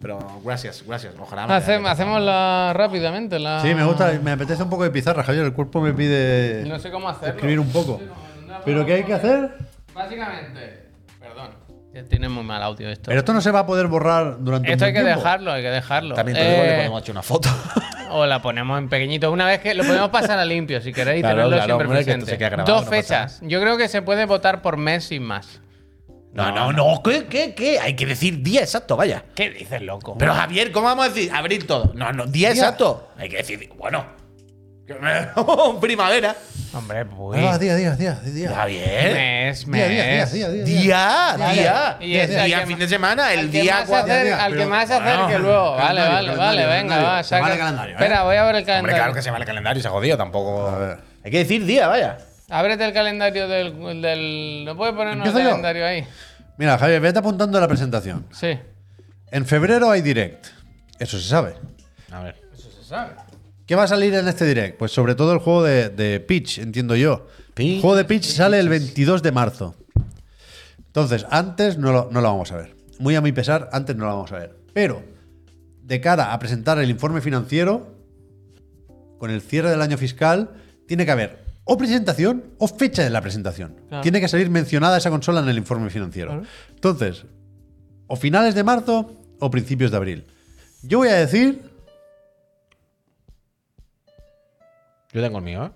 Speaker 5: Pero gracias, gracias. Ojalá. me-
Speaker 1: Hacemos, hacemos la, rápidamente la...
Speaker 2: Sí, me gusta, me apetece un poco de pizarra, Javier, el cuerpo me pide
Speaker 1: No sé cómo hacerlo.
Speaker 2: escribir un poco.
Speaker 1: No sé cómo-
Speaker 2: ¿Pero qué hay que hacer?
Speaker 1: Básicamente, perdón. Ya Tiene muy mal audio esto.
Speaker 2: Pero esto no se va a poder borrar durante
Speaker 1: esto
Speaker 2: un
Speaker 1: hay que
Speaker 2: buen tiempo.
Speaker 1: dejarlo, hay que dejarlo.
Speaker 5: También te digo, le
Speaker 1: Eh,
Speaker 5: podemos echar una foto.
Speaker 1: O la ponemos en pequeñito. Una vez que lo podemos pasar a limpio, si queréis
Speaker 5: Claro,
Speaker 1: tenerlo
Speaker 5: claro,
Speaker 1: siempre
Speaker 5: hombre, que esto
Speaker 1: presente.
Speaker 5: se queda grabado,
Speaker 1: Dos
Speaker 5: no pasa
Speaker 1: fechas. Yo creo que se puede votar por mes y más.
Speaker 5: No, no, no. ¿Qué, qué, qué? Hay que decir día exacto, vaya.
Speaker 1: ¿Qué dices, loco?
Speaker 5: Pero Javier, ¿cómo vamos a decir? Abrir todo. No, no, día exacto. Hay que decir, bueno. Primavera.
Speaker 1: Hombre, pues.
Speaker 2: Ah, día, día, día, día.
Speaker 5: Javier.
Speaker 1: Mes,
Speaker 2: Día, día, día,
Speaker 1: mes.
Speaker 2: día, día, día.
Speaker 5: Día, día.
Speaker 1: Y es
Speaker 5: Día,
Speaker 1: al que
Speaker 5: fin
Speaker 1: ma-
Speaker 5: de semana, el
Speaker 1: al que
Speaker 5: día
Speaker 1: más se
Speaker 5: 4.
Speaker 1: acerque-
Speaker 2: día,
Speaker 1: Al que
Speaker 2: pero-
Speaker 1: más se acerque luego. Vale,
Speaker 2: calendario,
Speaker 1: vale, vale,
Speaker 2: calendario,
Speaker 1: venga,
Speaker 2: calendario.
Speaker 1: va,
Speaker 2: Se
Speaker 1: saca.
Speaker 2: va el calendario, ¿eh?
Speaker 1: Espera, voy a ver el
Speaker 5: Hombre,
Speaker 1: calendario.
Speaker 5: claro que se va el calendario, se ha jodido tampoco.
Speaker 2: A ver.
Speaker 5: Hay que decir día, vaya.
Speaker 1: Ábrete el calendario del. del... ¿No puedes poner un
Speaker 2: ¿Empiezo yo?
Speaker 1: calendario ahí?
Speaker 2: Mira, Javier, vete apuntando a la presentación.
Speaker 1: Sí.
Speaker 2: En febrero hay direct. Eso se sabe.
Speaker 5: A ver.
Speaker 1: Eso se sabe.
Speaker 2: ¿Qué va a salir en este direct? Pues sobre todo el juego de, de Peach, entiendo yo. El juego de Peach sale el 22 de marzo. Entonces, antes no lo, no lo vamos a ver. Muy a mi pesar, antes no lo vamos a ver. Pero, de cara a presentar el informe financiero, con el cierre del año fiscal, tiene que haber o presentación o fecha de la presentación.
Speaker 1: Claro.
Speaker 2: Tiene que salir mencionada esa consola en el informe financiero. Entonces, o finales de marzo o principios de abril. Yo voy a decir
Speaker 5: Yo tengo el mío, ¿eh?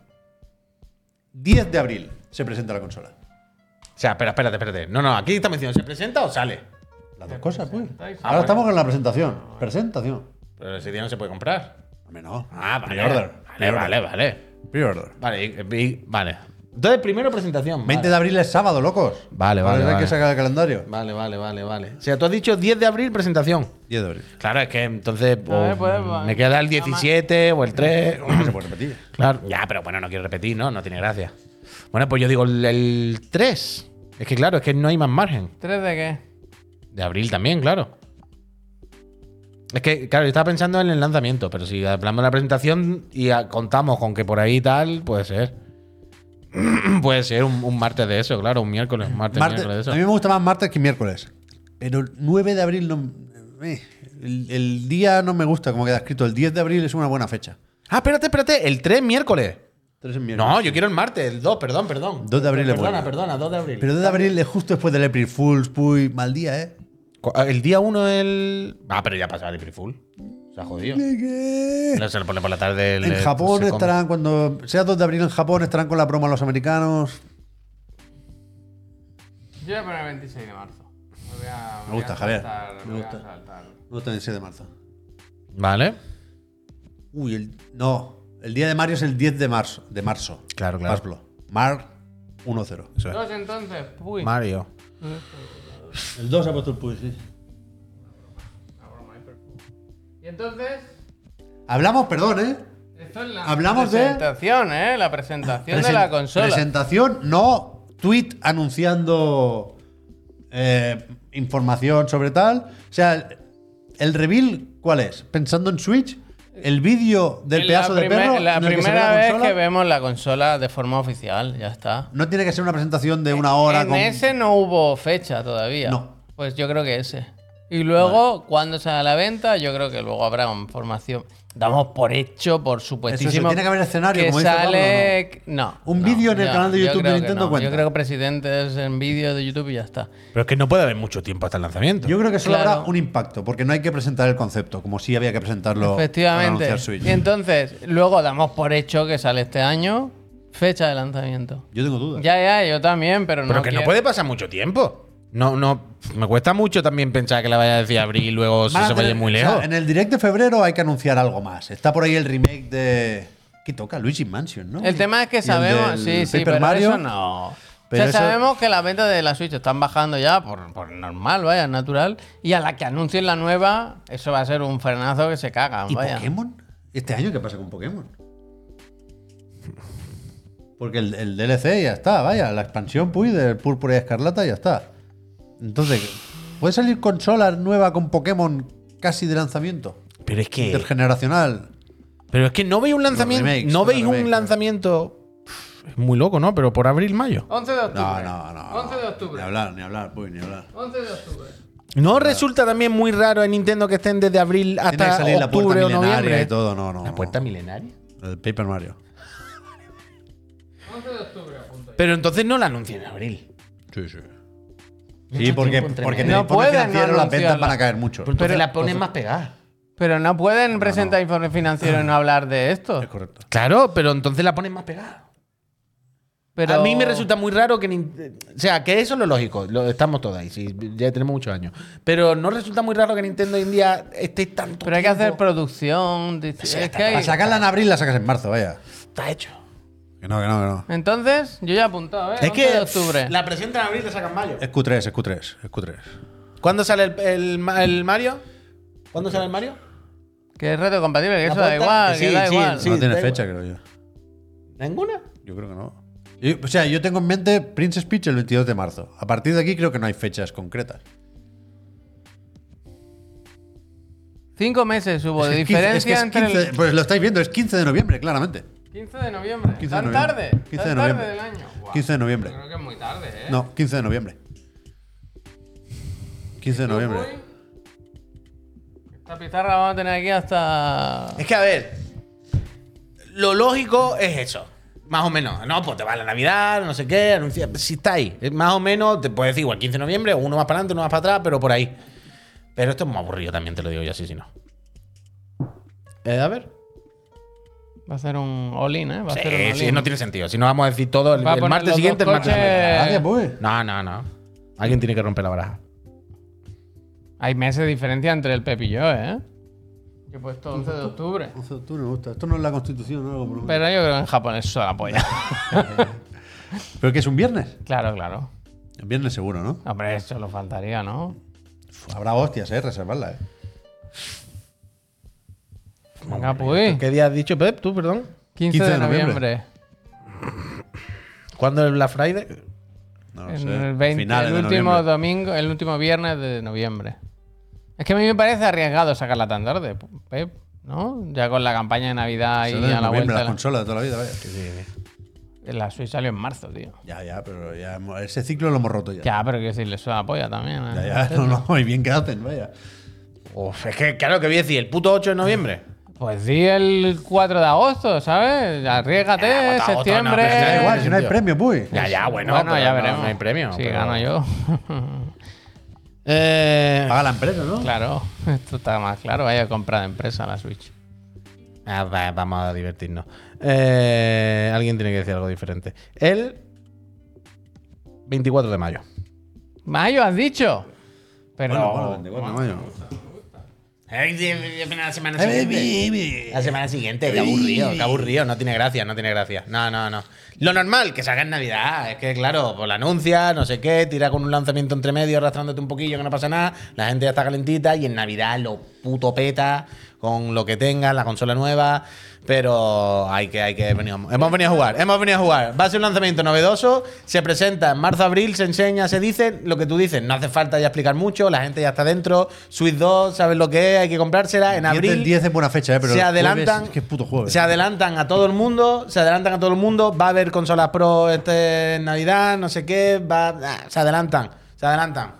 Speaker 2: 10 de abril se presenta la consola.
Speaker 5: Ah, O sea, espera, espérate, espérate. No, no, aquí está mencionado. ¿Se presenta o sale? Ah,
Speaker 2: Las dos cosas, pues. Ahora
Speaker 1: presentáis.
Speaker 2: estamos con la presentación. Presentación.
Speaker 5: Pero ese día no se puede comprar.
Speaker 2: Hombre, no.
Speaker 5: Ah, vale.
Speaker 2: Pre-order.
Speaker 5: Vale, vale, vale.
Speaker 2: Pre-order.
Speaker 5: Vale, y- y- vale. Entonces, primero presentación.
Speaker 2: 20
Speaker 5: vale.
Speaker 2: de abril es sábado, locos.
Speaker 5: Vale, vale,
Speaker 2: Ahora Hay
Speaker 5: vale.
Speaker 2: que sacar el calendario.
Speaker 5: Vale, vale, vale, vale. O sea, tú has dicho 10 de abril presentación.
Speaker 2: 10 de abril.
Speaker 5: Claro, es que entonces
Speaker 1: A ver,
Speaker 5: o
Speaker 1: pues, va.
Speaker 5: me queda el 17 o el 3.
Speaker 2: No se puede repetir.
Speaker 5: Claro, ya, pero bueno, no quiero repetir, ¿no? No tiene gracia. Bueno, pues yo digo el, el 3. Es que claro, es que no hay más margen.
Speaker 1: ¿Tres de qué?
Speaker 5: De abril también, claro. Es que, claro, yo estaba pensando en el lanzamiento, pero si hablamos de la presentación y ah, contamos con que por ahí tal, puede ser. puede ser un, un martes de eso, claro, un miércoles, un martes,
Speaker 2: Martes-
Speaker 5: miércoles de eso.
Speaker 2: a mí me gusta más martes que miércoles. Pero el 9 de abril no. eh, el, el día no me gusta como queda escrito. El 10 de abril es una buena fecha.
Speaker 5: Ah, espérate, espérate, el 3 miércoles.
Speaker 2: Tres en miércoles.
Speaker 5: No, yo quiero el martes, el 2, perdón, perdón.
Speaker 2: 2 de abril es
Speaker 5: Perdona,
Speaker 2: bueno.
Speaker 5: perdona, 2 de abril.
Speaker 2: Pero 2 de abril es justo después del April Fools. Puy, mal día, ¿eh?
Speaker 5: Co- El día 1 el. Ah, pero ya pasaba el April Fool. Se ha jodido. No se lo pone por la tarde. el-
Speaker 2: En
Speaker 4: eh,
Speaker 5: el-
Speaker 2: Japón
Speaker 5: se come.
Speaker 2: estarán, cuando sea 2 de abril en Japón, estarán con la broma los americanos.
Speaker 1: Yo voy a poner el 26 de marzo. Me, voy a-
Speaker 2: Me gusta,
Speaker 1: voy a
Speaker 2: Javier.
Speaker 1: saltar,
Speaker 2: Me
Speaker 1: voy a
Speaker 2: gusta.
Speaker 1: saltar.
Speaker 2: No está en el 6 de marzo.
Speaker 4: Vale.
Speaker 2: Uy, el. No. El día de Mario es el 10 de marzo. De marzo.
Speaker 4: Claro, claro.
Speaker 2: Pablo. Mar 1-0. Eso
Speaker 1: Dos entonces. Uy.
Speaker 4: Mario.
Speaker 2: El 2 ha puesto el Puy, sí.
Speaker 1: Y entonces.
Speaker 2: Hablamos, perdón, ¿eh?
Speaker 1: esto es la
Speaker 2: Hablamos de-
Speaker 1: presentación, ¿eh? La presentación de
Speaker 2: Presen-
Speaker 1: la consola.
Speaker 2: Presentación, no tweet anunciando eh, información sobre tal. O sea, el, el reveal, ¿cuál es? Pensando en Switch, el vídeo del
Speaker 1: Es
Speaker 2: pedazo
Speaker 1: la
Speaker 2: de
Speaker 1: primer-
Speaker 2: perro.
Speaker 1: La
Speaker 2: en el que se ve
Speaker 1: primera
Speaker 2: la
Speaker 1: vez
Speaker 2: consola,
Speaker 1: que vemos la consola de forma oficial, ya está.
Speaker 2: No tiene que ser una presentación de una hora.
Speaker 1: en
Speaker 2: con-
Speaker 1: ese no hubo fecha todavía.
Speaker 2: No.
Speaker 1: Pues yo creo que ese. Y luego, cuando salga a la venta, yo creo que luego habrá información. Damos por hecho, por supuestísimo.
Speaker 2: tiene que haber escenario,
Speaker 1: que
Speaker 2: como dice
Speaker 1: sale... No.
Speaker 2: Un
Speaker 1: no,
Speaker 2: vídeo en el
Speaker 1: no,
Speaker 2: canal de
Speaker 1: yo
Speaker 2: YouTube de
Speaker 1: creo que
Speaker 2: Nintendo
Speaker 1: no.
Speaker 2: cuenta.
Speaker 1: Yo creo que presidentes en vídeo de YouTube y ya está.
Speaker 4: Pero es que no puede haber mucho tiempo hasta el lanzamiento.
Speaker 2: Yo creo que solo
Speaker 1: Claro.
Speaker 2: habrá un impacto, porque no hay que presentar el concepto, como si había que presentarlo para
Speaker 1: Efectivamente.
Speaker 2: anunciar Switch.
Speaker 1: Y entonces, luego damos por hecho que sale este año, fecha de lanzamiento.
Speaker 2: Yo tengo dudas.
Speaker 1: Ya, ya, yo también, pero no.
Speaker 4: Pero que no
Speaker 1: quiero-
Speaker 4: puede pasar mucho tiempo. No, no. Me cuesta mucho también pensar que la vaya a decir abril y luego se,
Speaker 2: Van a
Speaker 4: se vaya
Speaker 2: tener-
Speaker 4: muy
Speaker 2: o sea,
Speaker 4: lejos.
Speaker 2: en el direct de febrero hay que anunciar algo más. Está por ahí el remake de. ¿Qué toca? Luigi Mansion, ¿no?
Speaker 1: El tema es
Speaker 2: Y
Speaker 1: que
Speaker 2: el
Speaker 1: sabemos, sí,
Speaker 2: del
Speaker 1: sí,
Speaker 2: Paper
Speaker 1: pero
Speaker 2: Mario.
Speaker 1: eso no.
Speaker 2: Pero
Speaker 1: o sea,
Speaker 2: eso-
Speaker 1: sabemos que las ventas de la Switch están bajando ya por, por normal, vaya, natural. Y a la que anuncien la nueva, eso va a ser un frenazo que se cagan,
Speaker 2: ¿Y
Speaker 1: vaya.
Speaker 2: Pokémon? ¿Este año qué pasa con Pokémon? Porque el, el DLC ya está, vaya. La expansión, pues, del Púrpura y Escarlata ya está. Entonces, ¿puede salir consola nueva con Pokémon casi de lanzamiento?
Speaker 4: Pero es que.
Speaker 2: Intergeneracional.
Speaker 4: Pero es que no veis un lanzamiento.
Speaker 2: remakes,
Speaker 4: no
Speaker 2: los
Speaker 4: veis
Speaker 2: remakes,
Speaker 4: un
Speaker 2: claro.
Speaker 4: lanzamiento. Pff, Es muy loco, ¿no? Pero por abril, mayo.
Speaker 1: 11 de
Speaker 2: No,
Speaker 1: octubre.
Speaker 2: no, no.
Speaker 1: 11 de
Speaker 2: Ni
Speaker 1: octubre.
Speaker 2: hablar, ni hablar, Puy, ni hablar.
Speaker 1: 11 de octubre.
Speaker 4: ¿No resulta también muy raro en Nintendo que estén desde abril hasta
Speaker 2: Tiene que salir la puerta
Speaker 4: octubre o
Speaker 2: milenaria
Speaker 4: noviembre?
Speaker 2: y todo, no, no.
Speaker 4: ¿La puerta milenaria?
Speaker 2: no. El Paper Mario.
Speaker 1: 11 de octubre, apunto.
Speaker 4: Pero entonces no la anuncian en abril.
Speaker 2: Sí, sí. Sí, porque,
Speaker 4: entre
Speaker 2: porque
Speaker 4: medio.
Speaker 2: no
Speaker 1: No
Speaker 2: pueden
Speaker 1: pueden no
Speaker 2: financiero las ventas
Speaker 1: anunciarla.
Speaker 2: van a caer mucho.
Speaker 4: Pero entonces
Speaker 1: Pero-
Speaker 4: la ponen más pegada.
Speaker 1: Pero no pueden presentar informe financiero y no hablar de esto.
Speaker 2: Correcto.
Speaker 4: Claro, pero entonces la ponen más pegada.
Speaker 1: Pero...
Speaker 4: A mí me resulta muy raro que. Nin- O sea, que eso es lo lógico. Lo, estamos todos ahí. sí, ya tenemos muchos años. Pero no resulta muy raro que Nintendo hoy en día esté tanto.
Speaker 1: Pero hay que hacer
Speaker 4: tiempo-
Speaker 1: producción. dice- es que hay-
Speaker 2: Para sacarla en abril la sacas en marzo, vaya.
Speaker 4: Está hecho.
Speaker 2: Que no, que no, que no.
Speaker 1: Entonces, yo ya he apuntado, ¿eh? 11 de octubre.
Speaker 4: La presentan en abril y la sacan en mayo.
Speaker 2: Es Q3, es Q3, es Q3.
Speaker 4: ¿Cuándo sale el, el ma- el Mario? ¿Cuándo sale el Mario?
Speaker 1: Que es reto compatible, que
Speaker 4: La
Speaker 1: eso da
Speaker 4: puerta-
Speaker 1: igual,
Speaker 4: sí,
Speaker 1: que da
Speaker 4: sí,
Speaker 1: igual.
Speaker 4: sí.
Speaker 2: no tiene
Speaker 4: da
Speaker 2: fecha, creo yo.
Speaker 4: ¿Ninguna?
Speaker 2: Yo creo que no. Yo- o sea, yo tengo en mente Princess Peach el 22 de marzo. A partir de aquí creo que no hay fechas concretas.
Speaker 1: Cinco meses hubo de
Speaker 2: Es que es 15
Speaker 1: Pues diferencia
Speaker 2: es
Speaker 1: entre el-
Speaker 2: 15 Pues lo estáis viendo, es 15 de noviembre, claramente.
Speaker 1: 15 de noviembre.
Speaker 2: 15 de
Speaker 1: tan
Speaker 2: noviembre.
Speaker 1: tarde.
Speaker 2: 15
Speaker 1: tan
Speaker 2: de noviembre.
Speaker 1: tarde del año. Guau,
Speaker 2: 15 de noviembre.
Speaker 1: Creo que es muy tarde, ¿eh?
Speaker 2: No, 15 de noviembre. 15 de
Speaker 1: Yo
Speaker 2: noviembre.
Speaker 1: voy- Esta pizarra la vamos a tener aquí hasta.
Speaker 4: Es que, a ver, lo lógico es eso. Más o menos. No, pues te va la Navidad, no sé qué, anuncia. Si está ahí. Eh, Más o menos, te puedes decir igual 15 de noviembre, uno más para adelante, uno más para atrás, pero por ahí. Pero esto es muy aburrido también, te lo digo yo así, si no. Eh, a ver.
Speaker 1: Va a ser un all-in, ¿eh? Va a ser un
Speaker 4: Sí,
Speaker 1: all-in.
Speaker 4: sí, no tiene sentido. Si no vamos a decir todo el,
Speaker 1: Va a
Speaker 4: el
Speaker 1: poner
Speaker 4: martes
Speaker 1: los
Speaker 4: siguiente, el
Speaker 1: dos
Speaker 4: martes
Speaker 1: coches.
Speaker 2: Gracias, pues.
Speaker 4: No, no, no. Alguien tiene que romper la baraja.
Speaker 1: Hay meses de diferencia entre el Pep y yo, ¿eh? Yo he puesto 11 de octubre.
Speaker 2: 11 de octubre me gusta. Esto no es la constitución, no algo por lo menos.
Speaker 1: Pero yo creo que en Japón es solo la polla.
Speaker 2: Pero que es un viernes.
Speaker 1: claro, claro.
Speaker 2: El viernes seguro, ¿no?
Speaker 1: Hombre, eso lo faltaría, ¿no?
Speaker 2: Uf, Habrá hostias, ¿eh? Reservarla, ¿eh?
Speaker 1: Venga, pues.
Speaker 4: ¿Qué día has dicho, Pep? Tú, perdón.
Speaker 1: 15 de noviembre.
Speaker 4: ¿Cuándo es Black Friday?
Speaker 2: No lo
Speaker 1: En
Speaker 2: sé.
Speaker 1: el, 20,
Speaker 2: Finales
Speaker 1: el
Speaker 2: de
Speaker 1: último
Speaker 2: noviembre.
Speaker 1: domingo, el último viernes de noviembre. Es que a mí me parece arriesgado sacarla tan tarde, Pep, ¿no? Ya con la campaña de Navidad y
Speaker 2: Finales de
Speaker 1: a la
Speaker 2: noviembre,
Speaker 1: vuelta.
Speaker 2: las
Speaker 1: La,
Speaker 2: consolas de toda la vida, vaya.
Speaker 1: la Switch salió en marzo, tío.
Speaker 2: Ya, ya, pero ya hemos- ese ciclo lo hemos roto ya.
Speaker 1: Ya, pero que si le suena polla también. ¿eh?
Speaker 2: Ya, ya, no, no, y bien que hacen, vaya.
Speaker 4: Uf, es que, claro, que voy a decir, el puto 8 de noviembre.
Speaker 1: Pues di el 4 de agosto, ¿sabes? Arriesgate,
Speaker 4: Ya, agosto, agosto, no,
Speaker 1: septiembre.
Speaker 4: pero
Speaker 2: Da
Speaker 4: Eh,
Speaker 2: igual, si no hay
Speaker 4: tío.
Speaker 2: premio, pues.
Speaker 4: Ya, ya, bueno.
Speaker 1: bueno,
Speaker 4: pero
Speaker 1: ya
Speaker 4: no,
Speaker 1: veremos.
Speaker 4: No hay premio.
Speaker 1: Sí,
Speaker 4: pero-
Speaker 1: gano yo.
Speaker 4: Eh,
Speaker 2: Paga la empresa, ¿no?
Speaker 1: claro, esto está más claro. Vaya compra de empresa la Switch.
Speaker 4: ah, va- vamos a divertirnos. Eh, alguien tiene que decir algo diferente. El 24 de mayo.
Speaker 1: Mayo, has dicho. Pero.
Speaker 2: Bueno, bueno, 24 de mayo.
Speaker 5: La semana
Speaker 2: Ay, baby, baby.
Speaker 5: La semana siguiente, qué aburrido, qué aburrido. No tiene gracia, no tiene gracia. No, no, no. Lo normal, que salga en Navidad. Es que, claro, pues la anuncia, no sé qué, tira con un lanzamiento entre medio, arrastrándote un poquillo, que no pasa nada. La gente ya está calentita y en Navidad lo puto peta con lo que tenga, la consola nueva. Pero hay que, hay que venir. Hemos venido a jugar, hemos venido a jugar. Va a ser un lanzamiento novedoso, se presenta en marzo-abril, se enseña, se dice lo que tú dices. No hace falta ya explicar mucho, la gente ya está dentro. Switch 2, sabes lo que es, hay que comprársela. En
Speaker 2: 10 del
Speaker 5: abril
Speaker 2: 10 es buena fecha, ¿eh? Pero
Speaker 5: se
Speaker 2: el jueves
Speaker 5: adelantan,
Speaker 2: es que es puto jueves.
Speaker 5: se adelantan a todo el mundo, se adelantan a todo el mundo, va a haber consolas pro este en Navidad, no sé qué, va, ah, se adelantan, se adelantan.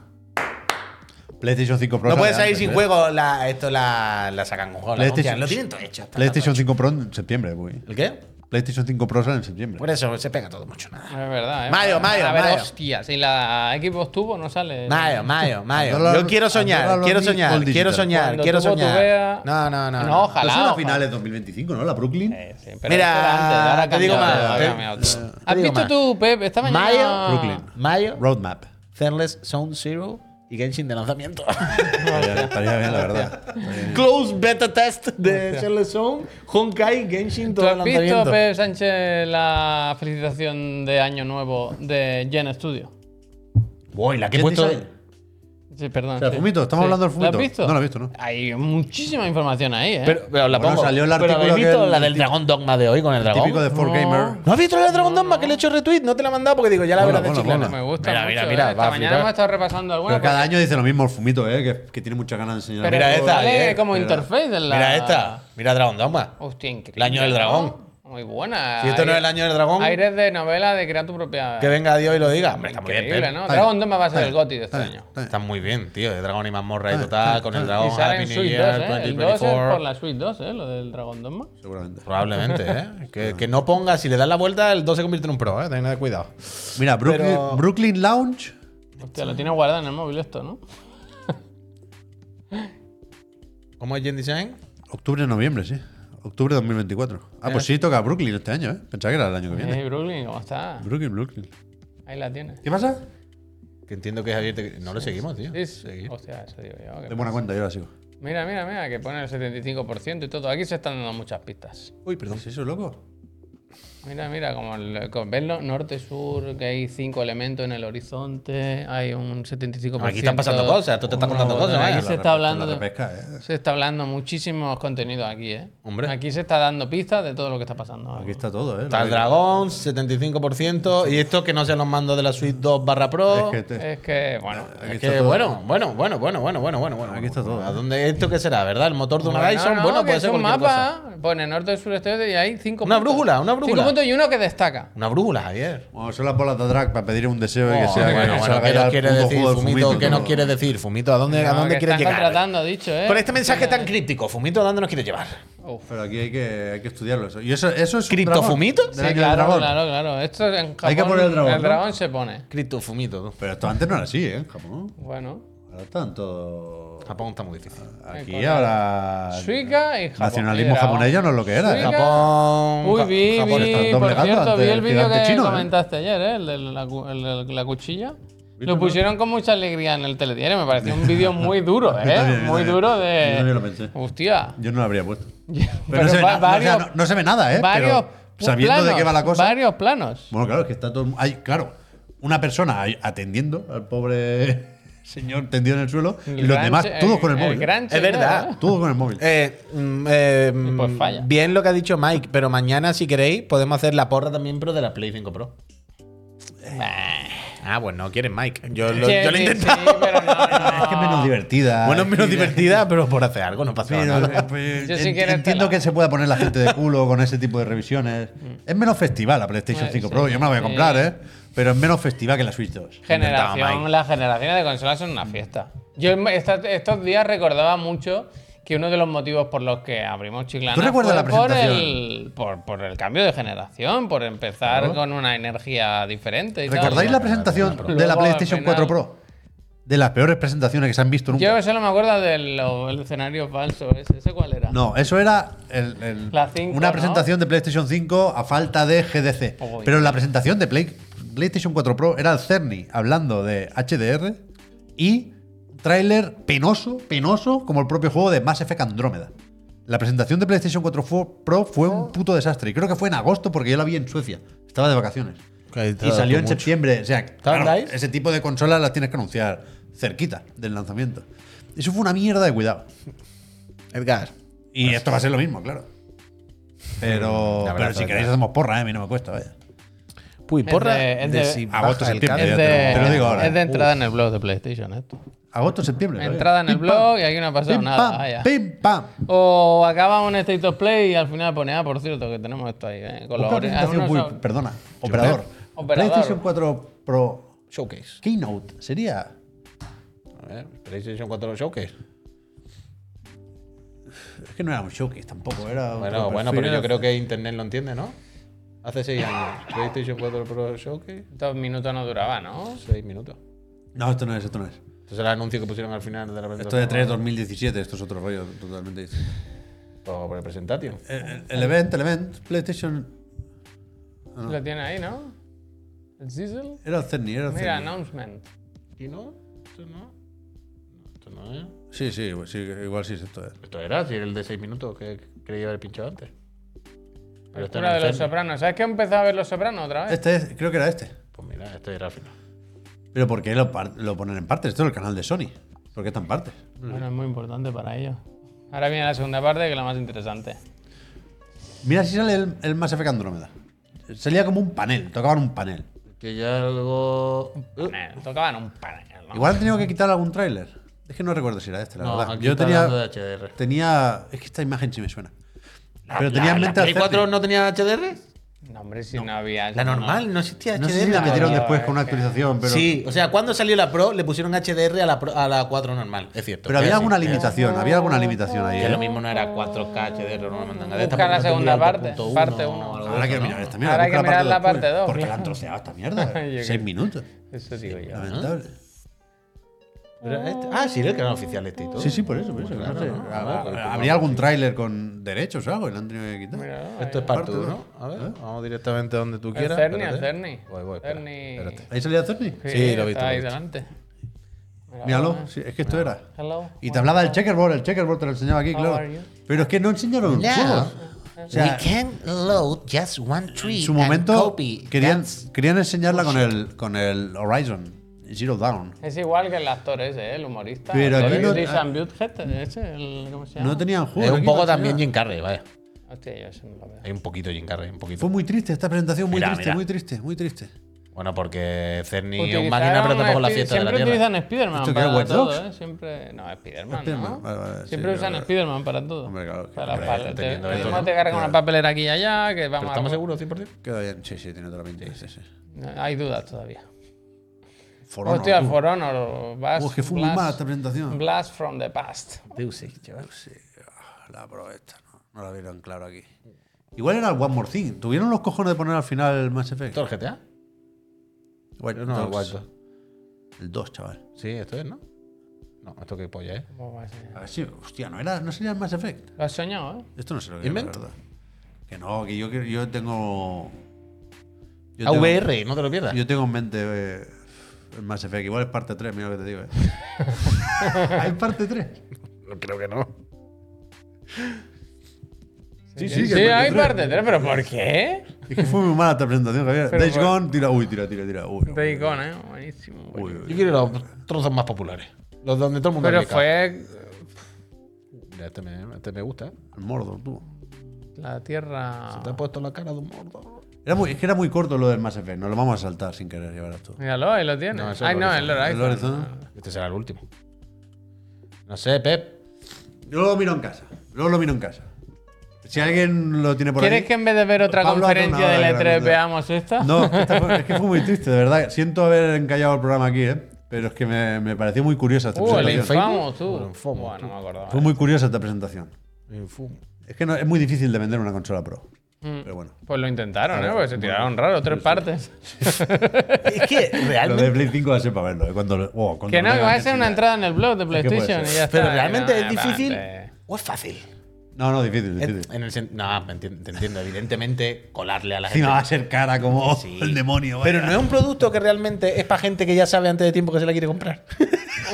Speaker 2: PlayStation 5 Pro.
Speaker 5: no
Speaker 2: se
Speaker 5: puedes salir
Speaker 2: adelanta,
Speaker 5: sin
Speaker 2: ¿eh?
Speaker 5: juego, la, esto la, la sacan con juego, la
Speaker 2: PlayStation-
Speaker 5: anuncian, lo tienen todo hecho. está
Speaker 2: PlayStation 5 Pro en septiembre, güey.
Speaker 5: todo hecho. ¿El qué?
Speaker 2: PlayStation 5 Pro sale en septiembre.
Speaker 5: Por eso se pega todo mucho nada.
Speaker 1: Es verdad, ¿eh?
Speaker 5: Mayo, mayo,
Speaker 1: A ver,
Speaker 5: mayo.
Speaker 1: hostia, si la Xbox tuvo, no sale.
Speaker 5: Mayo, mayo, mayo.
Speaker 2: Dólar-
Speaker 5: Yo quiero soñar,
Speaker 2: dólar
Speaker 5: quiero
Speaker 2: only,
Speaker 5: soñar,
Speaker 2: all
Speaker 5: quiero
Speaker 2: digital.
Speaker 5: soñar,
Speaker 1: Cuando
Speaker 5: quiero
Speaker 1: tú votas,
Speaker 5: soñar.
Speaker 1: tú veas-
Speaker 5: No, no, no.
Speaker 1: No,
Speaker 5: no.
Speaker 1: ojalá.
Speaker 2: Pero es la
Speaker 1: ojalá.
Speaker 2: final de 2025, ¿no? La Brooklyn.
Speaker 1: Eh, sí, pero
Speaker 5: Mira,
Speaker 1: eso era antes, ahora ha
Speaker 5: te digo
Speaker 1: cambiado,
Speaker 5: más,
Speaker 1: ahora
Speaker 5: te-
Speaker 1: ha cambiado todo.
Speaker 5: te
Speaker 1: ¿Has
Speaker 5: digo
Speaker 1: visto
Speaker 5: más.
Speaker 1: tú, Pep? Esta mañana.
Speaker 5: Mayo, Mayo,
Speaker 2: Roadmap.
Speaker 5: Zenless Zone Zero y Genshin de lanzamiento.
Speaker 2: Estaría estaría bien, la verdad. Estaría bien.
Speaker 5: Close beta test de Zenless Zone, Honkai, Genshin,
Speaker 1: ¿Tú
Speaker 5: todo el
Speaker 1: has visto,
Speaker 5: lanzamiento.
Speaker 1: Pep Sánchez, la felicitación de Año Nuevo de Gen Studio?
Speaker 5: Uy, la que he
Speaker 2: Jet
Speaker 5: puesto.
Speaker 2: Design.
Speaker 1: Sí, perdón.
Speaker 2: O sea,
Speaker 1: sí.
Speaker 2: Fumito, estamos
Speaker 1: Sí.
Speaker 2: hablando del Fumito.
Speaker 1: ¿Lo has visto?
Speaker 2: No lo he visto, ¿no?
Speaker 1: Hay muchísima información ahí, ¿eh?
Speaker 5: Pero, pero la
Speaker 2: Bueno,
Speaker 5: pongo.
Speaker 2: salió el
Speaker 5: Pero
Speaker 2: artículo
Speaker 5: ¿habéis visto
Speaker 2: aquel
Speaker 5: la del
Speaker 2: típico-
Speaker 5: Dragon Dogma de hoy con el dragón?
Speaker 2: Típico de 4Gamer.
Speaker 5: ¿No has visto la del Dragon Dogma que le he hecho retweet? No te la he mandado porque digo, ya la
Speaker 2: Hola,
Speaker 5: verás de
Speaker 2: hola,
Speaker 5: chiclana.
Speaker 2: hola.
Speaker 1: me gusta
Speaker 5: Mira,
Speaker 1: mucho.
Speaker 5: mira,
Speaker 1: ¿eh?
Speaker 5: mira, va
Speaker 1: Esta
Speaker 5: a
Speaker 1: mañana
Speaker 5: flipar.
Speaker 1: hemos estado repasando
Speaker 2: Pero
Speaker 1: alguna.
Speaker 2: cada
Speaker 5: pues,
Speaker 2: año dice lo mismo el Fumito, ¿eh? Que, que tiene muchas ganas de enseñar.
Speaker 1: pero
Speaker 5: mira esta,
Speaker 1: sale
Speaker 5: eh,
Speaker 1: como
Speaker 5: mira.
Speaker 1: interface en la.
Speaker 5: Mira esta, mira Dragon Dogma.
Speaker 1: Hostia, increíble.
Speaker 5: El año del
Speaker 1: ¿no?
Speaker 5: dragón.
Speaker 1: Muy buena. eh.
Speaker 5: Si esto no es
Speaker 1: Aire-
Speaker 5: el año del dragón,
Speaker 1: Aires de novela de crear tu propia.
Speaker 5: que venga Dios y lo diga. Hombre, está muy bien,
Speaker 1: Increíble,
Speaker 5: Pep.
Speaker 1: ¿no?
Speaker 2: Está
Speaker 1: Dragon
Speaker 2: bien,
Speaker 1: Dogma va a ser
Speaker 2: está
Speaker 1: el
Speaker 2: bien,
Speaker 1: GOTY de este
Speaker 2: está bien.
Speaker 1: año.
Speaker 5: Está muy bien, tío. De Dragón y mazmorra y
Speaker 2: Ah,
Speaker 5: total,
Speaker 2: ah,
Speaker 5: con el
Speaker 2: ah.
Speaker 1: Y
Speaker 5: dragón
Speaker 1: sale
Speaker 5: Happy
Speaker 1: en
Speaker 5: New
Speaker 1: Switch
Speaker 5: Year
Speaker 1: 2, ¿eh? El 2 es
Speaker 5: 2024.
Speaker 1: por la Switch 2, ¿eh? Lo del Dragon Dogma.
Speaker 2: Seguramente.
Speaker 5: Probablemente, ¿eh? Que, que no ponga, si le das la vuelta, el 2 se convierte en un pro, ¿eh? Tened cuidado.
Speaker 2: Mira, Brooklyn,
Speaker 5: Pero-
Speaker 2: Brooklyn Lounge.
Speaker 1: Hostia, lo tiene guardado en el móvil esto, ¿no?
Speaker 5: ¿Cómo es Gen Design?
Speaker 2: Octubre, noviembre, sí. Octubre 2024. Ah, pues sí, toca Brooklyn este año, ¿eh? Pensaba que era el año que viene.
Speaker 1: Eh, Brooklyn, ¿cómo está?
Speaker 2: Brooklyn, Brooklyn.
Speaker 1: Ahí la tiene.
Speaker 2: ¿Qué pasa?
Speaker 5: Que entiendo que es abierto. No lo seguimos, tío.
Speaker 1: Sí,
Speaker 5: Seguir.
Speaker 1: Hostia, eso digo yo. que-
Speaker 2: De buena cuenta, yo la sigo.
Speaker 1: Mira, mira, mira, que pone el 75% y todo. Aquí se están dando muchas pistas.
Speaker 2: Uy, perdón. ¿Es eso, loco?
Speaker 1: Mira, mira, como el- con verlo, norte, sur, que hay cinco elementos en el horizonte, hay un 75%.
Speaker 5: Aquí están pasando cosas, tú te estás contando cosas,
Speaker 1: Aquí
Speaker 5: vaya.
Speaker 1: se está hablando
Speaker 2: La
Speaker 1: de,
Speaker 2: repesca, ¿eh?
Speaker 1: se está hablando muchísimos contenidos aquí, ¿eh?
Speaker 5: Hombre.
Speaker 1: Aquí se está dando pistas de todo lo que está pasando.
Speaker 2: Aquí está todo, ¿eh?
Speaker 5: Está el dragón, 75%. Y esto que no sean los mandos de la Suite 2 barra
Speaker 2: Es
Speaker 5: pro.
Speaker 2: que te-
Speaker 1: Es que, bueno,
Speaker 2: aquí
Speaker 5: eh, Es
Speaker 2: está
Speaker 5: que
Speaker 2: todo.
Speaker 5: bueno, bueno, bueno, bueno, bueno, bueno, bueno, bueno.
Speaker 2: Aquí está todo.
Speaker 5: ¿A dónde esto qué será, verdad? El motor de una
Speaker 1: Bueno,
Speaker 5: Dyson,
Speaker 1: no,
Speaker 5: bueno,
Speaker 1: que
Speaker 5: puede
Speaker 1: es
Speaker 5: ser
Speaker 1: un
Speaker 5: cualquier cosa.
Speaker 1: mapa, pone norte, sur, este, oeste, y hay cinco
Speaker 5: Una
Speaker 1: puntos.
Speaker 5: brújula, una brújula.
Speaker 1: Cinco puntos y uno que destaca.
Speaker 5: Una brújula, Javier.
Speaker 2: Bueno, son las bolas de drag para pedir un deseo y que
Speaker 5: Oh,
Speaker 2: sea
Speaker 5: bueno,
Speaker 2: que
Speaker 5: bueno,
Speaker 2: salga
Speaker 5: ¿qué
Speaker 2: ya
Speaker 5: nos
Speaker 2: el
Speaker 5: quiere
Speaker 2: puto
Speaker 5: decir,
Speaker 2: juego del
Speaker 5: Fumito? ¿Qué nos
Speaker 2: todo.
Speaker 5: quiere decir, Fumito? ¿A dónde, a
Speaker 1: No,
Speaker 5: dónde
Speaker 1: que
Speaker 5: quieres
Speaker 1: están
Speaker 5: llegar?
Speaker 1: contratando, ha dicho, ¿eh?
Speaker 5: Con este mensaje tan críptico, Fumito, ¿a dónde nos quieres llevar?
Speaker 1: Uf.
Speaker 2: Pero aquí hay que, hay que estudiarlo eso. Y eso, eso es. un
Speaker 5: ¿Criptofumito?
Speaker 2: dragón, del
Speaker 1: Sí,
Speaker 2: año del
Speaker 1: claro,
Speaker 2: dragón.
Speaker 1: claro, claro. Esto en Japón,
Speaker 2: Hay que poner el dragón, ¿no?
Speaker 1: se pone.
Speaker 5: Cripto Fumito.
Speaker 2: Pero esto antes no era así, ¿eh? En Japón.
Speaker 1: Bueno.
Speaker 2: Ahora están todos.
Speaker 5: Japón está muy difícil.
Speaker 2: Aquí ahora.
Speaker 1: eh, Suica y Japón.
Speaker 2: Nacionalismo
Speaker 1: Mira,
Speaker 2: japonés ya no es lo que era. ¿eh?
Speaker 1: Suica.
Speaker 5: Japón.
Speaker 1: Uy,
Speaker 5: Ja-
Speaker 1: vi,
Speaker 5: Japón está-
Speaker 1: vi,
Speaker 2: están
Speaker 1: por
Speaker 2: doblegando
Speaker 1: cierto,
Speaker 2: ante
Speaker 1: vi el
Speaker 2: el
Speaker 1: vídeo que
Speaker 2: gigante chino, ¿eh?
Speaker 1: comentaste ayer, ¿eh? el de la, cu- el de la cuchilla.
Speaker 2: ¿Viste,
Speaker 1: Lo
Speaker 2: no?
Speaker 1: pusieron con mucha alegría en el telediario, me pareció un vídeo muy duro, ¿eh?
Speaker 2: también, yo
Speaker 1: muy
Speaker 2: también.
Speaker 1: duro
Speaker 2: Yo también lo
Speaker 1: de...
Speaker 2: pensé.
Speaker 1: Hostia.
Speaker 2: Yo no lo habría puesto. Pero,
Speaker 1: Pero
Speaker 2: no, se ve
Speaker 1: va-
Speaker 2: na- no, o sea,
Speaker 1: varios-
Speaker 2: no- no se ve nada, ¿eh?
Speaker 1: varios
Speaker 2: Pero sabiendo de qué va la cosa.
Speaker 1: Varios planos.
Speaker 2: Bueno, claro, es que está todo. el mu- Hay, claro, una persona ahí atendiendo al pobre señor tendido en el suelo y los
Speaker 1: gran
Speaker 2: demás,
Speaker 1: che-
Speaker 2: todos con el móvil. ¿eh?
Speaker 1: El gran
Speaker 5: Es verdad.
Speaker 1: chino.
Speaker 2: Todos con el móvil.
Speaker 5: Eh, mm, eh, mm,
Speaker 1: Pues falla.
Speaker 5: Bien lo que ha dicho Mike, pero mañana, si queréis, podemos hacer la porra también, pero de la Play 5 Pro. Ah, pues no quieres, Mike. Yo lo,
Speaker 1: Sí,
Speaker 5: yo lo he
Speaker 1: sí,
Speaker 5: intentado.
Speaker 1: sí, pero no, no.
Speaker 2: es que es menos divertida.
Speaker 5: Bueno, es menos
Speaker 2: Sí,
Speaker 5: divertida, pero por hacer algo no pasa
Speaker 2: Pero,
Speaker 5: nada.
Speaker 2: eh, pues,
Speaker 1: Yo sí
Speaker 2: en-
Speaker 1: que eres
Speaker 2: entiendo
Speaker 1: pelado.
Speaker 2: que se pueda poner la gente de culo con ese tipo de revisiones. Es menos festiva la PlayStation
Speaker 1: Eh,
Speaker 2: 5
Speaker 1: Mm. sí,
Speaker 2: Pro, yo me la voy a
Speaker 1: sí.
Speaker 2: comprar, ¿eh? Pero es menos festiva que la Switch 2.
Speaker 5: Intentaba, Mike.
Speaker 1: Generación, las generaciones de consolas son una fiesta. Yo en- esta- estos días recordaba mucho que uno de los motivos por los que abrimos Chiclana
Speaker 2: ¿Tú recuerdas la
Speaker 1: por
Speaker 2: presentación?
Speaker 1: el, por, por el cambio de generación, por empezar con una energía diferente. y tal.
Speaker 2: ¿Recordáis la presentación de la
Speaker 1: Luego,
Speaker 2: PlayStation
Speaker 1: al
Speaker 2: 4
Speaker 1: final-
Speaker 2: Pro? De las peores presentaciones que se han visto nunca.
Speaker 1: Yo solo me acuerdo del lo- el escenario falso ese. ¿Ese cuál era?
Speaker 2: No, eso era el- el-
Speaker 1: La cinco,
Speaker 2: una
Speaker 1: ¿no? Oh,
Speaker 2: presentación de PlayStation 5 a falta de GDC.
Speaker 1: Uy.
Speaker 2: Pero la presentación de Play, PlayStation 4 Pro era el Cerny hablando de HDR y un tráiler penoso, penoso, como el propio juego de Mass Effect Andrómeda. La presentación de PlayStation 4 fu- Pro fue
Speaker 1: Oh.
Speaker 2: un puto desastre. Y creo que fue en agosto porque yo la vi en Suecia. Estaba de vacaciones.
Speaker 4: Que te
Speaker 2: Y
Speaker 4: ha
Speaker 2: salió
Speaker 4: dado
Speaker 2: en
Speaker 4: mucho.
Speaker 2: septiembre. O sea, claro,
Speaker 4: andáis?
Speaker 2: ese tipo de consolas las tienes que anunciar cerquita del lanzamiento. Eso fue una mierda de cuidado.
Speaker 4: Edgar.
Speaker 2: Y esto va a ser lo mismo, claro. Pero,
Speaker 4: Pues Mm, La verdad,
Speaker 2: pero si
Speaker 4: la
Speaker 2: queréis
Speaker 4: verdad.
Speaker 2: hacemos porra, ¿eh? a mí no me cuesta, vaya.
Speaker 4: Puy,
Speaker 1: Es
Speaker 4: porra.
Speaker 1: de- es
Speaker 4: de
Speaker 1: de-
Speaker 4: si baja
Speaker 2: Agosto,
Speaker 4: el
Speaker 2: septiembre,
Speaker 4: cambio.
Speaker 1: Es
Speaker 2: ya te
Speaker 1: de,
Speaker 2: lo- te lo digo ahora. ¿eh?
Speaker 1: es de entrada en el blog de PlayStation esto.
Speaker 2: Agosto, septiembre. vaya.
Speaker 1: Entrada en el
Speaker 2: Pim, pam.
Speaker 1: blog y aquí no ha pasado
Speaker 2: Pim,
Speaker 1: nada.
Speaker 2: pam,
Speaker 1: vaya.
Speaker 2: Pim, pam.
Speaker 1: O acabamos en State of Play y al final pone, ah, por cierto, que tenemos esto ahí. eh, con los
Speaker 2: Otra
Speaker 1: ori-
Speaker 2: presentación,
Speaker 1: algunos
Speaker 2: uy,
Speaker 1: son-
Speaker 2: perdona. Operador.
Speaker 1: Operador.
Speaker 2: PlayStation 4 Pro
Speaker 4: Showcase.
Speaker 2: Keynote sería.
Speaker 4: A ver, PlayStation 4 Showcase.
Speaker 2: Es que no era un showcase tampoco, era.
Speaker 4: Bueno, bueno, pero yo creo que Internet lo entiende, ¿no? Hace 6 años. PlayStation 4 Pro Showcase.
Speaker 1: Dos minutos no duraba, ¿no?
Speaker 4: 6 minutos.
Speaker 2: No, esto no es, esto no es.
Speaker 4: Entonces el anuncio que pusieron al final de la
Speaker 2: Esto
Speaker 4: presentación.
Speaker 2: de 3 2017, esto es otro rollo totalmente distinto.
Speaker 4: Por el presentatio.
Speaker 2: El, el event, el event, PlayStation.
Speaker 4: Ah,
Speaker 1: Lo tiene ahí, ¿no? El Sizzle.
Speaker 2: Era el Cerny, era el
Speaker 1: Mira,
Speaker 2: Cerny.
Speaker 1: announcement.
Speaker 4: ¿Y no? Esto no. No, Esto no
Speaker 5: ¿eh?
Speaker 4: es.
Speaker 2: Sí, sí, igual sí, igual sí es esto. eh.
Speaker 4: Esto era, si era el de 6 minutos que creía haber pinchado antes. Pero esto
Speaker 1: Una
Speaker 4: era
Speaker 1: de los
Speaker 4: el Cerny.
Speaker 1: Sopranos. ¿Sabes que he empezado a ver los Sopranos otra vez?
Speaker 2: Este es, creo que era este.
Speaker 4: Pues mira, esto era al final.
Speaker 2: Pero ¿por qué lo, par- lo ponen en partes? Esto es el canal de Sony. ¿Por qué está en partes?
Speaker 1: Bueno, es muy importante para ellos. Ahora viene la segunda parte, que es la más interesante.
Speaker 2: Mira si sale el, el Mass Effect Andrómeda. Salía como un panel, tocaban un panel.
Speaker 4: Que ya algo.
Speaker 1: Panel, Eh, Tocaban un panel. ¿no?
Speaker 2: Igual han tenido que quitar algún tráiler. Es que no recuerdo si era este, la
Speaker 4: No,
Speaker 2: verdad.
Speaker 4: aquí
Speaker 2: Yo
Speaker 4: está hablando
Speaker 2: tenía,
Speaker 4: de HDR.
Speaker 2: tenía. Es que esta imagen sí me suena. Pero tenía en mente
Speaker 4: Ah, ¿La Play
Speaker 2: al
Speaker 4: 4
Speaker 2: Cerny.
Speaker 4: no tenía HDR?
Speaker 1: No, hombre, si no, había.
Speaker 4: La normal, no existía HDR.
Speaker 2: No sé si la metieron
Speaker 1: no,
Speaker 2: después
Speaker 1: es
Speaker 2: con una
Speaker 1: que-
Speaker 2: actualización, pero.
Speaker 4: Sí, o sea, cuando salió la Pro, le pusieron HDR a la, Pro- a la 4 normal, es cierto.
Speaker 2: Pero
Speaker 4: Que así,
Speaker 2: había alguna
Speaker 4: que-
Speaker 2: limitación, había alguna limitación ahí.
Speaker 4: Que
Speaker 2: ¿eh?
Speaker 4: lo mismo no era 4K HDR, no me mandan a
Speaker 1: Busca la segunda parte, parte uno.
Speaker 2: Ahora este. quiero mirar esta mierda.
Speaker 1: Ahora hay
Speaker 2: busca
Speaker 1: que mirar la
Speaker 2: dos,
Speaker 1: parte dos,
Speaker 2: Porque
Speaker 1: claro.
Speaker 2: la han troceado esta mierda. ¿eh?
Speaker 1: Yo
Speaker 2: Seis
Speaker 1: qué-
Speaker 2: minutos.
Speaker 1: Eso digo yo.
Speaker 2: Lamentable.
Speaker 4: Ah, sí, era el canal oficial este y todo.
Speaker 2: Sí, sí, por eso, por eso.
Speaker 4: Claro,
Speaker 2: no sé.
Speaker 4: ¿no?
Speaker 2: Ah,
Speaker 4: Ah,
Speaker 2: ah,
Speaker 4: claro,
Speaker 2: Habría algún tráiler con derechos o algo y lo han tenido que quitar.
Speaker 1: Mira,
Speaker 4: Esto es parte 1. A ver, vamos directamente a donde tú
Speaker 1: eh, El
Speaker 4: quieras.
Speaker 1: Cerny, el
Speaker 4: espérate.
Speaker 1: Cerny.
Speaker 4: Voy, voy, espera,
Speaker 1: Cerny.
Speaker 4: espérate.
Speaker 2: ¿Ahí salía Cerny?
Speaker 4: Sí, lo he visto,
Speaker 1: está
Speaker 4: lo he
Speaker 1: ahí
Speaker 4: visto.
Speaker 1: delante. Mira,
Speaker 2: Míralo, sí, es que esto era.
Speaker 1: Hello.
Speaker 2: Y te hablaba del checkerboard, el checkerboard te lo enseñaba aquí,
Speaker 1: How are
Speaker 2: claro.
Speaker 1: you?
Speaker 2: Pero es que no enseñaron el
Speaker 5: No.
Speaker 2: juego. O sea,
Speaker 5: We can load just one tree
Speaker 2: en su
Speaker 5: and
Speaker 2: momento
Speaker 5: copy.
Speaker 2: querían,
Speaker 5: That's-
Speaker 2: querían enseñarla con el, con el Horizon Zero Down.
Speaker 1: Es igual que el actor ese, ¿eh? el humorista.
Speaker 2: Pero aquí
Speaker 1: David
Speaker 2: no-
Speaker 1: Jason Butehead, ese, el, ¿cómo se llama?
Speaker 2: No tenían juego.
Speaker 4: Es un
Speaker 2: aquí
Speaker 4: poco
Speaker 2: lo
Speaker 4: también Jim
Speaker 2: enseñaban.
Speaker 4: Carrey, vaya.
Speaker 1: Hostia, yo eso no lo veo.
Speaker 4: Hay un poquito Jim Carrey, un poquito.
Speaker 2: Fue muy triste esta presentación, muy
Speaker 4: Mira,
Speaker 2: triste,
Speaker 4: mira.
Speaker 2: muy triste, muy triste.
Speaker 4: Bueno, porque Cerny es un
Speaker 1: Utilizaron
Speaker 4: máquina, pero tampoco la
Speaker 1: Spi-
Speaker 4: fiesta de la
Speaker 1: Siempre
Speaker 4: tierra.
Speaker 1: utilizan Spider-Man
Speaker 2: ¿Esto qué
Speaker 1: para
Speaker 2: es, Watch
Speaker 1: todo,
Speaker 2: Dogs?
Speaker 1: ¿eh? Siempre... No, Spider-Man,
Speaker 2: Spider-Man,
Speaker 1: ¿no?
Speaker 2: vale, vale, sí,
Speaker 1: Siempre
Speaker 2: vale,
Speaker 1: usan
Speaker 2: vale.
Speaker 1: Spider-man para todo.
Speaker 2: Hombre, claro,
Speaker 1: Para
Speaker 2: que-
Speaker 1: pal-
Speaker 4: estoy
Speaker 1: te-
Speaker 4: viendo esto,
Speaker 1: Podemos
Speaker 4: ¿no?
Speaker 1: te cargar una papelera aquí y allá, que vamos
Speaker 4: ¿Pero
Speaker 1: a-
Speaker 4: estamos seguros 100%?
Speaker 2: Queda bien, sí, sí, tiene otra pinta. Sí, sí.
Speaker 1: No, Hay dudas todavía.
Speaker 2: For Honor,
Speaker 1: Hostia,
Speaker 2: uh.
Speaker 1: For Honor. Blast,
Speaker 2: Uh, es que fue muy
Speaker 1: Blast-
Speaker 2: mala esta presentación.
Speaker 1: Blast from the past.
Speaker 4: Deus Ex, chaval.
Speaker 2: La pro esta, no, no la vieron claro aquí. Igual era el One More Thing. ¿Tuvieron los cojones de poner al final el Mass Effect?
Speaker 4: ¿Esto es el GTA?
Speaker 2: Watch
Speaker 4: No, el
Speaker 2: Dogs.
Speaker 4: Watch Dogs.
Speaker 2: El 2, chaval.
Speaker 4: Sí, esto es, ¿no? No, esto qué polla ¿eh? es.
Speaker 1: ¿Cómo va a ser?
Speaker 2: A ver si, hostia, no, era, no sería el Mass Effect.
Speaker 1: Lo has soñado, ¿eh?
Speaker 2: Esto no se lo que la
Speaker 4: Invent.
Speaker 2: verdad. Que no, que yo, que yo tengo. Yo tengo-
Speaker 4: AVR, no te lo pierdas.
Speaker 2: Yo tengo en mente eh, el Mass Effect. Igual es parte 3, mira lo que te digo. eh. Hay parte 3.
Speaker 4: No creo que no.
Speaker 2: Sí,
Speaker 1: Sí, hay parte 3, pero ¿por qué?
Speaker 2: Es que fue muy mala esta presentación, Javier.
Speaker 1: Pero
Speaker 2: Days
Speaker 1: por-
Speaker 2: Gone, tira, uy, tira, tira, tira. Uy,
Speaker 1: De icona, ¿eh? Buenísimo.
Speaker 2: uy,
Speaker 1: buenísimo.
Speaker 2: uy.
Speaker 4: Yo quiero los trozos más populares. Los donde todo el mundo
Speaker 1: Pero
Speaker 4: clica.
Speaker 1: fue
Speaker 4: Mira, este me, este me gusta. ¿eh?
Speaker 2: El Mordor, tú.
Speaker 1: la tierra...
Speaker 4: Te he puesto la cara de un mordo.
Speaker 2: Era muy, es que era muy corto lo del Mass Effect. Nos lo vamos a saltar sin querer, ya verás tú.
Speaker 1: Míralo, ahí lo
Speaker 4: No,
Speaker 1: tienes.
Speaker 4: eso es
Speaker 1: Ay, no,
Speaker 4: Horizon.
Speaker 1: el Lord
Speaker 2: El Horizon.
Speaker 4: Este será el último. No sé, Pep.
Speaker 2: Yo lo miro en casa. Luego lo miro en casa. Si alguien lo tiene por ahí.
Speaker 1: ¿Quieres que en vez de ver otra
Speaker 2: Pablo ha
Speaker 1: conferencia
Speaker 2: tronado
Speaker 1: de
Speaker 2: ahí
Speaker 1: la E3
Speaker 2: realmente.
Speaker 1: veamos esta?
Speaker 2: No, es que, esta fue- es que fue muy triste, de verdad. Siento haber encallado el programa aquí, ¿eh? Pero es que me, me pareció muy curiosa esta
Speaker 1: Uh, el
Speaker 2: presentación.
Speaker 1: infamo, tú.
Speaker 4: El infamo,
Speaker 1: Buah, no me acordaba.
Speaker 2: Fue muy curiosa esta presentación.
Speaker 4: Infumo.
Speaker 2: Es que no, es muy difícil de vender una consola pro. Pero bueno.
Speaker 1: Pues lo intentaron, ¿eh? Porque se tiraron raro, tres partes.
Speaker 4: Es que
Speaker 2: Lo de
Speaker 4: realmente.
Speaker 2: Play 5 va a ser para verlo. ¿eh? Cuando, lo- oh, cuando
Speaker 1: Que
Speaker 2: lo
Speaker 1: no, que
Speaker 2: tengan
Speaker 1: va a
Speaker 2: que
Speaker 1: ser una
Speaker 2: enseñar.
Speaker 1: entrada en el blog de
Speaker 2: que puede
Speaker 1: PlayStation y
Speaker 2: ser.
Speaker 1: ya está.
Speaker 4: Pero realmente
Speaker 1: Que no,
Speaker 4: es difícil.
Speaker 1: adelante.
Speaker 4: O es fácil.
Speaker 2: No, no, difícil, difícil.
Speaker 5: En el sen- no, me enti- te entiendo. Evidentemente, colarle a la
Speaker 2: Si
Speaker 5: gente.
Speaker 2: no va a ser cara como
Speaker 5: Sí.
Speaker 2: el demonio.
Speaker 5: Pero
Speaker 2: vaya.
Speaker 5: no es un producto que realmente es para gente que ya sabe antes de tiempo que se la quiere comprar.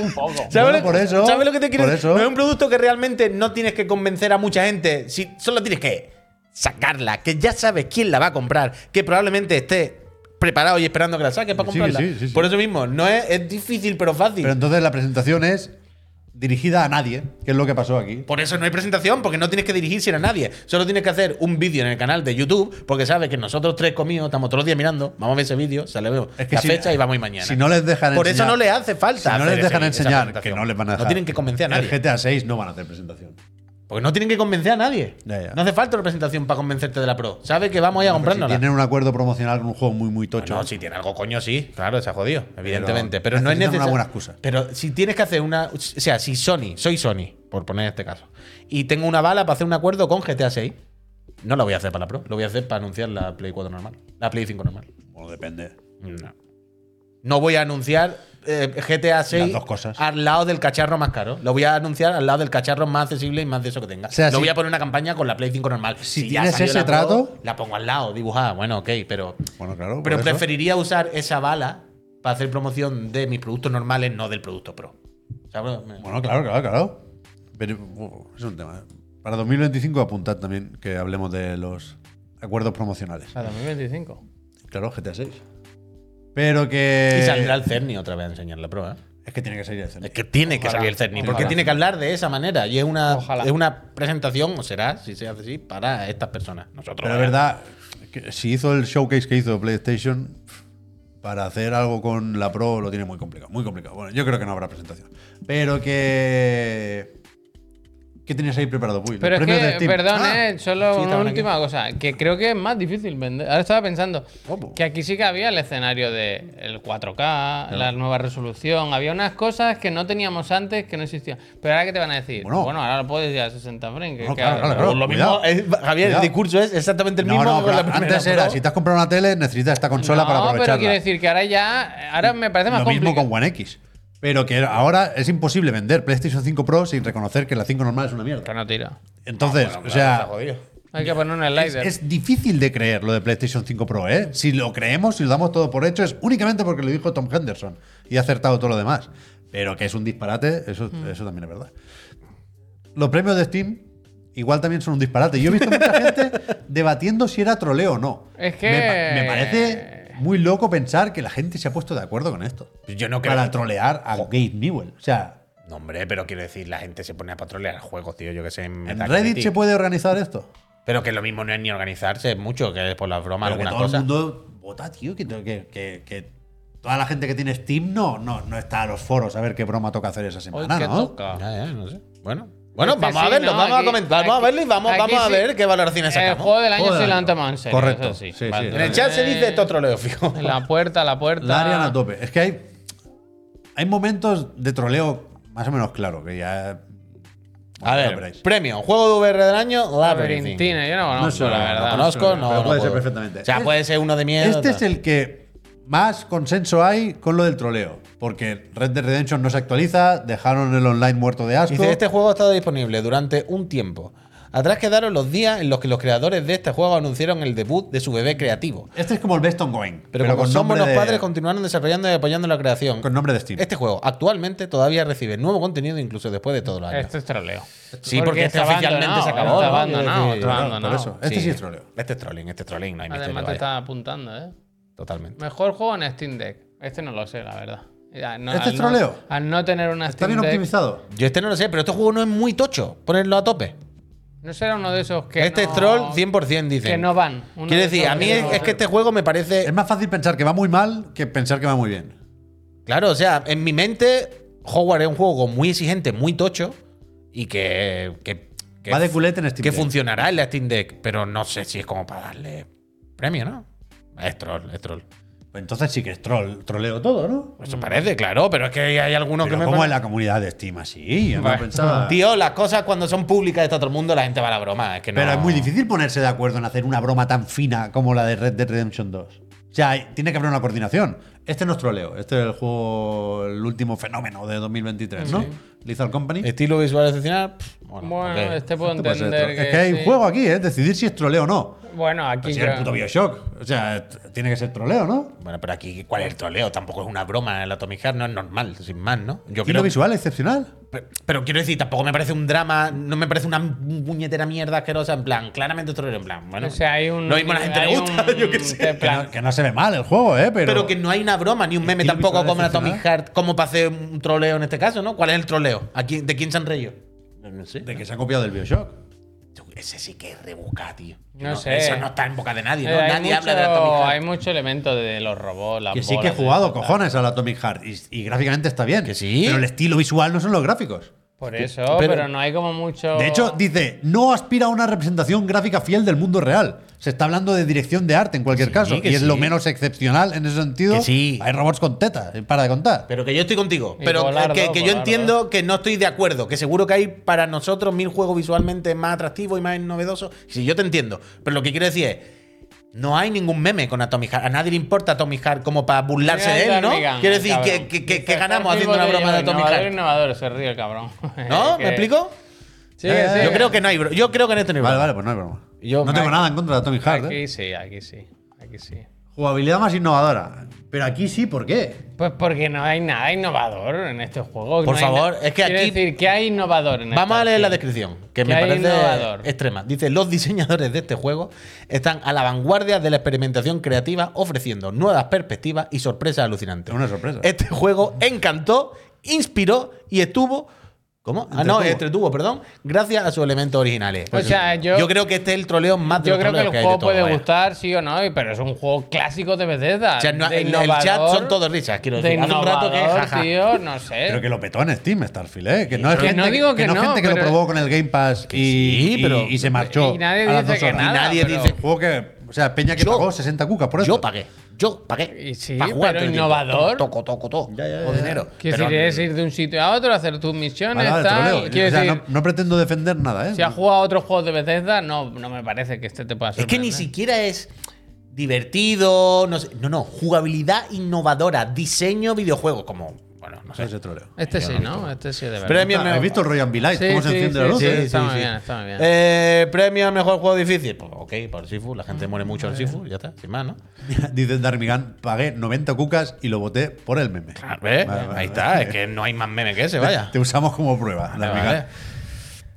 Speaker 1: Un poco.
Speaker 2: Bueno, por eso,
Speaker 5: ¿Sabes lo que te quiero
Speaker 2: por
Speaker 5: decir?
Speaker 2: eso.
Speaker 5: No es un producto que realmente no tienes que convencer a mucha gente. Si solo tienes que sacarla, que ya sabes quién la va a comprar, que probablemente esté preparado y esperando que la saques para
Speaker 2: Sí,
Speaker 5: comprarla.
Speaker 2: sí, sí, sí.
Speaker 5: Por eso mismo, no es, es difícil pero fácil.
Speaker 2: Pero entonces la presentación es dirigida a nadie, que es lo que pasó aquí.
Speaker 5: Por eso no hay presentación, porque no tienes que dirigirse a nadie. Solo tienes que hacer un vídeo en el canal de YouTube, porque sabes que nosotros tres comidos estamos todos los días mirando. Vamos a ver ese vídeo, sale vemos
Speaker 2: Es que
Speaker 5: la
Speaker 2: si-
Speaker 5: fecha y vamos y mañana.
Speaker 2: si no les dejan
Speaker 5: Por
Speaker 2: enseñar-
Speaker 5: eso no le hace falta.
Speaker 2: Si no
Speaker 5: hacer
Speaker 2: les dejan
Speaker 5: ese- esa
Speaker 2: enseñar, que
Speaker 5: presentación.
Speaker 2: no les van a dejar.
Speaker 5: No tienen que convencer a nadie.
Speaker 2: El GTA 6 no van a hacer presentación.
Speaker 5: Porque no tienen que convencer a nadie.
Speaker 2: Ya, ya.
Speaker 5: No hace falta una presentación para convencerte de la pro. Sabes que vamos a ir a
Speaker 2: Pero si
Speaker 5: comprándola. Ah,
Speaker 2: tienen un acuerdo promocional con un juego muy, muy tocho.
Speaker 5: No, si tiene algo coño, sí. Claro, se ha jodido, evidentemente. Pero, no
Speaker 2: necesitan
Speaker 5: es necesario.
Speaker 2: una buena excusa.
Speaker 5: Pero si tienes que hacer una. O sea, si Sony, soy Sony, por poner este caso, y tengo una bala para hacer un acuerdo con GTA 6, no la voy a hacer para la Pro, lo voy a hacer para anunciar la Play 4 normal, la Play 5 normal.
Speaker 2: Bueno, depende.
Speaker 5: No. No voy a anunciar eh, GTA 6
Speaker 2: dos cosas.
Speaker 5: al lado del cacharro más caro. Lo voy a anunciar al lado del cacharro más accesible y más de eso que tenga.
Speaker 2: O sea,
Speaker 5: no
Speaker 2: si-
Speaker 5: voy a poner una campaña con la Play 5 normal.
Speaker 2: Si
Speaker 5: ya
Speaker 2: tienes
Speaker 5: salió
Speaker 2: ese
Speaker 5: la Pro,
Speaker 2: trato-
Speaker 5: la pongo al lado, dibujada. Bueno, ok, pero
Speaker 2: Bueno, claro.
Speaker 5: pero
Speaker 2: por eso.
Speaker 5: preferiría usar esa bala para hacer promoción de mis productos normales, no del producto pro. ¿Sabes?
Speaker 2: Bueno, claro, claro, claro. Pero uh, es un tema. ¿eh? Para 2025 apuntad también que hablemos de los acuerdos promocionales.
Speaker 1: A 2025.
Speaker 2: Claro, GTA 6. Pero que...
Speaker 5: y saldrá el Cerny otra vez a enseñar la pro, ¿eh?
Speaker 2: Es que tiene que salir el E. CNI.
Speaker 5: Es que tiene que
Speaker 1: Ojalá.
Speaker 5: salir el Cerny,
Speaker 1: Ojalá.
Speaker 5: porque tiene que hablar de esa manera. Y es una,
Speaker 1: Ojalá.
Speaker 5: es una presentación, o será, si se hace así, para estas personas. Nosotros.
Speaker 2: Pero
Speaker 5: ¿eh?
Speaker 2: la verdad, que si hizo el showcase que hizo PlayStation, para hacer algo con la Pro lo tiene muy complicado, muy complicado. Bueno, yo creo que no habrá presentación. Pero que... ¿Qué tenías ahí preparado, Puy? Los
Speaker 1: Pero es
Speaker 2: premios de
Speaker 1: que,
Speaker 2: Steam.
Speaker 1: perdón,
Speaker 2: Ah,
Speaker 1: eh, solo
Speaker 5: sí,
Speaker 1: una
Speaker 5: estaban
Speaker 1: última cosa, que creo que es más difícil vender. Ahora estaba pensando
Speaker 2: Opo.
Speaker 1: que aquí sí que había el escenario del 4K, la nueva resolución, había unas cosas que no teníamos antes que no existían. Pero ahora que te van a decir,
Speaker 2: Bueno.
Speaker 1: bueno, ahora lo puedes ir a 60 frames. que-
Speaker 2: Bueno,
Speaker 1: que
Speaker 2: claro,
Speaker 1: ahora-
Speaker 2: claro, claro.
Speaker 5: Lo mismo,
Speaker 2: Cuidado.
Speaker 5: es- Javier,
Speaker 2: Cuidado.
Speaker 5: el discurso es exactamente el
Speaker 2: No,
Speaker 5: mismo.
Speaker 2: no,
Speaker 5: que
Speaker 2: pero
Speaker 5: con la primera
Speaker 2: antes era,
Speaker 5: Pro.
Speaker 2: si te has comprado una tele, necesitas esta consola para
Speaker 1: No,
Speaker 2: aprovecharla.
Speaker 1: pero quiero decir que ahora ya, ahora me parece más
Speaker 2: Lo mismo
Speaker 1: complicado.
Speaker 2: con One X. Pero que ahora es imposible vender PlayStation 5 Pro sin reconocer que la 5 normal es una mierda.
Speaker 1: Que no tira.
Speaker 2: Entonces,
Speaker 5: Ah, Bueno,
Speaker 2: o
Speaker 5: claro,
Speaker 2: sea,
Speaker 5: está jodido.
Speaker 1: Hay que poner un
Speaker 2: es,
Speaker 1: slider.
Speaker 2: es difícil de creer lo de PlayStation 5 Pro, ¿eh? Si lo creemos, si lo damos todo por hecho, es únicamente porque lo dijo Tom Henderson y ha acertado todo lo demás. Pero que es un disparate, eso,
Speaker 1: Mm.
Speaker 2: eso también es verdad. Los premios de Steam igual también son un disparate. Yo he visto mucha gente debatiendo si era troleo o no.
Speaker 1: Es que-
Speaker 2: Me pa- me parece muy loco pensar que la gente se ha puesto de acuerdo con esto.
Speaker 5: Pues Yo no creo.
Speaker 2: para trolear a Gabe Newell. O sea,
Speaker 5: No, hombre, pero quiero decir, la gente se pone a patrolear juegos, tío. Yo que sé.
Speaker 2: ¿en Reddit se puede organizar esto?
Speaker 5: Pero que lo mismo no es ni organizarse, es mucho, que es por las bromas
Speaker 2: Pero que
Speaker 5: algunas
Speaker 2: todo
Speaker 5: cosas.
Speaker 2: el mundo vota, tío. Que, que- que- que toda la gente que tiene Steam no, no, no está a los foros a ver qué broma toca hacer esa
Speaker 1: Hoy
Speaker 2: semana,
Speaker 1: que
Speaker 2: ¿no?
Speaker 1: toca.
Speaker 5: Ya, ya, no sé. Bueno. Bueno,
Speaker 1: Este
Speaker 5: vamos a
Speaker 1: sí,
Speaker 5: verlo,
Speaker 1: no,
Speaker 5: vamos
Speaker 1: aquí-
Speaker 5: a comentar, vamos a
Speaker 1: aquí-
Speaker 5: verlo y vamos,
Speaker 1: aquí
Speaker 5: vamos a
Speaker 1: sí.
Speaker 5: ver qué valoraciones
Speaker 1: El
Speaker 5: sacamos.
Speaker 1: Eh, juego del año
Speaker 2: Juego
Speaker 1: sí
Speaker 2: del
Speaker 1: lo
Speaker 2: año.
Speaker 1: han tomado en serio.
Speaker 2: Correcto,
Speaker 1: eso sí.
Speaker 2: sí, sí.
Speaker 1: Vale.
Speaker 5: En el chat se dice esto troleo, fijo.
Speaker 1: En la puerta, la puerta.
Speaker 2: La Ariana a tope. Es que hay, hay momentos de troleo más o menos claro, que ya.
Speaker 5: A
Speaker 2: bueno, ya
Speaker 5: ver,
Speaker 2: veréis.
Speaker 5: premio, juego de VR del año, Labyrinth.
Speaker 1: Labyrinthine, yo no conozco,
Speaker 2: No sé,
Speaker 1: la
Speaker 2: no
Speaker 1: verdad.
Speaker 5: Lo conozco,
Speaker 2: Pero
Speaker 5: no.
Speaker 2: puede
Speaker 5: no
Speaker 2: ser
Speaker 5: puedo.
Speaker 2: perfectamente.
Speaker 5: O sea, puede ser uno de miedo.
Speaker 2: Este
Speaker 5: tal.
Speaker 2: es el que más consenso hay con lo del troleo, porque Red Dead Redemption no se actualiza, dejaron el online muerto de asco.
Speaker 5: Dice, este juego ha estado disponible durante un tiempo. Atrás quedaron los días en los que los creadores de este juego anunciaron el debut de su bebé creativo.
Speaker 2: Este es como el Best Ongoing,
Speaker 5: Pero,
Speaker 2: pero,
Speaker 5: como
Speaker 2: con
Speaker 5: somos
Speaker 2: nombre
Speaker 5: los
Speaker 2: de-
Speaker 5: padres, continuaron desarrollando y apoyando la creación.
Speaker 2: con nombre de Steam.
Speaker 5: Este juego actualmente todavía recibe nuevo contenido incluso después de todos los años.
Speaker 1: Esto es troleo.
Speaker 5: Sí, porque, este
Speaker 1: está
Speaker 5: oficialmente se acabó.
Speaker 1: abandonado, ¿eh? Está abandonado,
Speaker 5: ¿no? Quiero decir,
Speaker 1: está
Speaker 2: claro,
Speaker 1: abandonado.
Speaker 2: por eso. Este sí es troleo.
Speaker 5: Este es trolling, este es trolling, no hay misterio.
Speaker 1: Además te
Speaker 5: vaya.
Speaker 1: está apuntando, ¿eh?
Speaker 5: Totalmente.
Speaker 1: Mejor juego en Steam Deck. Este no lo sé, la verdad. Ya, no-
Speaker 2: ¿Este
Speaker 1: al
Speaker 2: es
Speaker 1: no-
Speaker 2: troleo?
Speaker 1: al no tener una
Speaker 2: Está
Speaker 1: Steam
Speaker 2: bien
Speaker 1: Deck,
Speaker 2: optimizado.
Speaker 5: Yo este no lo sé, pero este juego no es muy tocho. Ponerlo a tope.
Speaker 1: No será uno de esos que.
Speaker 5: este
Speaker 1: no-
Speaker 5: es troll 100%, dicen.
Speaker 1: Que no van. Uno
Speaker 5: Quiero
Speaker 1: de
Speaker 5: decir,
Speaker 1: esos
Speaker 5: a mí es,
Speaker 1: no-
Speaker 5: es que este juego me parece.
Speaker 2: Eh, Es más fácil pensar que va muy mal que pensar que va muy bien.
Speaker 5: Claro, o sea, en mi mente, Hogwarts es un juego muy exigente, muy tocho y que. que, que
Speaker 2: Va de culete en Steam
Speaker 5: Que
Speaker 2: Deck.
Speaker 5: funcionará en la Steam Deck, pero no sé si es como para darle premio, ¿no? Es troll, es troll.
Speaker 2: Pues entonces sí que es troll, troleo todo, ¿no?
Speaker 5: Eso parece, claro, pero es que hay algunos
Speaker 2: Mm. Pero
Speaker 5: que me.
Speaker 2: ¿cómo
Speaker 5: pare-
Speaker 2: es la comunidad de Steam así? Yo no
Speaker 1: Vale.
Speaker 2: pensaba-
Speaker 5: Tío, las cosas cuando son públicas de todo el mundo, la gente va a la broma. Es que no-
Speaker 2: Pero es muy difícil ponerse de acuerdo en hacer una broma tan fina como la de Red Dead Redemption 2. O sea, hay- tiene que haber una coordinación. Este no es troleo. Este es el juego, el último fenómeno de 2023, ¿no? Lethal Company.
Speaker 5: Estilo visual excepcional. pff, Bueno,
Speaker 1: Bueno,
Speaker 5: ok.
Speaker 1: este puedo
Speaker 2: Esto puede ser
Speaker 1: entender
Speaker 2: tro-
Speaker 1: que.
Speaker 2: es que hay
Speaker 1: sí.
Speaker 2: un juego aquí, ¿eh? Decidir si es troleo o no.
Speaker 1: Bueno, aquí.
Speaker 2: Si es
Speaker 1: ya-
Speaker 2: el puto Bioshock. O sea, t- tiene que ser troleo, ¿no?
Speaker 5: Bueno, pero aquí, ¿cuál es el troleo? Tampoco es una broma. El Atomic Heart no es normal, sin más, ¿no? Yo
Speaker 2: Y
Speaker 5: creo
Speaker 2: lo visual excepcional.
Speaker 5: Pero, pero quiero decir, tampoco me parece un drama, no me parece una puñetera mierda asquerosa, en plan, claramente otro en plan, bueno,
Speaker 1: O sea, hay un.
Speaker 5: lo mismo a la gente
Speaker 1: hay
Speaker 5: le gusta,
Speaker 1: un-
Speaker 5: yo qué sé.
Speaker 1: de
Speaker 2: Que
Speaker 1: plan-
Speaker 2: no, que no se ve mal el juego, ¿eh? Pero,
Speaker 5: Pero, que no hay una broma ni un meme
Speaker 2: Estilo
Speaker 5: tampoco
Speaker 2: visual
Speaker 5: como la Tommy
Speaker 2: excepcional.
Speaker 5: Hart, como para hacer un troleo en este caso, ¿no? ¿Cuál es el troleo? ¿A quién- ¿De quién se han reído? No sé.
Speaker 2: De que se ha copiado del Bioshock.
Speaker 5: Tú, Ese sí que es rebuscado, tío.
Speaker 1: No sé.
Speaker 5: Eso no está en boca de nadie, ¿no?
Speaker 1: Eh, hay
Speaker 5: nadie
Speaker 1: mucho-
Speaker 5: habla de la Tommy
Speaker 1: Hay
Speaker 5: Hart.
Speaker 1: mucho elemento de los robots, las
Speaker 2: Que sí que he
Speaker 1: bolas,
Speaker 2: jugado,
Speaker 1: etcétera.
Speaker 2: cojones, al Atomic Heart. Y, y gráficamente está bien.
Speaker 5: Que sí.
Speaker 2: Pero el estilo visual no son los gráficos.
Speaker 1: Por eso,
Speaker 5: pero-
Speaker 1: pero, no hay como mucho.
Speaker 2: De hecho, dice, no aspira a una representación gráfica fiel del mundo real. Se está hablando de dirección de arte en cualquier caso.
Speaker 5: que
Speaker 2: Y es
Speaker 5: sí.
Speaker 2: lo menos excepcional en ese sentido.
Speaker 5: Que sí.
Speaker 2: Hay robots con tetas, para de contar.
Speaker 5: Pero que yo estoy contigo.
Speaker 1: Y
Speaker 5: Pero
Speaker 1: Golardo,
Speaker 5: que, que yo
Speaker 1: Golardo.
Speaker 5: entiendo que no estoy de acuerdo. Que seguro que hay para nosotros mil juegos visualmente más atractivos y más novedosos. Sí, yo te entiendo. Pero lo que quiero decir es. No hay ningún meme con Atomic Heart. A nadie le importa Atomic Heart como para burlarse
Speaker 1: Mira,
Speaker 5: de él, ¿no?
Speaker 1: Darnigan,
Speaker 5: Quiero decir,
Speaker 1: cabrón.
Speaker 5: que, que- que-
Speaker 1: Dice,
Speaker 5: que ganamos
Speaker 1: "Jorge
Speaker 5: haciendo una broma de
Speaker 1: Botella,
Speaker 5: Atomic
Speaker 1: innovador,
Speaker 5: Heart.
Speaker 1: innovador, se ríe el cabrón.
Speaker 5: ¿No?
Speaker 1: Que-
Speaker 5: ¿Me explico? Eh,
Speaker 1: Sí, sí.
Speaker 5: Yo creo que no hay bro- Yo creo que en este no hay
Speaker 2: Vale,
Speaker 5: broma.
Speaker 2: vale, pues no hay broma.
Speaker 5: Yo-
Speaker 2: no tengo nada en contra de Atomic Heart. ¿eh?
Speaker 1: Aquí sí, aquí sí. Aquí sí.
Speaker 2: Jugabilidad más innovadora. Pero aquí sí, ¿por qué?
Speaker 1: Pues porque no hay nada innovador en este juego.
Speaker 5: Por
Speaker 1: no hay
Speaker 5: favor,
Speaker 1: na-
Speaker 5: es que
Speaker 1: Quiero
Speaker 5: aquí-
Speaker 1: decir, ¿qué hay innovador en
Speaker 5: Vamos
Speaker 1: esta
Speaker 5: a leer la
Speaker 1: opción?
Speaker 5: descripción, que
Speaker 1: Que
Speaker 5: me
Speaker 1: hay
Speaker 5: parece
Speaker 1: innovador.
Speaker 5: extrema. Dice, los diseñadores de este juego están a la vanguardia de la experimentación creativa ofreciendo nuevas perspectivas y sorpresas alucinantes.
Speaker 2: Es una sorpresa.
Speaker 5: Este juego encantó, inspiró y estuvo... ¿Cómo? Ah, no,
Speaker 2: Entretuvo.
Speaker 5: entretuvo, perdón. Gracias a sus elementos originales.
Speaker 1: O sea, yo-
Speaker 5: creo que este es el troleo más de
Speaker 1: Yo
Speaker 5: los
Speaker 1: creo que el
Speaker 5: troleos hay de
Speaker 1: juego
Speaker 5: todo,
Speaker 1: puede
Speaker 5: vaya.
Speaker 1: gustar, sí o no, y- pero es un juego clásico de Bethesda.
Speaker 5: O sea, no-
Speaker 1: de
Speaker 5: en el chat
Speaker 1: innovador-
Speaker 5: son todos risas, quiero
Speaker 1: De
Speaker 5: decir. Hace un rato que
Speaker 1: innovador,
Speaker 5: jaja.
Speaker 1: tío, no sé.
Speaker 2: Pero que lo petó en Steam, Starfield, ¿eh? Que no es
Speaker 1: Eh. Que
Speaker 2: gente
Speaker 1: no digo que
Speaker 2: no es
Speaker 1: no,
Speaker 2: gente que lo
Speaker 1: pero-
Speaker 2: probó con el Game Pass y,
Speaker 5: sí,
Speaker 2: y-
Speaker 5: pero-
Speaker 2: y se marchó.
Speaker 1: y nadie
Speaker 2: a las
Speaker 1: dice
Speaker 2: dos
Speaker 1: que
Speaker 2: horas.
Speaker 1: nada,
Speaker 5: nadie
Speaker 1: pero-
Speaker 5: dice-
Speaker 2: Juego que. O sea, Peña que
Speaker 5: Yo-
Speaker 2: pagó 60 cucas por eso.
Speaker 5: Yo pagué. Yo pagué.
Speaker 1: Y sí,
Speaker 5: pa' jugar
Speaker 1: pero
Speaker 5: todo el tiempo.
Speaker 1: innovador.
Speaker 5: Toco, toco, toco.
Speaker 2: Ya, ya,
Speaker 5: O
Speaker 2: ya.
Speaker 5: dinero.
Speaker 1: Que
Speaker 5: Pero-
Speaker 1: si quieres ir de un sitio a otro, hacer tus
Speaker 2: Vale,
Speaker 1: misiones,
Speaker 2: vale,
Speaker 1: tal.
Speaker 2: troleo.
Speaker 1: Quiero
Speaker 2: O sea,
Speaker 1: decir,
Speaker 2: no, no pretendo defender nada, ¿eh?
Speaker 1: si has jugado a otros juegos de Bethesda, no, no me parece que este te pueda
Speaker 5: Es que
Speaker 1: sorprender.
Speaker 5: ni siquiera es divertido. No, sé. no, no, jugabilidad innovadora, diseño videojuego, como. Bueno, no sé.
Speaker 2: Ese troleo.
Speaker 1: Este sí, ¿no? Este sí, de verdad.
Speaker 5: Premio
Speaker 2: ¿Has visto el Royal Light?
Speaker 1: Sí,
Speaker 2: ¿Cómo
Speaker 1: sí,
Speaker 2: se enciende
Speaker 1: sí,
Speaker 2: la luz?
Speaker 1: sí.
Speaker 2: eh?
Speaker 1: está muy bien, está muy bien.
Speaker 5: Eh, premio al mejor juego difícil. Pues, ok, para el Sifu. La
Speaker 1: Ah,
Speaker 5: gente muere mucho al Sifu, ya está, sin más, ¿no?
Speaker 2: Dice Darmigan, pagué 90 cucas y lo voté por el meme.
Speaker 1: Ah,
Speaker 5: A
Speaker 2: Vale,
Speaker 5: ver,
Speaker 2: vale,
Speaker 5: ¿eh? ahí
Speaker 2: vale.
Speaker 5: está, es que no hay más meme que ese, vaya.
Speaker 2: Te usamos como prueba, Darmigan.
Speaker 1: Este
Speaker 5: Vale.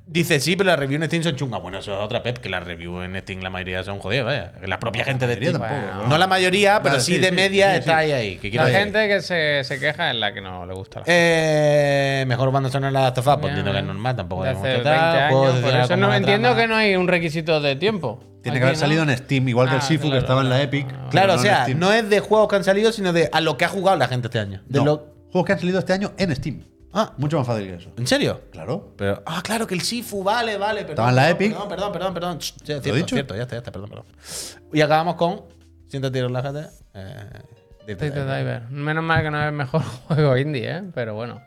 Speaker 5: Dice, sí, pero las reviews en Steam son chungas. Bueno, eso es otra pep, que las reviews en Steam la mayoría son jodidas, vaya. La propia gente de
Speaker 2: mayoría
Speaker 5: Steam.
Speaker 2: tampoco,
Speaker 5: no
Speaker 2: ¿no?
Speaker 5: la mayoría, pero
Speaker 2: Vale,
Speaker 5: sí,
Speaker 2: sí,
Speaker 5: de
Speaker 2: sí,
Speaker 5: media
Speaker 2: sí, sí.
Speaker 5: está ahí, ahí. que quiero
Speaker 1: La
Speaker 5: decir.
Speaker 1: gente que se, se queja es la que no le gusta la
Speaker 5: Eh, mejor banda sonora de Last of Us, pues
Speaker 1: Bien,
Speaker 5: entiendo que es
Speaker 1: bien.
Speaker 5: normal, tampoco
Speaker 1: de
Speaker 5: tenemos
Speaker 1: hace
Speaker 5: que
Speaker 1: 20
Speaker 5: tal, juegos
Speaker 1: años.
Speaker 5: de
Speaker 1: Por
Speaker 5: escenario
Speaker 1: eso
Speaker 5: como
Speaker 1: no
Speaker 5: la
Speaker 1: entiendo
Speaker 5: trama.
Speaker 1: que no hay un requisito de tiempo.
Speaker 2: Tiene que haber
Speaker 1: Aquí, ¿no?
Speaker 2: salido en Steam, igual que el
Speaker 1: Ah,
Speaker 2: Sifu
Speaker 1: claro,
Speaker 2: que estaba en la
Speaker 1: claro.
Speaker 2: Epic.
Speaker 5: Claro, o
Speaker 2: pero
Speaker 5: sea,
Speaker 2: en Steam.
Speaker 5: no es de juegos que han salido, sino de a lo que ha jugado la gente este año. De
Speaker 2: No,
Speaker 5: lo-
Speaker 2: Juegos que han salido este año en Steam.
Speaker 5: Ah.
Speaker 2: Mucho más fácil que eso.
Speaker 5: ¿En serio?
Speaker 2: Claro.
Speaker 5: Pero, ah, claro, que el Sifu, vale, vale. Perdón,
Speaker 2: Estaba en la
Speaker 5: perdón,
Speaker 2: Epic.
Speaker 5: Perdón, perdón, perdón. perdón. Ch, ya, cierto,
Speaker 2: dicho?
Speaker 5: cierto, ya está, ya está, perdón, perdón. Y acabamos con. Siéntate y relájate. Eh, Deep
Speaker 1: State
Speaker 5: Dive.
Speaker 1: Diver. Menos mal que no es el mejor juego indie, ¿eh? Pero bueno.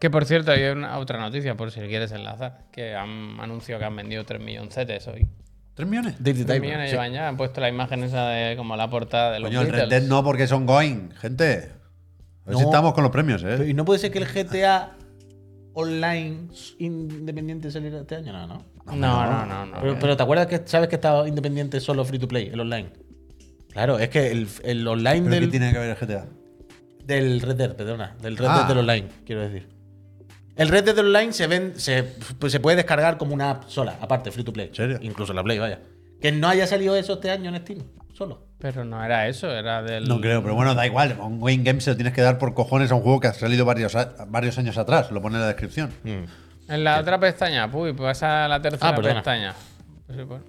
Speaker 1: Que por cierto, hay una, otra noticia, por si quieres enlazar, que han anunciado que han vendido 3 milloncetes hoy.
Speaker 2: ¿Tres millones?
Speaker 5: Deep
Speaker 1: 3
Speaker 5: Dive,
Speaker 1: millones
Speaker 5: sí.
Speaker 1: llevan ya, han puesto la imagen esa de como la portada de los
Speaker 2: Coño, el Red
Speaker 1: Beatles.
Speaker 2: Dead no, porque son going, gente. A ver
Speaker 5: No.
Speaker 2: si estamos con los premios,
Speaker 5: Pero,
Speaker 2: ¿eh?
Speaker 5: ¿Y no puede ser que el GTA Online independiente saliera este año? No, no.
Speaker 1: No, no, no, no.
Speaker 5: Pero, pero ¿te acuerdas que sabes que estaba independiente solo free to play, el online? Claro, es que el, el online
Speaker 2: ¿Pero qué
Speaker 5: del,
Speaker 2: tiene que ver el GTA?
Speaker 5: del Red Dead, perdona, del Red
Speaker 2: Ah.
Speaker 5: Dead del online, quiero decir. El Red Dead del online se, ven, se, pues se puede descargar como una app sola, aparte, free to play.
Speaker 2: serio?
Speaker 5: Incluso la Play, vaya. Que no haya salido eso este año en Steam, solo.
Speaker 1: Pero no era eso, era del.
Speaker 2: No creo, pero bueno, da igual. Un going game se lo tienes que dar por cojones a un juego que ha salido varios, a- varios años atrás. Lo pone en la descripción.
Speaker 1: En la otra pestaña, puy, pasa a la tercera
Speaker 5: Ah, perdona.
Speaker 1: pestaña. Sí, pues.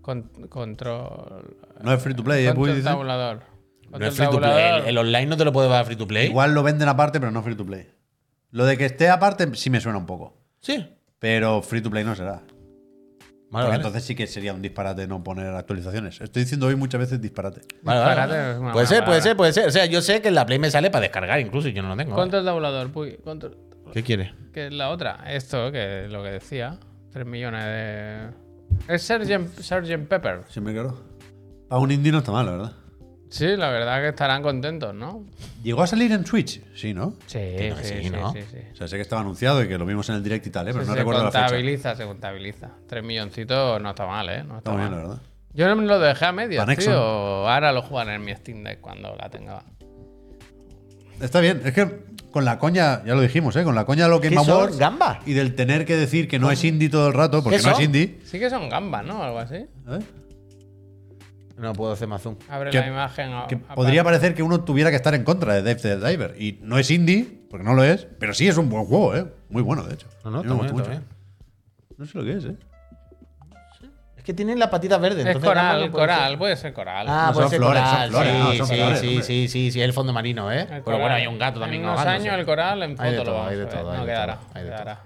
Speaker 1: Con- control.
Speaker 2: No es free to play, ¿eh? Puy,
Speaker 1: Control
Speaker 2: dice.
Speaker 1: tabulador.
Speaker 5: No
Speaker 1: Control
Speaker 5: es free to play.
Speaker 1: tabulador.
Speaker 5: El, el online no te lo puede bajar free to play.
Speaker 2: Igual lo venden aparte, pero no free to play. Lo de que esté aparte sí me suena un poco.
Speaker 5: Sí.
Speaker 2: Pero free to play no será.
Speaker 5: Vale,
Speaker 2: Porque
Speaker 5: vale.
Speaker 2: entonces sí que sería un disparate no poner actualizaciones. Estoy diciendo hoy muchas veces disparate.
Speaker 5: Vale, vale,
Speaker 1: Disparate
Speaker 5: vale.
Speaker 1: es una
Speaker 5: Puede
Speaker 1: buena
Speaker 5: ser, puede
Speaker 1: palabra.
Speaker 5: ser, puede ser. O sea, yo sé que en la Play me sale para descargar incluso y yo no lo tengo.
Speaker 1: Control tabulador, puy. Control.
Speaker 5: ¿Qué quieres?
Speaker 1: Que es la otra. Esto, que es lo que decía. 3 millones de. Es Sgt. Sgt. Pepper.
Speaker 2: Siempre claro. Para un indie no está mal, la verdad.
Speaker 1: Sí, la verdad es que estarán contentos, ¿no?
Speaker 2: Llegó a salir en Switch, sí, ¿no?
Speaker 1: Sí,
Speaker 5: Creo que
Speaker 1: sí,
Speaker 5: sí,
Speaker 1: sí,
Speaker 5: ¿no?
Speaker 1: sí, sí.
Speaker 2: O sea, sé que estaba anunciado y que lo vimos en el direct y tal, ¿eh? pero
Speaker 1: Sí,
Speaker 2: no
Speaker 1: se
Speaker 2: recuerdo la fecha.
Speaker 1: contabiliza, se contabiliza. Tres milloncitos no está mal, ¿eh? No está
Speaker 2: Está muy bien,
Speaker 1: mal.
Speaker 2: la verdad.
Speaker 1: Yo no me lo dejé a medias,
Speaker 2: Para Nexon.
Speaker 1: tío. Ahora lo jugaré en mi Steam Deck cuando la tenga.
Speaker 2: Está bien, es que con la coña, ya lo dijimos, ¿eh? Con la coña de los Game
Speaker 5: ¿Qué son?
Speaker 2: Awards
Speaker 5: ¿Gamba?
Speaker 2: y del tener que decir que no es indie todo el rato, porque
Speaker 5: ¿Qué
Speaker 2: no es
Speaker 5: son?
Speaker 2: indie.
Speaker 1: Sí que son gambas, ¿no? Algo así.
Speaker 2: ¿eh?
Speaker 5: No puedo hacer más zoom.
Speaker 1: Abre
Speaker 2: Que-
Speaker 1: la imagen. a-
Speaker 2: Que
Speaker 1: a-
Speaker 2: podría parecer que uno tuviera que estar en contra de Dave the Diver. Y no es indie, porque no lo es, pero sí es un buen juego, ¿eh? Muy bueno, de hecho.
Speaker 5: No, no,
Speaker 2: A mí me
Speaker 5: también,
Speaker 2: gustó
Speaker 5: también.
Speaker 2: No sé lo que es, ¿eh?
Speaker 5: Es que tienen la patita verde.
Speaker 1: Es
Speaker 5: entonces gamba
Speaker 1: coral,
Speaker 5: no puede ser.
Speaker 1: coral, puede ser coral.
Speaker 5: Ah,
Speaker 2: No,
Speaker 5: puede
Speaker 2: son
Speaker 5: ser
Speaker 2: flores,
Speaker 5: coral.
Speaker 2: son flores, no,
Speaker 5: sí,
Speaker 2: son
Speaker 5: sí,
Speaker 2: flores,
Speaker 5: sí,
Speaker 2: hombre.
Speaker 5: sí, sí, sí, el fondo marino, ¿eh?
Speaker 1: El
Speaker 5: Pero
Speaker 1: coral.
Speaker 5: bueno, hay un gato también
Speaker 1: En unos
Speaker 5: ahogándose.
Speaker 1: años el coral en
Speaker 5: Hay
Speaker 1: foto
Speaker 5: de
Speaker 1: lo
Speaker 5: todo,
Speaker 1: vamos
Speaker 5: hay de
Speaker 1: a ver.
Speaker 5: todo, hay
Speaker 1: No
Speaker 5: de
Speaker 1: quedará.
Speaker 5: todo, hay de
Speaker 1: quedará.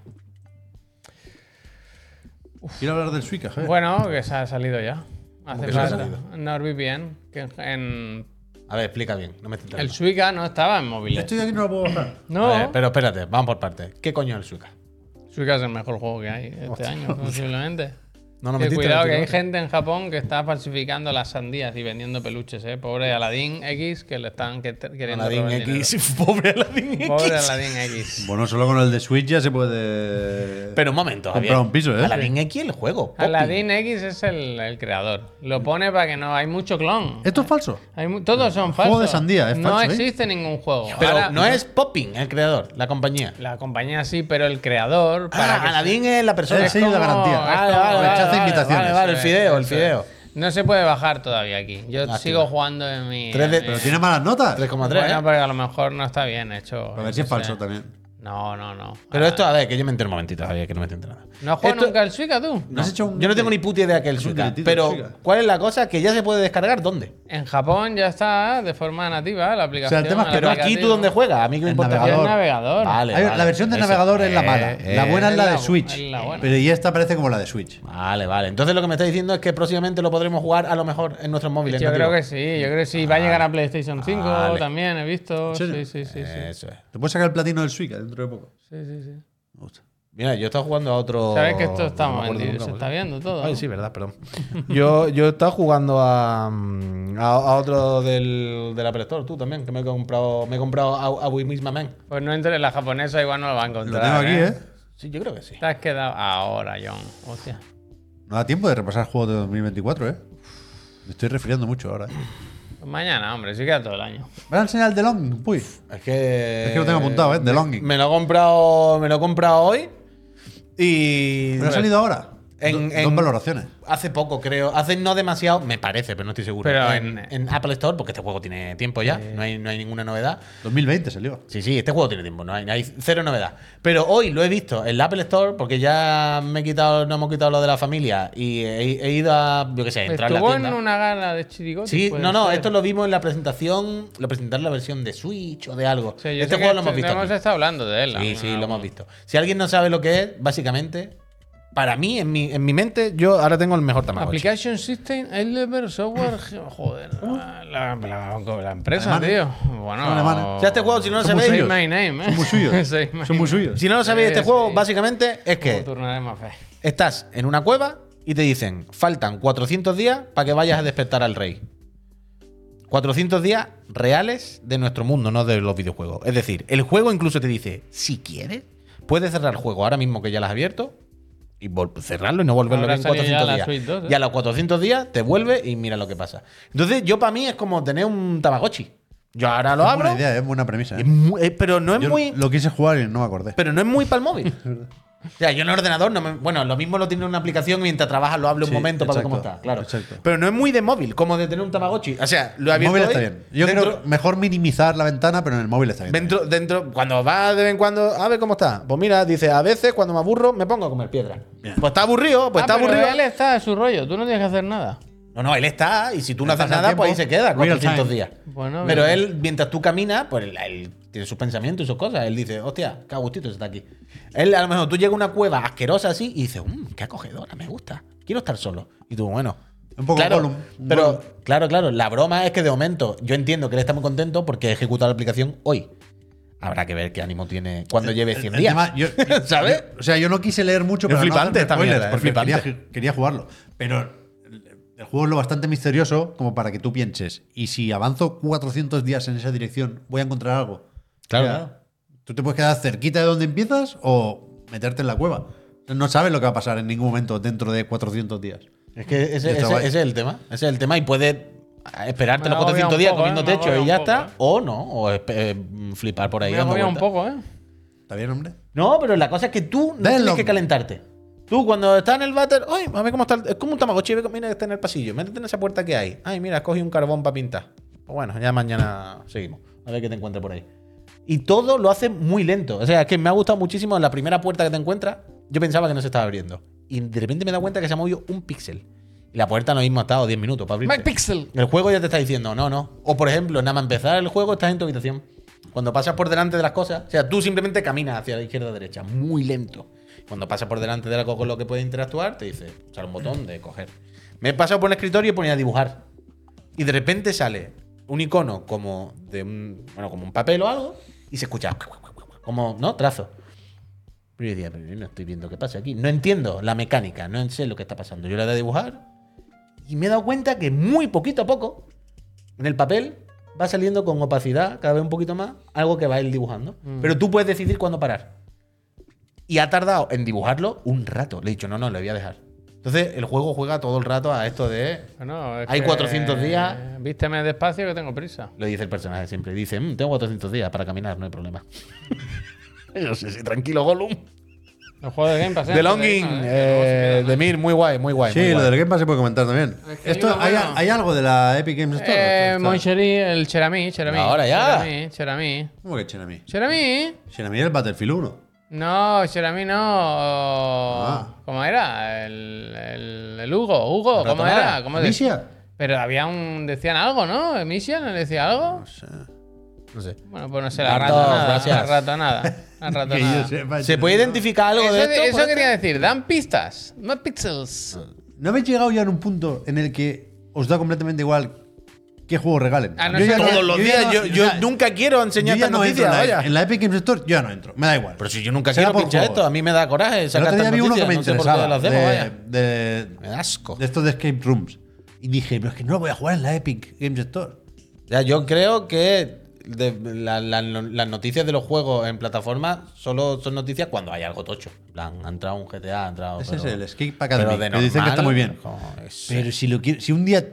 Speaker 2: Quiero hablar del Suica, ¿eh?
Speaker 1: Bueno, que se ha salido ya. Hace
Speaker 5: Pues que se ha
Speaker 1: falta.
Speaker 5: salido?
Speaker 1: NordVPN. Que en- en
Speaker 5: A ver, explica bien. No me estoy
Speaker 1: el
Speaker 5: enterando.
Speaker 1: Suica no estaba en móviles.
Speaker 2: Esto de aquí no lo puedo bajar.
Speaker 1: No.
Speaker 5: A ver, pero espérate, vamos por partes. ¿Qué coño es el suica?
Speaker 1: Suica es el mejor juego que hay este año, posiblemente.
Speaker 5: No lo
Speaker 1: Que
Speaker 5: metiste en
Speaker 1: cuidado,
Speaker 5: el
Speaker 1: que hay
Speaker 5: tirón.
Speaker 1: gente en Japón que está falsificando las sandías y vendiendo peluches, ¿eh? Pobre Aladdin X que le están que- queriendo
Speaker 5: Aladdin
Speaker 1: robar el dinero.
Speaker 5: X. Pobre Aladdin X.
Speaker 1: Pobre Aladdin X.
Speaker 2: Bueno, solo con el de Switch ya se puede.
Speaker 5: Pero un momento,
Speaker 2: Comprar
Speaker 5: Javier.
Speaker 2: un piso, ¿eh?
Speaker 5: Aladdin X el juego. Poppy.
Speaker 1: Aladdin X es el, el creador. Lo pone para que no... Hay mucho clon.
Speaker 2: ¿Esto es falso?
Speaker 1: Hay mu- todos son falsos.
Speaker 2: Juego de sandía, es
Speaker 1: No
Speaker 2: falso, ¿eh?
Speaker 1: existe ningún juego.
Speaker 5: Pero
Speaker 1: Ahora-
Speaker 5: no es Popping el creador, la compañía.
Speaker 1: La compañía sí, pero el creador... Para
Speaker 5: ah,
Speaker 1: que
Speaker 5: Aladdin es la persona.
Speaker 2: El sello de
Speaker 1: como-
Speaker 2: garantía.
Speaker 1: es
Speaker 5: Vale, vale,
Speaker 1: como-
Speaker 5: vale,
Speaker 2: Rechaza
Speaker 5: vale,
Speaker 2: Eh, invitaciones.
Speaker 5: Vale, vale, el
Speaker 1: Eso es,
Speaker 5: fideo, el
Speaker 1: eso
Speaker 5: fideo.
Speaker 1: es. No se puede bajar todavía aquí. Yo
Speaker 5: Lástima.
Speaker 1: sigo jugando en mi...
Speaker 5: Tres de-
Speaker 1: en mi-
Speaker 2: Pero tiene malas notas.
Speaker 5: 3,3.
Speaker 1: Bueno, pues,
Speaker 5: ¿eh?
Speaker 1: porque a lo mejor no está bien hecho.
Speaker 2: A ver si es
Speaker 1: no
Speaker 2: falso
Speaker 1: sé.
Speaker 2: también.
Speaker 1: No, no, no.
Speaker 5: Pero
Speaker 1: Ah,
Speaker 5: esto, a ver, que yo me entero un momentito, Javier, que no me estoy enterando.
Speaker 1: ¿No has jugado
Speaker 5: Esto-
Speaker 1: nunca al Suica tú?
Speaker 2: ¿No has hecho un- eh,
Speaker 5: Yo no tengo ni puta idea que el
Speaker 2: Es un
Speaker 5: Suica.
Speaker 2: directito, el
Speaker 5: Pero,
Speaker 2: Suica.
Speaker 5: ¿cuál es la cosa? Que ya se puede descargar, ¿dónde?
Speaker 1: En Japón ya está de forma nativa la aplicación.
Speaker 2: tema es que-
Speaker 5: Pero aquí tú dónde juegas, a mí que me
Speaker 2: El
Speaker 5: importa.
Speaker 1: juegas.
Speaker 2: navegador.
Speaker 1: Ah, El navegador.
Speaker 5: Vale,
Speaker 2: Hay-
Speaker 5: vale,
Speaker 2: la versión de
Speaker 5: eso.
Speaker 2: navegador es la mala.
Speaker 5: Eh,
Speaker 2: la
Speaker 5: eh.
Speaker 2: buena es la
Speaker 1: es
Speaker 2: de
Speaker 1: la bu-
Speaker 2: Switch.
Speaker 1: es la buena.
Speaker 2: Pero y esta parece como la de Switch.
Speaker 5: Vale, vale. Entonces lo que me está diciendo es que próximamente lo podremos jugar a lo mejor en nuestros móviles.
Speaker 1: Yo
Speaker 5: ¿no,
Speaker 1: creo
Speaker 5: tío?
Speaker 1: que sí, yo creo que sí. Va a llegar a PlayStation 5
Speaker 5: Vale. Eh.
Speaker 1: también, he visto. Sí,
Speaker 2: serio?
Speaker 1: sí, sí, sí.
Speaker 5: Eso es.
Speaker 2: Te puedes sacar el platino del Suica dentro de poco.
Speaker 1: Sí, sí, sí.
Speaker 2: Me gusta.
Speaker 5: Mira, yo estaba jugando a otro.
Speaker 1: Sabes que esto está
Speaker 5: no me acuerdo
Speaker 1: vendido,
Speaker 5: nunca,
Speaker 1: se
Speaker 5: pues.
Speaker 1: está viendo todo.
Speaker 5: Ay, sí, verdad, perdón. yo, yo estaba jugando a, mm, a, a otro del, del Apple Store, tú también, que me he comprado, me he comprado a, a We Misma Man.
Speaker 1: Pues no entre la japonesa, igual no lo va a
Speaker 2: Lo
Speaker 1: encontrar.
Speaker 2: tengo aquí, ¿eh?
Speaker 5: Sí, yo creo que sí.
Speaker 1: Te has quedado ahora, John. Hostia.
Speaker 2: No da tiempo de repasar juegos de 2024, ¿eh? Me estoy resfriando mucho ahora. ¿eh?
Speaker 1: Pues mañana, hombre, sí queda todo el año.
Speaker 2: ¿Vas a enseñar el de Long? Puy.
Speaker 5: Es que.
Speaker 2: Es que lo tengo apuntado, ¿eh? The Longing.
Speaker 5: Me lo he comprado, me lo he comprado hoy. Y.
Speaker 2: Pero ha salido ahora.
Speaker 5: En-
Speaker 2: Do-
Speaker 5: en-
Speaker 2: Dos valoraciones.
Speaker 5: Hace poco, creo. Hace no demasiado, me parece, pero no estoy seguro.
Speaker 1: Pero
Speaker 5: en,
Speaker 1: en-
Speaker 5: en Apple Store, porque este juego tiene tiempo ya, no, hay, no hay ninguna novedad.
Speaker 2: 2020 salió.
Speaker 5: Sí, sí, este juego tiene tiempo, no hay, hay cero novedad. Pero hoy lo he visto en la Apple Store porque ya me he quitado, no hemos quitado lo de la familia y he, he ido a, yo qué sé, entrar en la
Speaker 1: Estuvo en
Speaker 5: tienda.
Speaker 1: Pues una gala de chirigotes.
Speaker 5: Sí,
Speaker 1: puede
Speaker 5: no, no,
Speaker 1: ser.
Speaker 5: esto lo vimos en la presentación, lo presentaron la versión de Switch o de algo.
Speaker 1: Sí, yo
Speaker 5: este
Speaker 1: sé
Speaker 5: juego
Speaker 1: que Ah,
Speaker 5: lo hemos visto.
Speaker 1: Hemos
Speaker 5: aquí.
Speaker 1: estado hablando de él.
Speaker 5: Sí, sí, lo hemos
Speaker 1: visto.
Speaker 5: visto. Si alguien no sabe lo que es, básicamente, para mí, en mi, en mi mente, yo ahora tengo el mejor Tamagotchi.
Speaker 1: Application System, Elever Software, joder, la, la- la- la empresa,
Speaker 2: Alemanes.
Speaker 1: tío. Bueno,
Speaker 2: Son alemanes.
Speaker 1: Ah.
Speaker 5: O sea, este juego, si no lo
Speaker 2: Son muy
Speaker 5: sabéis,
Speaker 2: suyos.
Speaker 1: my name, ¿eh?
Speaker 2: Son muy suyos.
Speaker 1: Say my
Speaker 2: Son muy
Speaker 1: name.
Speaker 2: suyos.
Speaker 5: si no lo sabéis, este
Speaker 1: Sí,
Speaker 5: juego
Speaker 1: Eh, sí.
Speaker 5: básicamente
Speaker 1: Como
Speaker 5: es que
Speaker 1: turnaré más fe.
Speaker 5: estás en una cueva y te dicen, faltan 400 días para que vayas a despertar al rey. 400 días reales de nuestro mundo, no de los videojuegos. Es decir, el juego incluso te dice, si quieres, puedes cerrar el juego ahora mismo que ya lo has abierto y vol- cerrarlo y no volverlo
Speaker 1: Ahora
Speaker 5: en
Speaker 1: salió ya
Speaker 5: 400
Speaker 1: la
Speaker 5: días.
Speaker 1: Switch 2, ¿eh?
Speaker 5: Y a los 400 días te vuelve y mira lo que pasa. Entonces, yo para mí es como tener un Tamagotchi. Yo ahora lo
Speaker 2: es
Speaker 5: abro,
Speaker 2: buena idea, es buena premisa. ¿eh?
Speaker 5: es muy- eh, pero no es
Speaker 2: Yo
Speaker 5: muy
Speaker 2: lo quise jugar y no me acordé.
Speaker 5: pero no es muy para el móvil. O sea, yo en el ordenador, no me- bueno, lo mismo lo tiene en una aplicación y mientras trabajas lo hablo
Speaker 2: Sí,
Speaker 5: un momento para ver cómo
Speaker 2: exacto,
Speaker 5: está, claro.
Speaker 2: exacto.
Speaker 5: Pero no es muy de móvil, como de tener un Tamagotchi. O sea, lo
Speaker 2: el
Speaker 5: he abierto
Speaker 2: móvil está
Speaker 5: hoy,
Speaker 2: bien. Yo
Speaker 5: dentro,
Speaker 2: creo que mejor minimizar la ventana, pero en el móvil está bien.
Speaker 5: dentro, dentro, cuando va de vez en cuando, a ver cómo está. Pues mira, dice, a veces cuando me aburro me pongo a comer piedra.
Speaker 2: Bien.
Speaker 5: Pues está aburrido, pues
Speaker 1: Ah,
Speaker 5: está
Speaker 1: pero
Speaker 5: aburrido.
Speaker 1: Él está en su rollo, tú no tienes que hacer nada.
Speaker 5: No, no, él está y si tú no
Speaker 2: Él
Speaker 5: haces
Speaker 2: pasa el
Speaker 5: nada, pues ahí se
Speaker 2: tiempo,
Speaker 5: queda,
Speaker 2: real
Speaker 5: 400
Speaker 2: time.
Speaker 5: días.
Speaker 1: Bueno,
Speaker 5: Pero
Speaker 1: bien.
Speaker 5: él, mientras tú caminas, pues él, él tiene sus pensamientos y sus cosas. Él dice, hostia, qué a gustito está aquí. Él, a lo mejor tú llegas a una cueva asquerosa así y dices, mmm, qué acogedora, me gusta. Quiero estar solo. Y tú, bueno.
Speaker 2: Un poco
Speaker 5: claro,
Speaker 2: Gollum, un
Speaker 5: pero
Speaker 2: Gollum.
Speaker 5: claro, claro, la broma es que de momento yo entiendo que él está muy contento porque ejecuta la aplicación hoy. Habrá que ver qué ánimo tiene cuando lleve 100
Speaker 2: El
Speaker 5: días.
Speaker 2: tema, yo- yo-
Speaker 5: ¿Sabes?
Speaker 2: o sea, yo no quise leer mucho,
Speaker 5: Es
Speaker 2: pero no
Speaker 5: flipante
Speaker 2: hacerme eh,
Speaker 5: esta mierda,
Speaker 2: spoilers,
Speaker 5: es
Speaker 2: porque
Speaker 5: flipante.
Speaker 2: Quería, quería jugarlo. Pero el juego es lo bastante misterioso como para que tú pienses, y si avanzo 400 días en esa dirección, voy a encontrar algo.
Speaker 5: Claro.
Speaker 2: tú te puedes quedar cerquita de donde empiezas o meterte en la cueva. No sabes lo que va a pasar en ningún momento dentro de 400 días.
Speaker 5: Es que
Speaker 2: Está
Speaker 5: ese, ese-
Speaker 2: guay.
Speaker 5: ese es el tema. Ese es el tema y puedes esperarte
Speaker 1: Me
Speaker 5: los
Speaker 1: agobia
Speaker 5: 400
Speaker 1: un
Speaker 5: días
Speaker 1: poco,
Speaker 5: comiendo
Speaker 1: eh, me
Speaker 5: techo y
Speaker 1: agobia
Speaker 5: ya
Speaker 1: un
Speaker 5: está.
Speaker 1: poco,
Speaker 5: O no, o espe- eh, flipar por ahí.
Speaker 1: Me
Speaker 5: dando
Speaker 1: agobia un
Speaker 5: vueltas.
Speaker 1: poco, ¿eh?
Speaker 2: ¿Está bien, hombre?
Speaker 5: No, pero la cosa es que tú no
Speaker 2: Denlo.
Speaker 5: tienes que calentarte. Tú cuando estás en el váter, ¡ay! A ver cómo está. el- Es como un tamagotchi, ve cómo- mira que está en el pasillo. Métete en esa puerta que hay. Ay, mira, cogí un carbón para pintar. Pues bueno, ya mañana seguimos. A ver qué te encuentras por ahí. Y todo lo hace muy lento. O sea, es que me ha gustado muchísimo la primera puerta que te encuentras. Yo pensaba que no se estaba abriendo. Y de repente me da cuenta que se ha movido un píxel. Y la puerta no mismo ha estado 10 minutos para abrir.
Speaker 1: Mike Pixel.
Speaker 5: El juego ya te está diciendo, no, no. O por ejemplo, nada más empezar el juego estás en tu habitación. Cuando pasas por delante de las cosas, o sea, tú simplemente caminas hacia la izquierda o derecha, muy lento. Cuando pasas por delante de algo con lo que puedes interactuar, te dice, usar un botón de coger. Me he pasado por el escritorio y ponía a dibujar. Y de repente sale un icono como de un, bueno, como un papel o algo y se escucha como, ¿no? Trazo. Pero yo decía, pero yo no estoy viendo qué pasa aquí. No entiendo la mecánica, no sé lo que está pasando. Yo le he dado a dibujar y me he dado cuenta que muy poquito a poco, en el papel, va saliendo con opacidad, cada vez un poquito más, algo que va él dibujando.
Speaker 2: Mm.
Speaker 5: Pero tú puedes decidir cuándo parar. Y ha tardado en dibujarlo un rato. Le he dicho, no, no, le voy a dejar. Entonces, el juego juega todo el rato a esto de.
Speaker 1: Bueno, es
Speaker 5: Hay
Speaker 1: que- eh,
Speaker 5: 400 días.
Speaker 1: Vísteme despacio que tengo prisa.
Speaker 5: Lo dice el personaje siempre. Dice, "Mm, tengo 400 días para caminar, no hay problema. Yo sé, sí, tranquilo, Gollum.
Speaker 1: Los juegos de Game Pass.
Speaker 5: The Longing, eh, de Mir, muy guay, muy guay. muy
Speaker 2: Sí, lo
Speaker 5: guay.
Speaker 2: del Game Pass se puede comentar también.
Speaker 1: Es que hay
Speaker 2: Esto,
Speaker 1: uno
Speaker 2: hay,
Speaker 1: bueno.
Speaker 2: hay algo de la Epic Games Store?
Speaker 1: Eh,
Speaker 2: Está-
Speaker 1: Monchery, el Cherami, Cherami.
Speaker 5: Ahora ya.
Speaker 1: Cherami, Cherami.
Speaker 2: ¿Cómo que Chenami?
Speaker 1: Cherami.
Speaker 2: Chenami es el Battlefield 1.
Speaker 1: No, Cherami no.
Speaker 2: Ah.
Speaker 1: ¿Cómo era? El, el, el Hugo, Hugo, ¿cómo
Speaker 5: Ratonara.
Speaker 1: era? ¿Cómo de-
Speaker 2: ¿Amicia?
Speaker 1: Pero había un. Decían algo, ¿no? ¿Emicia no le decía algo?
Speaker 2: No sé.
Speaker 5: No sé.
Speaker 1: Bueno, pues no sé, la
Speaker 5: Gato,
Speaker 1: ratonada.
Speaker 5: gracias.
Speaker 1: La ratonada. La
Speaker 2: Que yo
Speaker 1: ratonada.
Speaker 2: sepa,
Speaker 5: ¿Se
Speaker 2: Chenami,
Speaker 5: puede
Speaker 2: no.
Speaker 5: identificar algo de
Speaker 1: Eso,
Speaker 5: esto?
Speaker 1: eso
Speaker 5: por
Speaker 1: quería decir, dan pistas. Más pixels.
Speaker 2: ¿No habéis llegado ya en un punto en el que os da completamente igual qué juego regalen?
Speaker 1: Ah, no
Speaker 2: Yo
Speaker 1: sé,
Speaker 2: ya
Speaker 1: todos
Speaker 2: no-
Speaker 5: Todos los
Speaker 2: yo ya
Speaker 5: días,
Speaker 2: no-
Speaker 5: yo,
Speaker 2: o
Speaker 5: yo
Speaker 2: sea,
Speaker 5: nunca quiero enseñar
Speaker 2: yo ya no
Speaker 5: esta noticia,
Speaker 2: entro en la,
Speaker 5: vaya.
Speaker 2: en la Epic Games Store, yo ya no entro, me da igual.
Speaker 5: Pero si yo nunca
Speaker 2: Sea
Speaker 5: quiero
Speaker 2: por
Speaker 5: pinchar
Speaker 2: juego.
Speaker 5: esto, a mí me da coraje
Speaker 2: el
Speaker 5: sacar
Speaker 2: otro día
Speaker 5: estas
Speaker 2: vi uno que
Speaker 5: noticias.
Speaker 2: me
Speaker 5: No sé por qué
Speaker 2: interesaba,
Speaker 5: las demos,
Speaker 2: de,
Speaker 5: vaya.
Speaker 2: de,
Speaker 5: Me da asco.
Speaker 2: de estos de escape rooms. Y dije, pero es que no lo voy a jugar en la Epic Games Store.
Speaker 5: Ya, yo creo que de- la- la- las noticias de los juegos en plataforma solo son noticias cuando hay algo tocho. En plan, ha entrado un GTA, ha entrado.
Speaker 2: Ese es
Speaker 5: pero-
Speaker 2: el Escape
Speaker 5: pero
Speaker 2: Academy,
Speaker 5: de
Speaker 2: que dicen que está
Speaker 5: normal,
Speaker 2: muy bien.
Speaker 5: como es-
Speaker 2: Pero si, lo quiero, si un día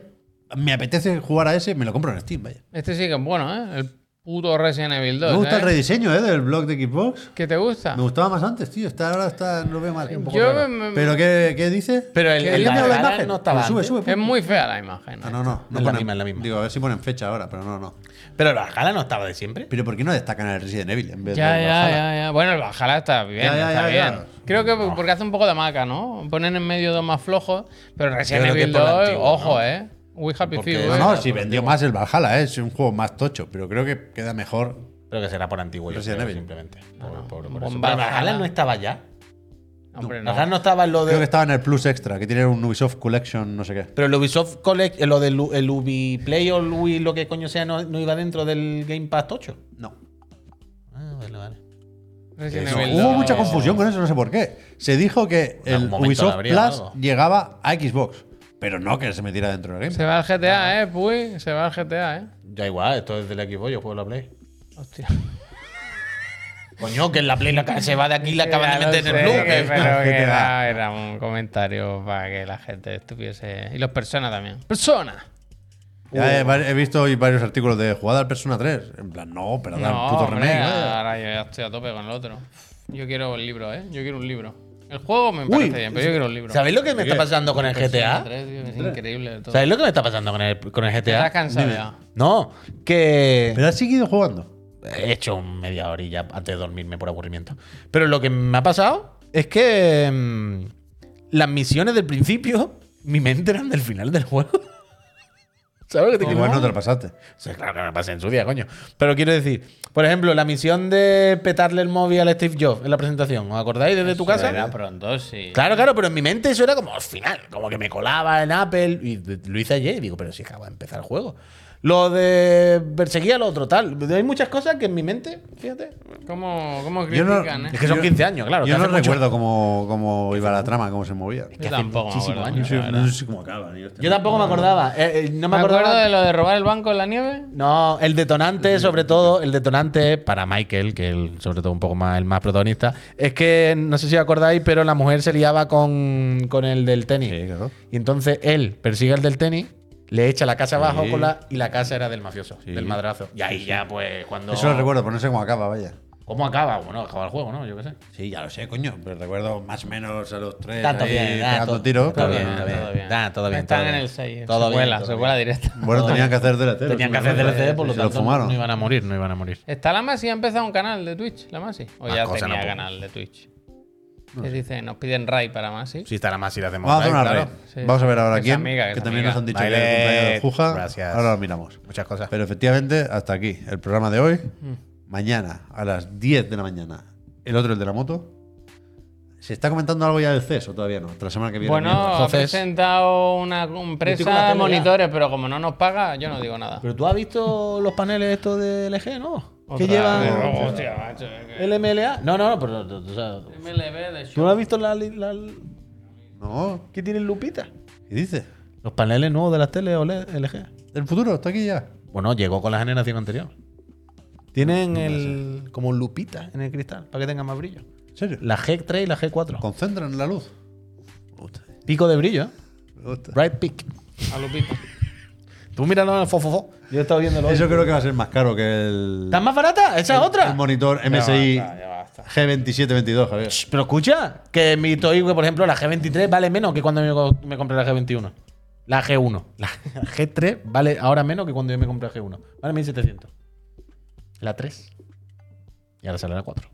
Speaker 2: me apetece jugar a ese, me lo compro en Steam, vaya.
Speaker 1: Este sí que es bueno, ¿eh? El puto Resident Evil 2.
Speaker 2: Me gusta el
Speaker 1: ¿eh?
Speaker 2: rediseño ¿eh? del blog de Xbox.
Speaker 1: ¿Qué te gusta?
Speaker 2: Me gustaba más antes, tío. Está, ahora está, lo veo mal. Un poco
Speaker 1: Yo
Speaker 2: raro.
Speaker 1: me- me-
Speaker 2: ¿Pero qué, qué dice?
Speaker 5: Pero el-
Speaker 2: ¿Qué
Speaker 5: el-
Speaker 2: cambia
Speaker 5: la
Speaker 2: la
Speaker 5: cara
Speaker 2: imagen?
Speaker 5: no estaba
Speaker 2: Pero sube,
Speaker 5: antes.
Speaker 2: sube.
Speaker 1: Es muy fea la imagen.
Speaker 2: Ah,
Speaker 1: ¿eh?
Speaker 2: no, no. no
Speaker 5: Es la
Speaker 2: ponen-
Speaker 5: misma, es la misma.
Speaker 2: Digo, a ver si ponen fecha ahora, pero no, no.
Speaker 5: Pero la gala no estaba de siempre.
Speaker 2: Pero ¿por qué no destacan el Resident Evil en vez
Speaker 1: Ya,
Speaker 2: de
Speaker 1: ya, ya, ya. Bueno, el Valhalla está bien,
Speaker 2: pues, Ya, ya,
Speaker 1: está
Speaker 2: ya,
Speaker 1: bien.
Speaker 2: ya.
Speaker 1: Creo que porque hace un poco de maca, ¿no? Ponen en medio dos más flojos, pero Resident
Speaker 5: creo que
Speaker 1: Evil
Speaker 5: por la
Speaker 1: 2,
Speaker 5: antigua,
Speaker 1: ojo,
Speaker 5: ¿no?
Speaker 1: ¿eh? We Happy
Speaker 5: Porque-
Speaker 1: Few,
Speaker 2: No,
Speaker 1: ¿eh?
Speaker 2: no,
Speaker 5: ya,
Speaker 2: si
Speaker 5: pero
Speaker 2: vendió
Speaker 5: digo-
Speaker 2: más el Valhalla, ¿eh? es un juego más tocho, pero creo que queda mejor.
Speaker 5: Creo que será por antiguo. yo
Speaker 2: Resident
Speaker 5: creo,
Speaker 2: Evil.
Speaker 5: Simplemente. Por-
Speaker 1: no.
Speaker 5: por- por
Speaker 1: Bomba
Speaker 5: eso. Pero la gala
Speaker 1: Valhalla.
Speaker 5: no estaba ya.
Speaker 1: Hombre,
Speaker 5: La
Speaker 1: no.
Speaker 5: gala no estaba en lo
Speaker 2: Creo que
Speaker 5: de.
Speaker 2: estaba en el Plus Extra, que tiene un Ubisoft Collection, no sé qué.
Speaker 5: Pero el Ubisoft Collect, eh, lo del U- el Ubi Play o el Ubi lo que coño sea, no, no iba dentro del Game Pass 8.
Speaker 2: No.
Speaker 5: Ah, vale, vale.
Speaker 1: Resident
Speaker 5: Eso.
Speaker 1: Evil 2.
Speaker 2: Hubo mucha confusión con eso, no sé por qué. Se dijo que
Speaker 5: En algún
Speaker 2: el
Speaker 5: momento la
Speaker 2: Ubisoft
Speaker 5: habría
Speaker 2: Plus
Speaker 5: dado.
Speaker 2: llegaba a Xbox, pero no que se metiera dentro del Game.
Speaker 1: Se va al GTA, ¿eh? Puy, se va al GTA, ¿eh?
Speaker 5: Ya igual, esto es del equipo, yo juego la Play.
Speaker 1: Hostia.
Speaker 5: Coño, que en la Play la ca- se va de aquí y la acaban
Speaker 1: Ya
Speaker 5: de
Speaker 1: lo
Speaker 5: meter en
Speaker 1: sé,
Speaker 5: el
Speaker 1: que-
Speaker 5: Blue.
Speaker 1: Pero que
Speaker 2: GTA.
Speaker 1: era, era un comentario para que la gente estuviese. Y los personas también. ¡Personas!
Speaker 2: Ya he, he visto hoy varios artículos de jugada al Persona 3. En plan, no, pero da un puto
Speaker 1: hombre,
Speaker 2: remake. ¿eh?
Speaker 1: Ahora yo ya estoy a tope con el otro. Yo quiero el libro, ¿eh? Yo quiero un libro. El juego me parece bien, pero yo quiero un libro.
Speaker 5: ¿Sabéis lo que me está pasando con el
Speaker 1: Persona
Speaker 5: GTA?
Speaker 1: 3, tío, es increíble todo.
Speaker 5: ¿Sabéis lo que me está pasando con el, con el
Speaker 1: Estás
Speaker 5: GTA?
Speaker 1: cansado ya.
Speaker 5: No, que
Speaker 2: Pero has seguido jugando.
Speaker 5: he hecho un media horilla antes de dormirme por aburrimiento. Pero lo que me ha pasado es que mm, las misiones del principio, mi mente eran del final del juego. ¿Sabes lo que te
Speaker 2: Igual no
Speaker 5: quiero decir?
Speaker 2: te lo pasaste.
Speaker 5: O sea, claro que me pasé en su día, coño. Pero quiero decir, por ejemplo, la misión de petarle el móvil al Steve Jobs en la presentación. ¿Os acordáis desde tu casa?
Speaker 1: Era pronto, sí.
Speaker 5: Claro, claro, pero en mi mente eso era como al final, como que me colaba en Apple y de- lo hice ayer y digo, pero si acabo de empezar el juego.
Speaker 4: Lo de perseguir al otro, tal. Hay muchas cosas que en mi mente, fíjate.
Speaker 1: ¿Cómo, cómo
Speaker 2: Yo no-
Speaker 1: critican, eh?
Speaker 4: Es que son
Speaker 2: Yo-
Speaker 4: 15 años, claro.
Speaker 2: Yo
Speaker 4: que
Speaker 2: no
Speaker 4: hace mucho.
Speaker 2: recuerdo cómo, cómo iba la trama, cómo se movía.
Speaker 1: Yo tampoco me acuerdo.
Speaker 2: No sé,
Speaker 1: la verdad.
Speaker 2: no sé cómo acaba. este ni hostia.
Speaker 4: Yo tampoco me acordaba. eh, eh, no me,
Speaker 1: Me
Speaker 4: acordaba.
Speaker 1: acuerdo de lo de robar el banco en la nieve.
Speaker 4: No, el detonante, sobre todo, el detonante para Michael, que él, sobre todo un poco más el más protagonista, es que no sé si acordáis, pero la mujer se liaba con, con el del tenis.
Speaker 2: Sí, claro.
Speaker 4: Y entonces él persigue al del tenis, le echa la casa abajo
Speaker 2: Sí.
Speaker 4: con la, y la casa era del mafioso,
Speaker 2: Sí.
Speaker 4: del madrazo. Y ahí ya, pues, cuando.
Speaker 2: Eso lo recuerdo, pero no sé cómo acaba, vaya.
Speaker 4: ¿Cómo acaba? Bueno, acaba el juego, ¿no? Yo qué sé.
Speaker 2: Sí, ya lo sé, coño. Pero recuerdo más o menos a los tres
Speaker 4: Está todo
Speaker 2: ahí
Speaker 4: bien, está
Speaker 2: pegando
Speaker 4: todo-
Speaker 2: tiros.
Speaker 4: está
Speaker 2: pero
Speaker 4: bien,
Speaker 2: no-
Speaker 4: está bien. Nah, todo bien,
Speaker 1: Están
Speaker 4: todo
Speaker 1: en
Speaker 4: bien.
Speaker 1: el 6.
Speaker 4: Todo
Speaker 1: se
Speaker 4: bien,
Speaker 1: cuela,
Speaker 4: todo
Speaker 1: se
Speaker 4: bien.
Speaker 1: cuela directa.
Speaker 2: Bueno, tenían que hacer DLC.
Speaker 4: Tenían que hacer DLC, por lo
Speaker 2: Se
Speaker 4: tanto,
Speaker 2: Eh, lo fumaron.
Speaker 4: no iban a morir, no iban a morir.
Speaker 1: ¿Está la Masi? ¿Ha empezado un canal de Twitch? ¿La Masi? ¿O
Speaker 4: Más
Speaker 1: ya
Speaker 4: cosas
Speaker 1: tenía
Speaker 4: no puedo.
Speaker 1: canal de Twich Les dicen, nos piden Ray para Masi.
Speaker 4: Si estará más si la hacemos.
Speaker 2: Vamos a hacer
Speaker 4: live,
Speaker 2: una
Speaker 4: claro.
Speaker 2: red.
Speaker 1: Sí.
Speaker 2: Vamos a ver ahora
Speaker 1: Es
Speaker 2: quién.
Speaker 1: amiga,
Speaker 2: que
Speaker 1: es
Speaker 2: también
Speaker 1: amiga.
Speaker 2: nos han dicho que
Speaker 4: Vale,
Speaker 2: era el cumpleaños de Juja.
Speaker 4: gracias.
Speaker 2: Ahora lo miramos.
Speaker 4: Muchas cosas.
Speaker 2: Pero efectivamente, hasta aquí el programa de hoy.
Speaker 4: Mm.
Speaker 2: Mañana, a las 10 de la mañana, el otro, el de la moto. ¿Se está comentando algo ya del CES o todavía no? Tras la semana que viene.
Speaker 1: Bueno,
Speaker 2: mierda.
Speaker 1: ha
Speaker 4: Entonces-
Speaker 1: presentado
Speaker 4: Yo
Speaker 1: una
Speaker 4: estoy con la
Speaker 1: empresa
Speaker 4: tele
Speaker 1: de
Speaker 4: ya.
Speaker 1: monitores, pero como no nos paga, yo no digo nada.
Speaker 4: Pero tú has visto los paneles estos de LG, ¿no?
Speaker 1: Otra
Speaker 4: Que llevan
Speaker 1: vez. Oh, hostia, macho, es que-
Speaker 4: el MLA. No, no, no, pero tú, tú sabes.
Speaker 1: MLB de
Speaker 4: ¿Tú no has visto la, li- la-
Speaker 2: no,
Speaker 4: que tiene Lupita?
Speaker 2: ¿qué dice?
Speaker 4: Los paneles nuevos de las teles OLED LG.
Speaker 2: El futuro está aquí ya.
Speaker 4: Bueno, llegó con la generación anterior. Tienen el como Lupita en el cristal para que tenga más brillo.
Speaker 2: ¿En serio?
Speaker 4: La G3 y la G4.
Speaker 2: Concentran la luz.
Speaker 4: Pico de brillo, ¿eh?
Speaker 2: Me gusta.
Speaker 4: Bright Peak.
Speaker 1: a Lupita.
Speaker 4: Tú míralo en el fofofo. Yo he estado viéndolo. hoy.
Speaker 2: Eso creo que va a ser más caro que el.
Speaker 4: ¿Está más barata? Esa es otra.
Speaker 2: El monitor MSI G2722, Javier.
Speaker 4: Shh, Pero escucha, que mi Toy, por ejemplo, la G23 vale menos que cuando yo me compré la G21. La G1. La G3 vale ahora menos que cuando yo me compré la G1. Vale 1700. La 3. Y ahora sale la 4.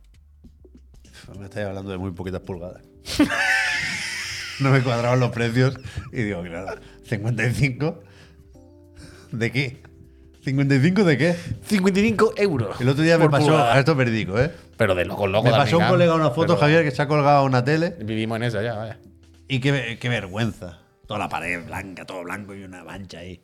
Speaker 2: Pues Me estáis hablando de muy poquitas pulgadas. no me cuadraban los precios y digo, claro, 55. ¿De qué? ¿55 de qué?
Speaker 4: 55 euros.
Speaker 2: El otro día me
Speaker 4: por
Speaker 2: pasó,
Speaker 4: pulgada.
Speaker 2: a esto perdico, ¿eh?
Speaker 4: Pero de loco, loco.
Speaker 2: Me
Speaker 4: también,
Speaker 2: pasó un
Speaker 4: ah,
Speaker 2: colega una foto,
Speaker 4: pero
Speaker 2: Javier, que se ha colgado una tele
Speaker 4: Vivimos en esa ya, vaya.
Speaker 2: y qué, qué vergüenza. Toda la pared blanca, todo blanco y una mancha ahí.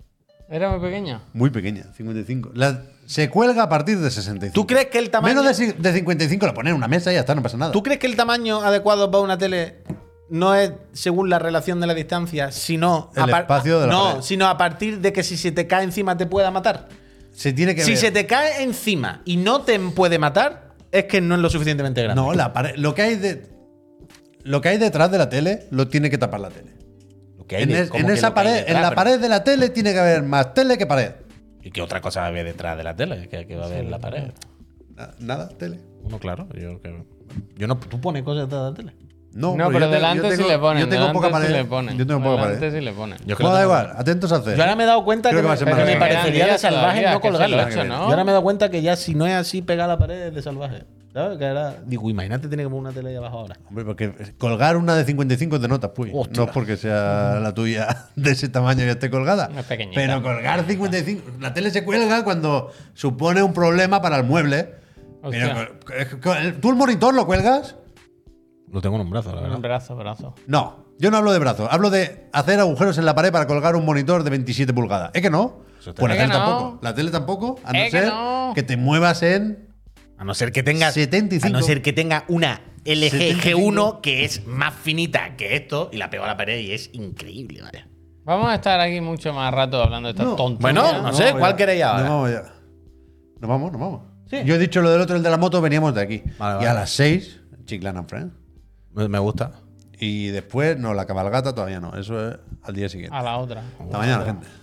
Speaker 1: Era muy pequeña.
Speaker 2: Muy pequeña, 55. La- se cuelga a partir de 65.
Speaker 4: ¿Tú crees que el tamaño-
Speaker 2: Menos de, si- de 55 la ponen en una mesa y ya está, no pasa nada.
Speaker 4: ¿Tú crees que el tamaño adecuado para una tele no es según la relación de la distancia, sino
Speaker 2: El
Speaker 4: a par-
Speaker 2: espacio de la
Speaker 4: no,
Speaker 2: pared.
Speaker 4: sino a partir de que si se te cae encima te pueda matar?
Speaker 2: Se tiene que
Speaker 4: Si
Speaker 2: ver.
Speaker 4: se te cae encima y no te puede matar, es que no es lo suficientemente grande.
Speaker 2: No, la pared- lo que hay de lo que hay detrás de la tele lo tiene que tapar la tele.
Speaker 4: Lo que hay
Speaker 2: En,
Speaker 4: de-
Speaker 2: es-
Speaker 4: como
Speaker 2: en
Speaker 4: que
Speaker 2: esa
Speaker 4: lo que hay
Speaker 2: pared,
Speaker 4: detrás,
Speaker 2: en la
Speaker 4: pero-
Speaker 2: pared de la tele tiene que haber más tele que pared.
Speaker 4: ¿Y qué otra cosa había detrás de la tele? ¿Qué, qué va a haber en la pared?
Speaker 2: Na- Nada, tele.
Speaker 4: Bueno, claro. Yo, que- yo no, tú pones cosas detrás de la tele.
Speaker 2: No, pues
Speaker 1: No,
Speaker 2: yo
Speaker 1: pero
Speaker 2: te- yo
Speaker 1: delante sí
Speaker 2: tengo-
Speaker 1: le ponen.
Speaker 2: Yo tengo
Speaker 1: delante
Speaker 2: poca
Speaker 1: sí
Speaker 2: pared.
Speaker 1: le ponen.
Speaker 2: Yo tengo poca
Speaker 1: delante
Speaker 2: pared.
Speaker 1: sí le ponen.
Speaker 4: Yo creo
Speaker 2: Bueno,
Speaker 4: que
Speaker 2: da
Speaker 4: la
Speaker 2: igual, atentos a hacer.
Speaker 4: Yo ahora me he dado cuenta
Speaker 2: Creo
Speaker 4: que,
Speaker 2: que va a
Speaker 4: me,
Speaker 2: ser
Speaker 4: que
Speaker 2: más
Speaker 4: me
Speaker 2: grande.
Speaker 4: parecería de
Speaker 1: Quedan días
Speaker 4: salvaje
Speaker 1: todavía,
Speaker 4: no
Speaker 1: que es el
Speaker 4: colgarla.
Speaker 1: ocho, ¿no?
Speaker 4: Yo ahora me he dado cuenta que ya si no es así pegar la pared es de salvaje. ¿Sabes? Que ahora, digo, imagínate tener que poner una tele ahí abajo ahora.
Speaker 2: Hombre, porque colgar una de 55 de notas, pues.
Speaker 4: Hostia.
Speaker 2: No es porque sea la tuya de ese tamaño y esté colgada.
Speaker 1: Una pequeñita.
Speaker 2: Pero colgar 55. La tele se cuelga cuando supone un problema para el mueble.
Speaker 1: Hostia.
Speaker 2: Pero, co- co- ¿Tú el monitor lo cuelgas?
Speaker 4: Lo tengo en un brazo, la
Speaker 1: Un brazo, brazo.
Speaker 2: No, yo no hablo de brazos, hablo de hacer agujeros en la pared para colgar un monitor de 27 pulgadas. Es que no.
Speaker 4: Eso está
Speaker 2: Pues la
Speaker 1: bien.
Speaker 2: tele
Speaker 1: Es que no.
Speaker 2: tampoco. La tele tampoco, a no
Speaker 1: Es que
Speaker 2: ser que,
Speaker 1: no.
Speaker 2: te muevas en.
Speaker 4: A no ser que tengas
Speaker 2: 75.
Speaker 4: A no ser que tenga una LG
Speaker 2: 75.
Speaker 4: G1 que es más finita que esto y la pego a la pared y es increíble, vaya.
Speaker 1: Vamos a estar aquí mucho más rato hablando de estas
Speaker 2: No.
Speaker 1: tonterías.
Speaker 4: Bueno, no sé,
Speaker 2: vamos
Speaker 4: ¿cuál
Speaker 2: ya.
Speaker 4: queréis ahora?
Speaker 2: Nos vamos ya. Nos vamos, nos vamos. Yo he dicho lo del otro, el de la moto, veníamos de aquí.
Speaker 4: Vale,
Speaker 2: Y
Speaker 4: vale.
Speaker 2: a las 6, Chiclana and Friends.
Speaker 4: Me, gusta.
Speaker 2: Y después, no, la cabalgata todavía no. Eso es al día siguiente.
Speaker 1: A la otra.
Speaker 2: Hasta mañana, gente.